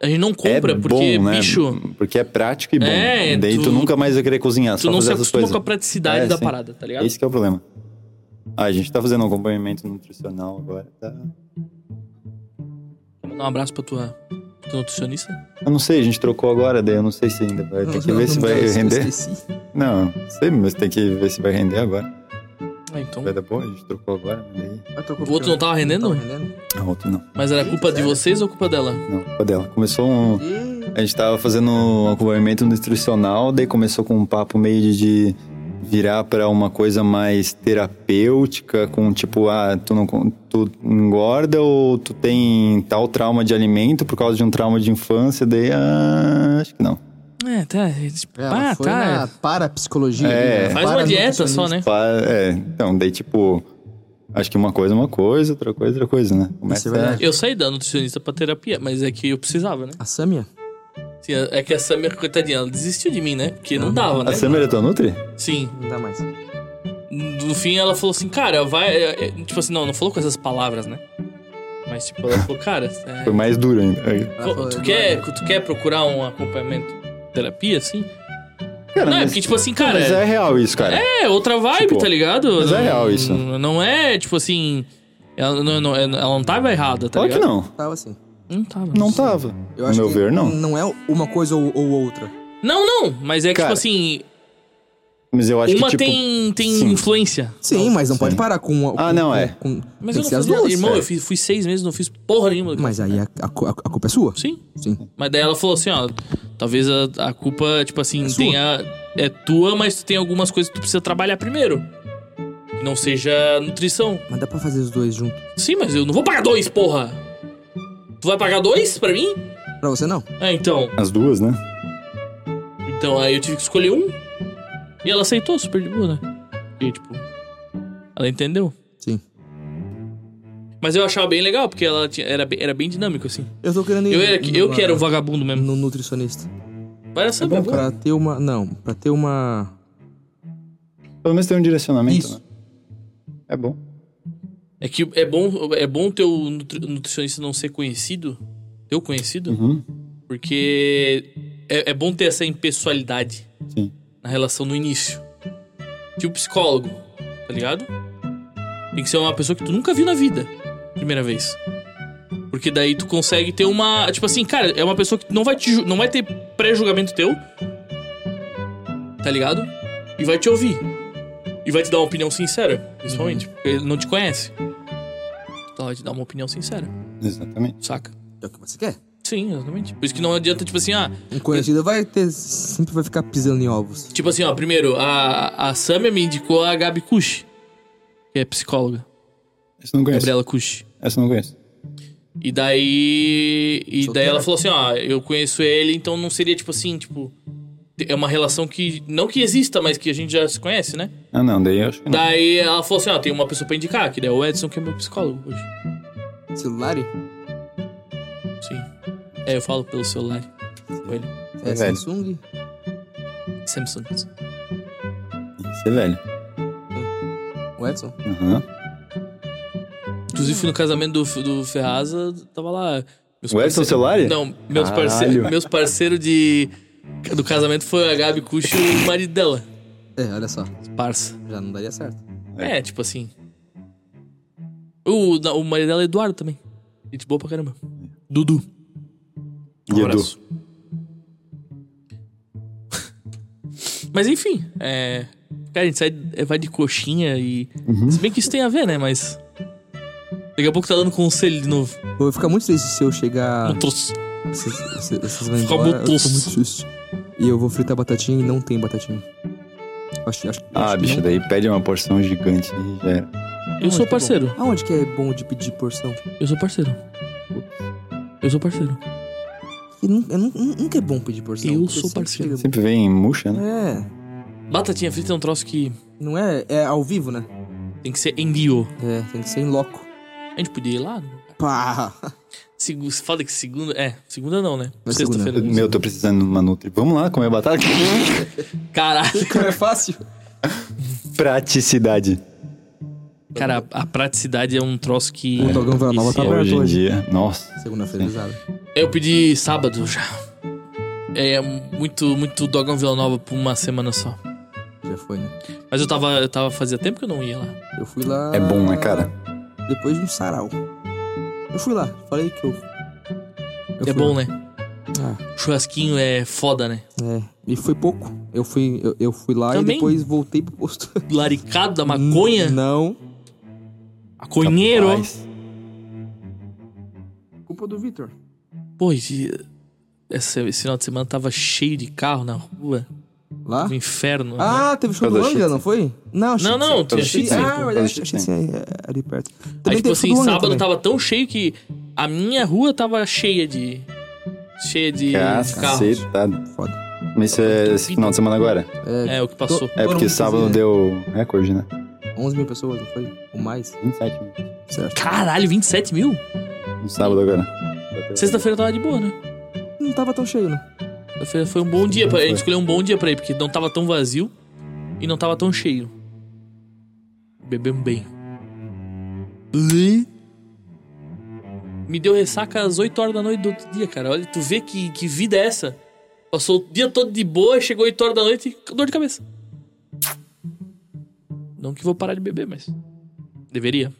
A gente não compra
é
porque,
bom, né?
bicho,
Porque é prático e bom.
É,
Daí tu,
tu-
nunca mais vai querer cozinhar,
tu
só
não se
fazer essas
acostuma
coisas.
com a praticidade
É,
da
sim.
parada, tá ligado?
Esse que é o problema. Ah, a gente tá fazendo um acompanhamento nutricional agora. Tá...
Dá um abraço pra tua, pra tua nutricionista.
Eu não sei, a gente trocou agora, daí eu não sei se ainda vai. Tem que ver se vai render. Não, sei, mas tem que ver se vai render agora.
Ah, então.
Vai dar boa, a gente trocou agora. Daí...
O outro não tava rendendo?
A outra não.
Mas era culpa de vocês ou culpa dela?
Não, foi dela. Começou um. A gente tava fazendo um acompanhamento nutricional, daí começou com um papo meio de, de virar pra uma coisa mais terapêutica, com tipo, ah, tu não con- tu engorda ou tu tem tal trauma de alimento por causa de um trauma de infância, daí ah, acho que não.
É, tá. tipo,
Ela
ah,
foi na
tá.
parapsicologia.
É.
né?
Faz uma
Para
dieta só,
nutricionista.
né?
Fa- É, então, daí tipo, acho que uma coisa é uma coisa, outra coisa é outra coisa, né?
Isso é verdade.
Eu saí da nutricionista pra terapia, mas é que eu precisava, né?
A Samia?
Sim, é que essa minha coitadinha, ela desistiu de mim, né? Porque não dava,
A
né?
Samira é tua Nutri?
Sim.
Não dá mais.
No fim, ela falou assim, cara, vai... é, é, Tipo assim, não, não falou com essas palavras, né? Mas, tipo, ela falou, cara... é,
Foi mais dura ainda. É, Aí.
Ela falou,
tu,
"Eduardo,
quer, tu quer procurar um acompanhamento de terapia, assim?
Cara,
não, é
mas-
porque, tipo assim, cara...
Mas é real isso, cara.
É, outra vibe,
Tipo,
tá ligado?
mas é real isso.
Não é, tipo assim... Ela não, não- é, ela não tava errada, tá
Claro que
ligado?
não.
Tava assim.
Não. tava.
Não tava.
Eu
No
acho
meu
que
ver, não.
Não é uma coisa ou, ou outra.
Não, não, mas é que,
tá. Cara,
tipo assim...
Mas eu acho
Uma
que, tipo...
tem, tem
sim.
influência.
Sim, mas não pode parar com... com-
Ah, não,
com-
é.
com- tem
Mas eu
que
não
ser as
fiz nada.
duas.
Irmão,
é.
eu fiz, fui seis meses, não fiz porra nenhuma.
Mas aí a, a cu- a culpa é sua?
Sim.
Sim.
Mas daí ela falou assim, ó, talvez a, a culpa, tipo assim,
É sua.
tenha. é tua, mas tu tem algumas coisas que tu precisa trabalhar primeiro. Que não seja nutrição.
Mas dá pra fazer os dois juntos.
Sim, mas eu não vou pagar dois, porra! Tu vai pagar dois pra mim?
Pra você não.
Ah, então.
As duas, né?
Então aí eu tive que escolher um. E ela aceitou, super de boa, né? E tipo. Ela entendeu.
Sim.
Mas eu achava bem legal, porque ela tinha- era, bem, era bem dinâmico, assim.
Eu tô querendo ir
Eu, era, eu que era o vagabundo mesmo.
no nutricionista. É
Vai nessa
bom,
mesmo.
Pra ter uma. Não, pra ter uma.
Pelo menos tem um direcionamento,
Isso.
né? É bom.
É que é bom, é bom teu nutri- nutricionista não ser conhecido, teu conhecido,
Uhum.
porque é, é bom ter essa impessoalidade
Sim.
na relação no início. Tipo psicólogo, tá ligado? Tem que ser uma pessoa que tu nunca viu na vida, primeira vez. Porque daí tu consegue ter uma. Tipo assim, cara, é uma pessoa que não vai, te, ju- não vai ter pré-julgamento teu, tá ligado? E vai te ouvir. E vai te dar uma opinião sincera, principalmente, porque ele não te conhece. Então vai te dar uma opinião sincera,
Exatamente.
saca?
É o que você quer.
Sim, exatamente. Por isso que não adianta, tipo assim, ah,
Um conhecido vai ter. Sempre vai ficar pisando em ovos.
Tipo assim, ó, primeiro, a, a Samia me indicou a Gabi Cush, que é psicóloga.
Essa eu não conheço.
Gabriela Cush.
Essa eu não conheço.
E daí. E daí
Solteira.
ela falou assim, ó, eu conheço ele, então não seria tipo assim, tipo. É uma relação que. Não que exista, mas que a gente já se conhece, né?
Ah, não, daí eu acho que não.
Daí ela falou assim, ó, tem uma pessoa pra indicar, que daí é o Edson, que é meu psicólogo hoje.
Celular? É
Sim. É, eu falo pelo celular. Com ele.
É
Velho.
Samsung?
Samsung.
Isso é velho.
O Edson?
Aham.
Um Inclusive, fui no casamento do, do Ferraza, tava lá. meus
O Edson
parceiros-
Celari?
Não, meus
Caralho.
parceiros, meus parceiro de do casamento foi a Gabi Cuxo e o marido dela,
É, olha só.
parça.
Já não daria certo.
É, tipo assim. O, o marido dela é Eduardo também. Gente boa pra caramba. Dudu.
E Edu.
abraço. Mas enfim, é. Cara, a gente sai, é, vai de coxinha e.
Uhum.
Se bem que isso tem a ver, né? Mas. Daqui a pouco tá dando conselho de novo.
Eu vou ficar muito triste se eu
Ah.
chegar.
Não trouxe.
Vocês, vocês, vocês vão
Fica
embora, eu tô
muito
muito
susto.
susto. E eu vou fritar batatinha e não tem batatinha. Acho, acho,
Ah,
acho que
bicho,
não.
daí pede uma porção gigante e já era.
Eu sou
Tá bom.
parceiro.
Aonde que é bom de pedir porção?
Eu sou parceiro. Eu sou parceiro.
E nu- é nu- nu- nunca é bom pedir porção.
Eu
porque
sou
sempre
parceiro.
chega-
Sempre vem murcha, né?
É,
Batatinha frita é um troço que
não é, é ao vivo, né?
tem que ser envio.
É, tem que ser em loco.
A gente podia ir lá.
Pá! [LAUGHS]
Segu fala que segunda. É, segunda não, né?
Mas
Sexta-feira.
Meu, tô precisando de uma Nutri. Vamos lá comer batata?
Caralho.
Como é fácil?
Praticidade.
Cara, a, a praticidade é um troço que.
O Dogão Vila Nova
que
tá
se-
aberto.
Hoje em
hoje.
dia. Nossa.
Segunda-feira, sabe?
É, Eu pedi sábado já. É muito, muito Dogão Vila Nova por uma semana só.
Já foi, né?
Mas eu tava, eu tava. Fazia tempo que eu não ia lá.
Eu fui lá.
É bom, né, cara?
Depois de um sarau. Eu fui lá, falei que eu. eu fui
é bom,
lá.
né?
Ah.
Churrasquinho é foda, né?
É, e foi pouco. Eu fui, eu, eu fui lá
Também?
e depois voltei pro posto. [LAUGHS]
Laricado da
Hum,
maconha.
Não.
Maconheiro.
Rapaz.
Culpa do Vitor.
Pô, esse, esse esse final de semana tava cheio de carro na rua.
Lá?
O inferno. né?
Ah, teve show
Pelo
do Angra,
Shitsu.
não foi? Não,
Não, não, tinha
Ah,
Shitsu.
Ah, verdade,
Shitsu.
Shitsu é, é, ali perto.
Aí,
Também teve
tipo
show
assim,
do Angra
sábado
também.
tava tão cheio que a minha rua tava cheia de. Cheia de carros.
Cacetado.
Foda.
Mas isso é esse final de semana agora?
É, o que passou.
É
Foram
porque
muitos,
sábado
né?
deu recorde, né?
11 mil pessoas, não foi? Ou mais?
27 mil.
Certo.
Caralho, 27 mil?
No sábado agora.
Sexta-feira tava de boa, né?
Não tava tão cheio, né?
Sexta-feira foi um bom dia. Pra, a gente
Foi.
escolheu um bom dia pra ir, porque não tava tão vazio e não tava tão cheio. Bebemos bem. Me deu ressaca às 8 horas da noite do outro dia, cara. Olha, tu vê que, que vida é essa? Passou o dia todo de boa, chegou 8 horas da noite e dor de cabeça. Não que vou parar de beber, mas. Deveria.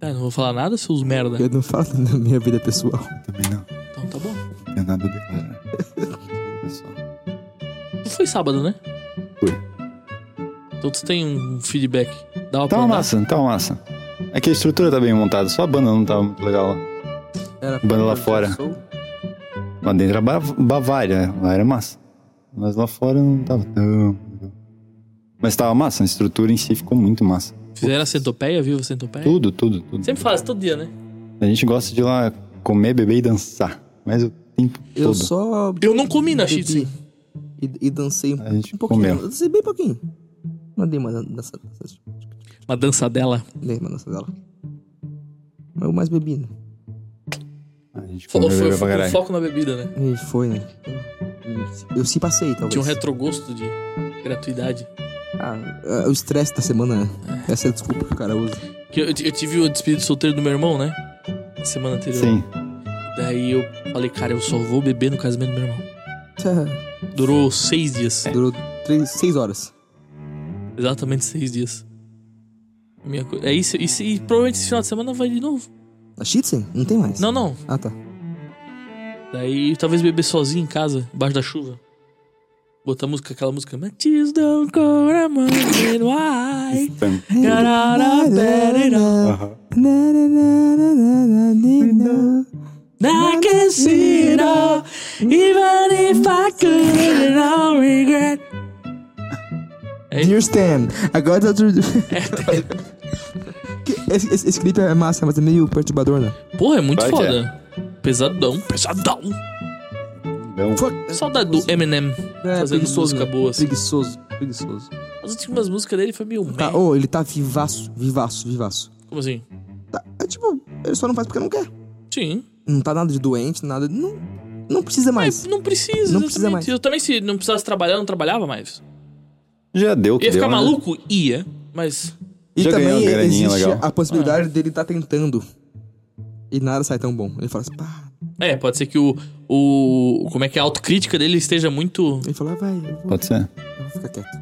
Ah, não vou falar nada, seus merda.
Eu não falo da minha vida pessoal.
Também não.
Então tá bom.
Não tem nada a declarar. Pessoal.
Tu foi sábado, né?
Fui.
Então tu tem um feedback.
Tá
Dá uma
uma
pra dar?
massa, tá uma massa. É que a tá estrutura tá bem montada, só a banda não tava muito legal lá.
Era
Banda lá fora.
Show.
Lá dentro era Ba- Bavária, né? lá era massa. Mas lá fora não tava tão. legal. Mas tava massa, a estrutura em si ficou muito massa.
Fizeram a centopeia, viu a centopeia?
Tudo, tudo, tudo.
Sempre faz, todo dia, né?
A gente gosta de ir lá comer, beber e dançar. Mas o tempo
Eu
todo.
só.
Eu não comi na Shitsu.
E, e dancei um,
A gente
um pouquinho.
comeu.
Eu dancei bem pouquinho. Mandei uma dança. dança-
Uma dança dela.
Dei uma dança dela. Mas eu mais bebi, né?
A gente
Foi,
comeu,
foi,
bebeu pra
foi com
caralho.
foco na bebida, né?
E foi, né? Eu, eu se passei, talvez.
Tinha um retrogosto de gratuidade.
Ah, é o estresse da semana, né? Essa é a desculpa que o cara usa.
Que eu, eu tive o despedido solteiro do meu irmão, né? Na semana anterior.
Sim.
Daí eu falei, cara, eu só vou beber no casamento do meu irmão. Durou seis
É.
dias.
Durou três, seis horas.
Exatamente seis dias. Minha co... É isso, isso. E provavelmente esse final de semana vai de novo.
A Shitsen? Não tem mais.
Não, não.
Ah, tá.
Daí talvez beber sozinho em casa, embaixo da chuva. Botar música, aquela música. Matis don't go around in white.
Então,
Garara, berera.
aham.
Na, na, na, na, na, na, na, na.
I can see it all, even if I could, and I'll regret.
Dear Stan, agora tá tudo.
É,
[LAUGHS] Que- esse, esse, esse clipe é massa, mas é meio perturbador, né?
Porra, é muito
Vai que
foda. Pesadão, pesadão.
Então,
Saudade do Eminem
É,
fazendo
preguiçoso,
música
né?
boa. Assim.
Preguiçoso, preguiçoso.
As últimas músicas dele foi meio
Tá,
meh.
oh, ele tá vivaço, vivaço, vivaço.
Como assim?
Tá, é tipo, ele só não faz porque não quer.
Sim.
Não tá nada de doente, nada. Não, não precisa mais.
Mas não precisa,
não precisa
exatamente.
mais.
Eu também, se não precisasse trabalhar, não trabalhava mais.
já deu o que
Ia
deu,
ficar
né?
maluco? Ia. Mas.
E
Já ganhou
também
uma graninha
existe
legal.
a
Ah.
possibilidade dele tá tentando. E nada sai tão bom. Ele fala assim, pá.
É, pode ser que o. o como é que é? a autocrítica dele esteja muito.
Ele fala, ah, vai, eu vou,
Pode ser.
eu vou ficar quieto.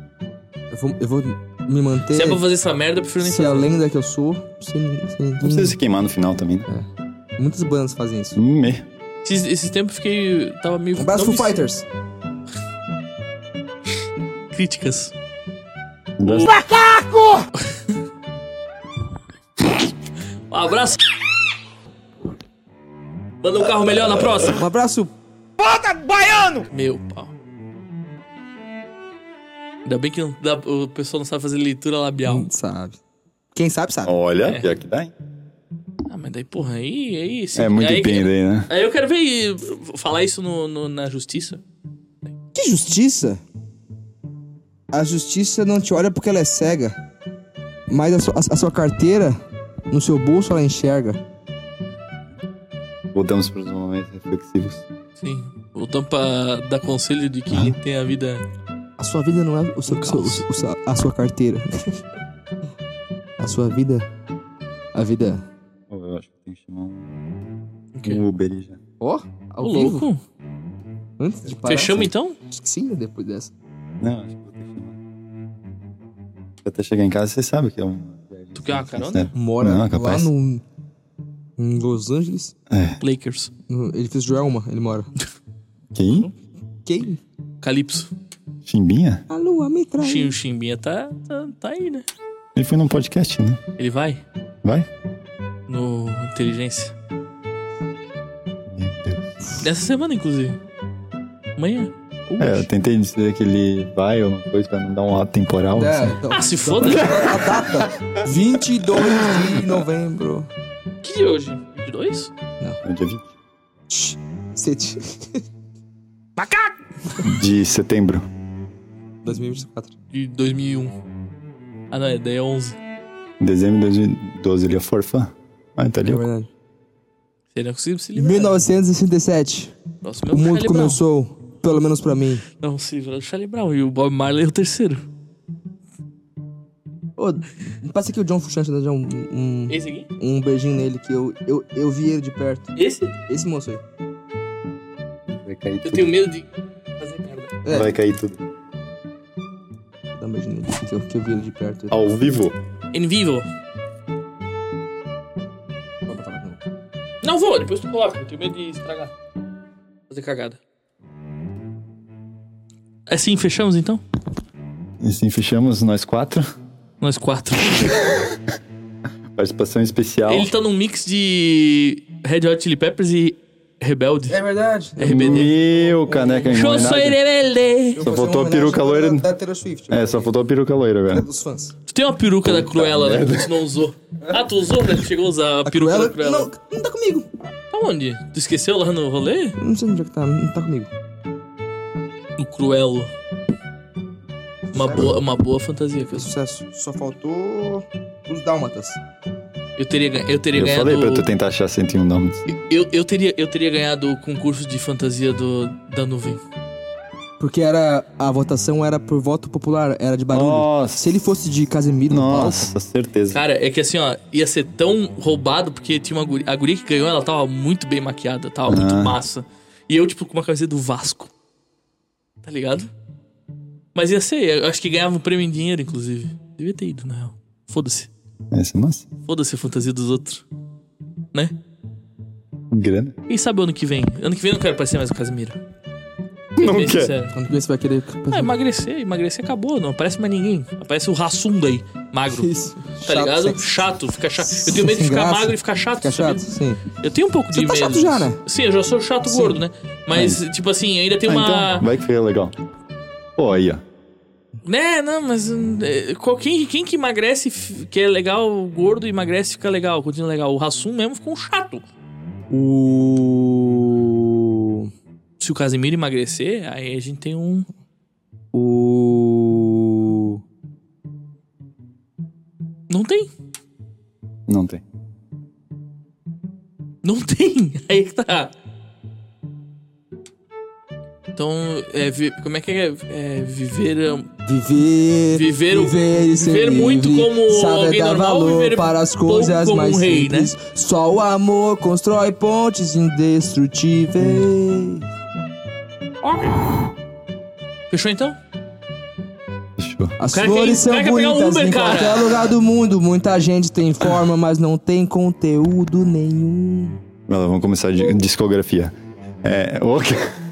Eu vou, eu vou me manter.
Se é pra fazer essa merda, eu prefiro nem
ser a
fazer.
lenda que eu sou, sem, sem
Não precisa
ninguém.
se queimar no final também. né?
Muitas bandas fazem isso.
Me.
Esses, esses tempos eu fiquei. Tava meio.
Um abraço
não
Foo
me-
Fighters.
Críticas. Um abraço. Manda um carro melhor na próxima.
Um abraço.
Meu pau. Ainda bem que não dá- o pessoal não sabe fazer leitura
Hum.
labial.
Sabe. Quem sabe, sabe.
Olha,
É.
pior que dá, hein?
Ah, mas daí, porra, aí, aí. se-
É muito
aí,
empenho daí, né?
aí eu quero ver e falar isso no- no- na justiça.
Que justiça? A justiça não te olha porque ela é cega, mas a, su- a- a sua carteira no seu bolso ela enxerga.
né? Voltamos para os momentos reflexivos.
Sim. Voltamos pra dar conselho de que tem a vida.
A sua vida não é o seu,
Um
o seu- o
caos.
seu- a sua
[LAUGHS]
carteira. a sua vida. A vida.
Pô, Eu acho que tem que chamar um,
o quê?
um Uber aí já.
Ó,
Ô,
ao vivo?
louco.
Antes de parar.
Fechamos então?
Acho que sim, né, depois dessa.
Não, acho que vou ter que chamar. Até chegar em casa, vocês sabem que é um.
Tu quer uma carona?
Mora
Não,
lá
capaz.
no, em Los Angeles.
É.
Lakers.
No, ele fez Joelma, ele mora.
Quem?
Quem?
Calypso.
Chimbinha?
A lua me
Chi- O Chimbinha tá, tá, tá aí, né?
Ele foi num podcast, né?
Ele vai
Vai?
no Inteligência.
Meu Deus.
Dessa semana, inclusive. Amanhã. Ou
É,
hoje.
eu tentei dizer que ele vai ou uma coisa pra não dar um ato temporal.
É,
assim.
então,
Ah,
[LAUGHS]
se foda.
a data 22 de novembro.
que dia é hoje? 22?
É o dia 20
Shhh, Sete.
de setembro.
2024.
De 2001. Ah, não, é, daí é 11.
Em dezembro de 2012 ele é forfã. Ah, tá ali.
É verdade.
Você não conseguiu se livrar.
1967.
Nossa, meu
O mundo
Charlie
começou, pelo menos pra mim.
Brown. Não, sim, o Charlie Brown. E o Bob Marley é o terceiro.
Ô, passa aqui o John Frusciante, né? Um, um,
Esse aqui?
um beijinho nele, que eu, eu, eu vi ele de perto.
Esse?
Esse moço aí.
Vai cair
Eu
tudo.
tenho medo de fazer merda.
É.
Vai cair tudo.
Dá um beijinho nele, que eu, que eu vi ele de perto.
Ao vivo.
In vivo.
Vou botar lá, não.
Não vou, depois tu coloca. Eu tenho medo de estragar. Fazer cagada. Assim, fechamos então?
E assim fechamos nós quatro.
Nós quatro.
Participação especial.
tá Ele tá num mix de Red Hot Chili Peppers e Rebelde.
É verdade.
RBD.
Meu caneca
Eu sou
engominada.
rebelde.
Só faltou a peruca loira.
Da, da Taylor Swift. né?
É, só faltou a peruca loira agora.
Dos fãs.
Tu tem uma peruca da Cruella, né? Que tu não usou. Ah, tu usou, né? Tu chegou a usar a, peruca
Cruella?
da Cruella.
Não, não tá comigo.
Tá onde? Tu esqueceu lá no rolê?
Não sei onde é que tá, não tá comigo.
No Cruelo. Uma boa, uma boa fantasia. que eu-
Sucesso.
Só faltou os dálmatas.
Eu teria, ganha- eu teria
Eu
ganhado...
falei pra tu tentar achar 101 nomes.
Eu, eu, teria, eu teria ganhado o concurso de fantasia do, da nuvem.
Porque era. A votação era por voto popular, era de barulho.
Nossa.
Se ele fosse de Casemiro no palco,
Nossa, certeza.
Cara, é que assim, ó, ia ser tão roubado porque tinha uma guri, a guria que ganhou, ela tava muito bem maquiada, tava muito massa. E eu, tipo, com uma camiseta do Vasco. Tá ligado? Mas ia ser, eu acho que ganhava um prêmio em dinheiro, inclusive. Devia ter ido, na real. Foda-se.
Essa é massa.
Foda-se a fantasia dos outros. Né?
Grana.
Quem sabe o ano que vem? Ano que vem eu não quero parecer mais o Casimiro.
Não
Bem
quer.
sincero.
quando que você vai querer.
É,
Ah, emagrecer, emagrecer acabou, não aparece mais ninguém. Aparece o Rassunda aí, magro.
Isso.
Tá ligado? Chato, fica chato. Eu tenho medo de
Sem
ficar
graça.
magro e ficar chato.
Fica
sabia?
chato, sim.
Eu tenho um pouco
Você
de
tá
medo.
chato já, né?
Sim, eu já sou chato gordo, né? Mas, tipo assim, ainda tem
Ah,
uma.
então, vai que foi legal. Pô, aí, ó.
Né, não, mas. hum, é, qual- Quem, quem que emagrece, f- que é legal, gordo, emagrece, fica legal, continua legal. O Rassum mesmo ficou um chato.
O.
Se o Casemiro emagrecer, aí a gente tem um.
O.
Não tem.
Não tem.
Não tem. [LAUGHS] Aí que tá. Então, é, vi- como é que é, é viver hum,
Viver.
Viver o-
e ser
viver muito
livre,
como
saber
alguém
dar
normal,
valor
viver
para as
pouco
coisas
como um
mais
rei,
simples. Só o amor constrói pontes
Hum.
indestrutíveis.
Fechou então?
Fechou.
As
cara
flores
quer- o
são
cara quer pegar um
bonitas
Uber,
em
cara.
qualquer lugar do mundo. Muita gente tem forma, mas não tem conteúdo nenhum.
Vai lá, vamos começar a di- discografia. É, ô, [LAUGHS] cara.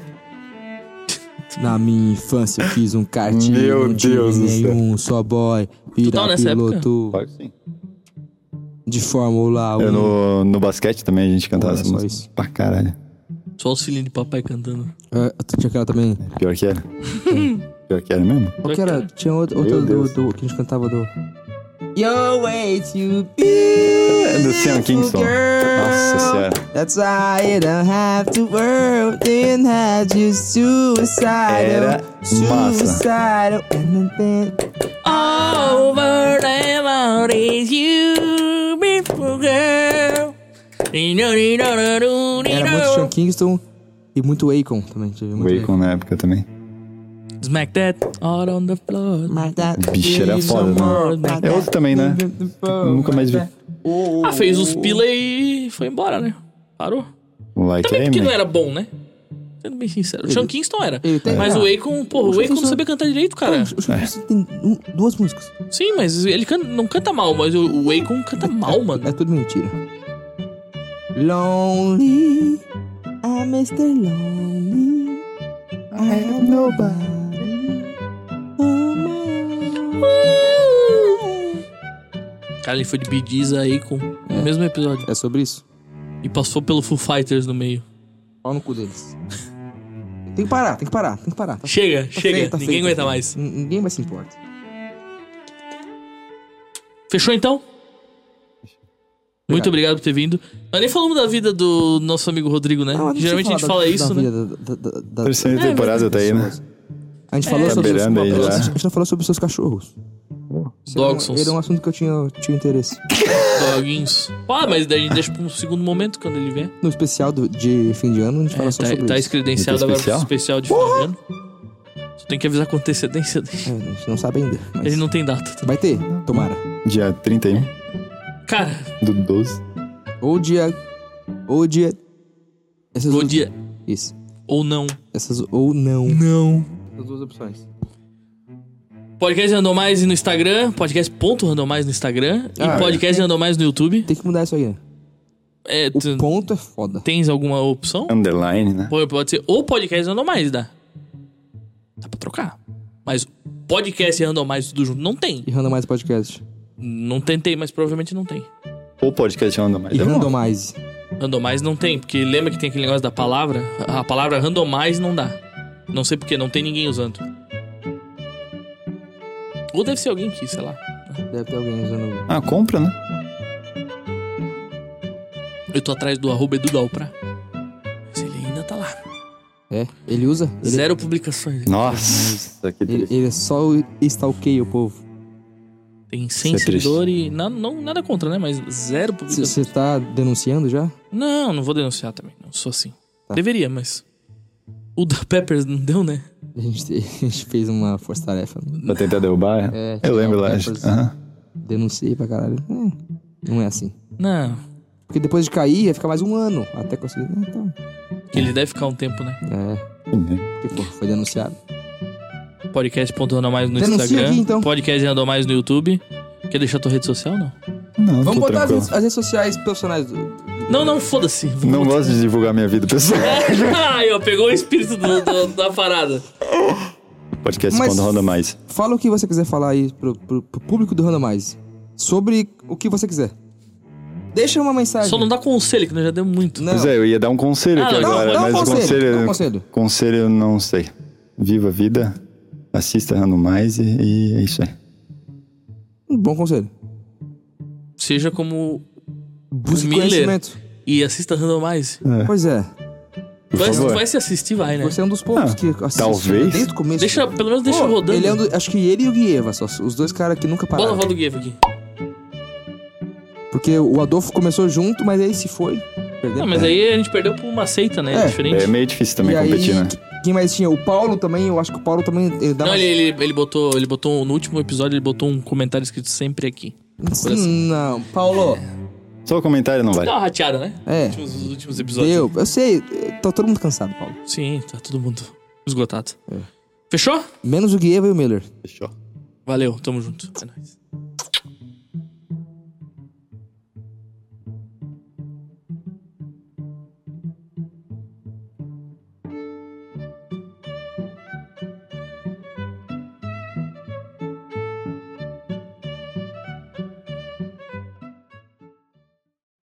Na minha infância eu fiz um kart.
Meu
não tive
Deus do céu.
nenhum, só boy.
tava
Vira
nessa época?
piloto
Claro que sim.
de Fórmula 1.
Eu no, no basquete também a gente cantava
Olha
essa
só
música.
isso.
Pra caralho.
Só os filhinhos de papai cantando.
Ah, tinha aquela também.
Pior
[LAUGHS]
que era. Pior que era mesmo.
Qual que era? Tinha outra, outra
Meu
do,
Deus.
do- que a gente cantava do. Your way to be.
É do Sam Kingston. Nossa senhora.
That's why you don't have to worry, didn't have to suicidal,
Era massa.
suicidal, and then
Over them all is you, beautiful girl.
Era muito Sean Kingston e muito Akon também. Tive muito
Bacon na época também.
Smack that out on the floor.
Mas that
Bicho, era
is
foda, né?
more, but
É outro também, né?
that-
Nunca mais vi.
Oh, oh,
Ah, fez os
oh.
pila e foi embora, né? Parou.
Like
Também
aí,
porque não
man.
era bom, né? Sendo bem sincero. O Sean Kingston era.
ele tem-
Mas
ah.
o Akon, pô, o Akon não sabia cantar direito, cara.
O Sean Kingston tem um- duas músicas.
Sim, mas ele can- não canta mal, mas o, o Akon canta mal,
[LAUGHS]
mano.
É tudo mentira. Lonely, I'm Mr. Lonely.
Ah,
I
é.
have nobody. Oh, my own.
Cara, ele foi de Bee Gees a Akon no mesmo episódio.
É sobre isso?
E passou pelo Foo Fighters no meio.
Olha no cu deles. [LAUGHS] Tem que parar, tem que parar, tem que parar. Tá-
Chega,
tá
chega.
feio, tá
Ninguém
feio.
aguenta mais.
N- Ninguém mais se importa.
Fechou então? Muito obrigado por ter vindo. Nós nem falamos da vida do nosso amigo Rodrigo, né?
Ah, deixa eu
Geralmente a gente
falar
fala
da-
isso,
da
né?
vida da- da- da- da-
Terceira
É,
temporada tá aí, né? É,
A gente falou
Tá
sobre
beirando aí já.
a gente não falou sobre os seus cachorros. Esse era um-
Dogsons.
Era um assunto que eu tinha, tinha interesse.
Doguinhos. Ah, mas daí a gente deixa pra um segundo momento quando ele vier.
No especial do- de fim de ano, a gente fala
É,
só
tá,
sobre
tá
isso.
escredenciado
Muito
agora pro
especial?
especial de final de ano. Só tem que avisar com antecedência. né?
É, a gente não sabe ainda. mas
Ele não tem data. tá?
Vai ter, tomara.
Dia 31
Cara,
do 12.
Ou dia. Ou dia. Essas
ou
duas-
dia
Isso.
ou não.
Essas. Ou não.
Não.
Essas duas opções.
Podcast Randomize no Instagram, podcast.randomize no Instagram
Ah,
e
é.
podcast Randomize no YouTube.
Tem que mudar isso aí, né?
É,
O
tu-
ponto é foda.
tens alguma opção?
Underline, né?
Pô, Pode ser ou podcast randomize, dá. Dá pra trocar. Mas podcast e randomize tudo junto não tem.
E randomize podcast.
Não tentei, mas provavelmente não tem.
Ou podcast anda mais.
E
É bom.
randomize.
Randomize não tem, porque lembra que tem aquele negócio da palavra? A palavra randomize não dá. Não sei porque, não tem ninguém usando. Ou deve ser alguém que, sei lá.
Deve ter alguém usando.
Ah, compra, né?
Eu tô atrás do arroba Edu Dalpra. Mas ele ainda tá lá.
É, ele usa. Ele,
Zero publicações.
Nossa, que
ele,
triste.
ele só stalkeia o povo.
Tem 100
Isso é triste.
seguidores e na- não, nada contra, né? Mas zero publicações.
Você tá denunciando já?
Não, não vou denunciar também. Não sou assim.
Tá.
Deveria, mas. O da Peppers [LAUGHS] não deu, né?
A gente, [LAUGHS] a gente fez uma força-tarefa. né?
Pra tentar derrubar.
É,
eu lembro lá. acho.
Peppers.
Aham.
Denunciei pra caralho. É, não é assim.
Não.
Porque depois de cair, ia ficar mais um ano até conseguir. né, Então,
Que ele deve ficar um tempo, né?
é, porque pô, foi denunciado.
Podcast.randomais no
Denuncia
Instagram.
aqui, então.
Podcast Randomais no YouTube. Quer deixar tua rede social, não?
Não,
Vamos
tô
botar as
tranquilo.
redes, as redes sociais profissionais. do-
Não, não, foda-se.
Não gosto de divulgar minha vida, pessoal.
[LAUGHS]
É,
Ai, ó, pegou o espírito do- do- da parada.
Podcast
Mas-
quando roda mais.
Fala o que você quiser falar aí pro, pro- pro público do Randomize. Sobre o que você quiser. Deixa uma mensagem.
Só não dá conselho, que nós já demos muito.
Não.
Pois é, eu ia dar um conselho
Ah,
aqui
não,
agora,
dá um
mas o
conselho,
conselho.
dá um conselho.
Conselho eu não sei. Viva a vida, assista Randomize e é isso aí.
Um bom conselho.
Seja como
Busque
Miller.
conhecimento.
e assista Randomize.
Pois é.
Por
Vai,
favor.
vai se assistir, vai, né?
Você é um dos poucos
Ah,
que assiste
talvez.
desde o começo.
Deixa, pelo menos deixa
Pô,
rodando.
Ele é um do- acho que ele e o Guieva, só, os dois caras é um que nunca
Bola
pararam.
a voz do Guevo aqui.
Porque o Adolfo começou junto, mas aí se foi. Perdeu.
Não, Ah, mas aí a gente perdeu por uma seita, né?
É.
Diferente.
É meio difícil também
e aí,
competir, né?
Quem mais tinha? O Paulo também, eu acho que o Paulo também. Ele dá
Não,
uma...
ele, ele, ele botou, ele botou um, no último episódio, ele botou um comentário escrito sempre aqui.
Hum, Não, Paulo.
Só o comentário não vale.
Dá uma rateada, né?
É.
Os últimos, os últimos episódios.
Deu. Eu sei, tá todo mundo cansado, Paulo.
Sim, tá todo mundo esgotado. Fechou?
Menos o Guieva e o Miller.
Fechou.
Valeu, tamo junto. É nóis.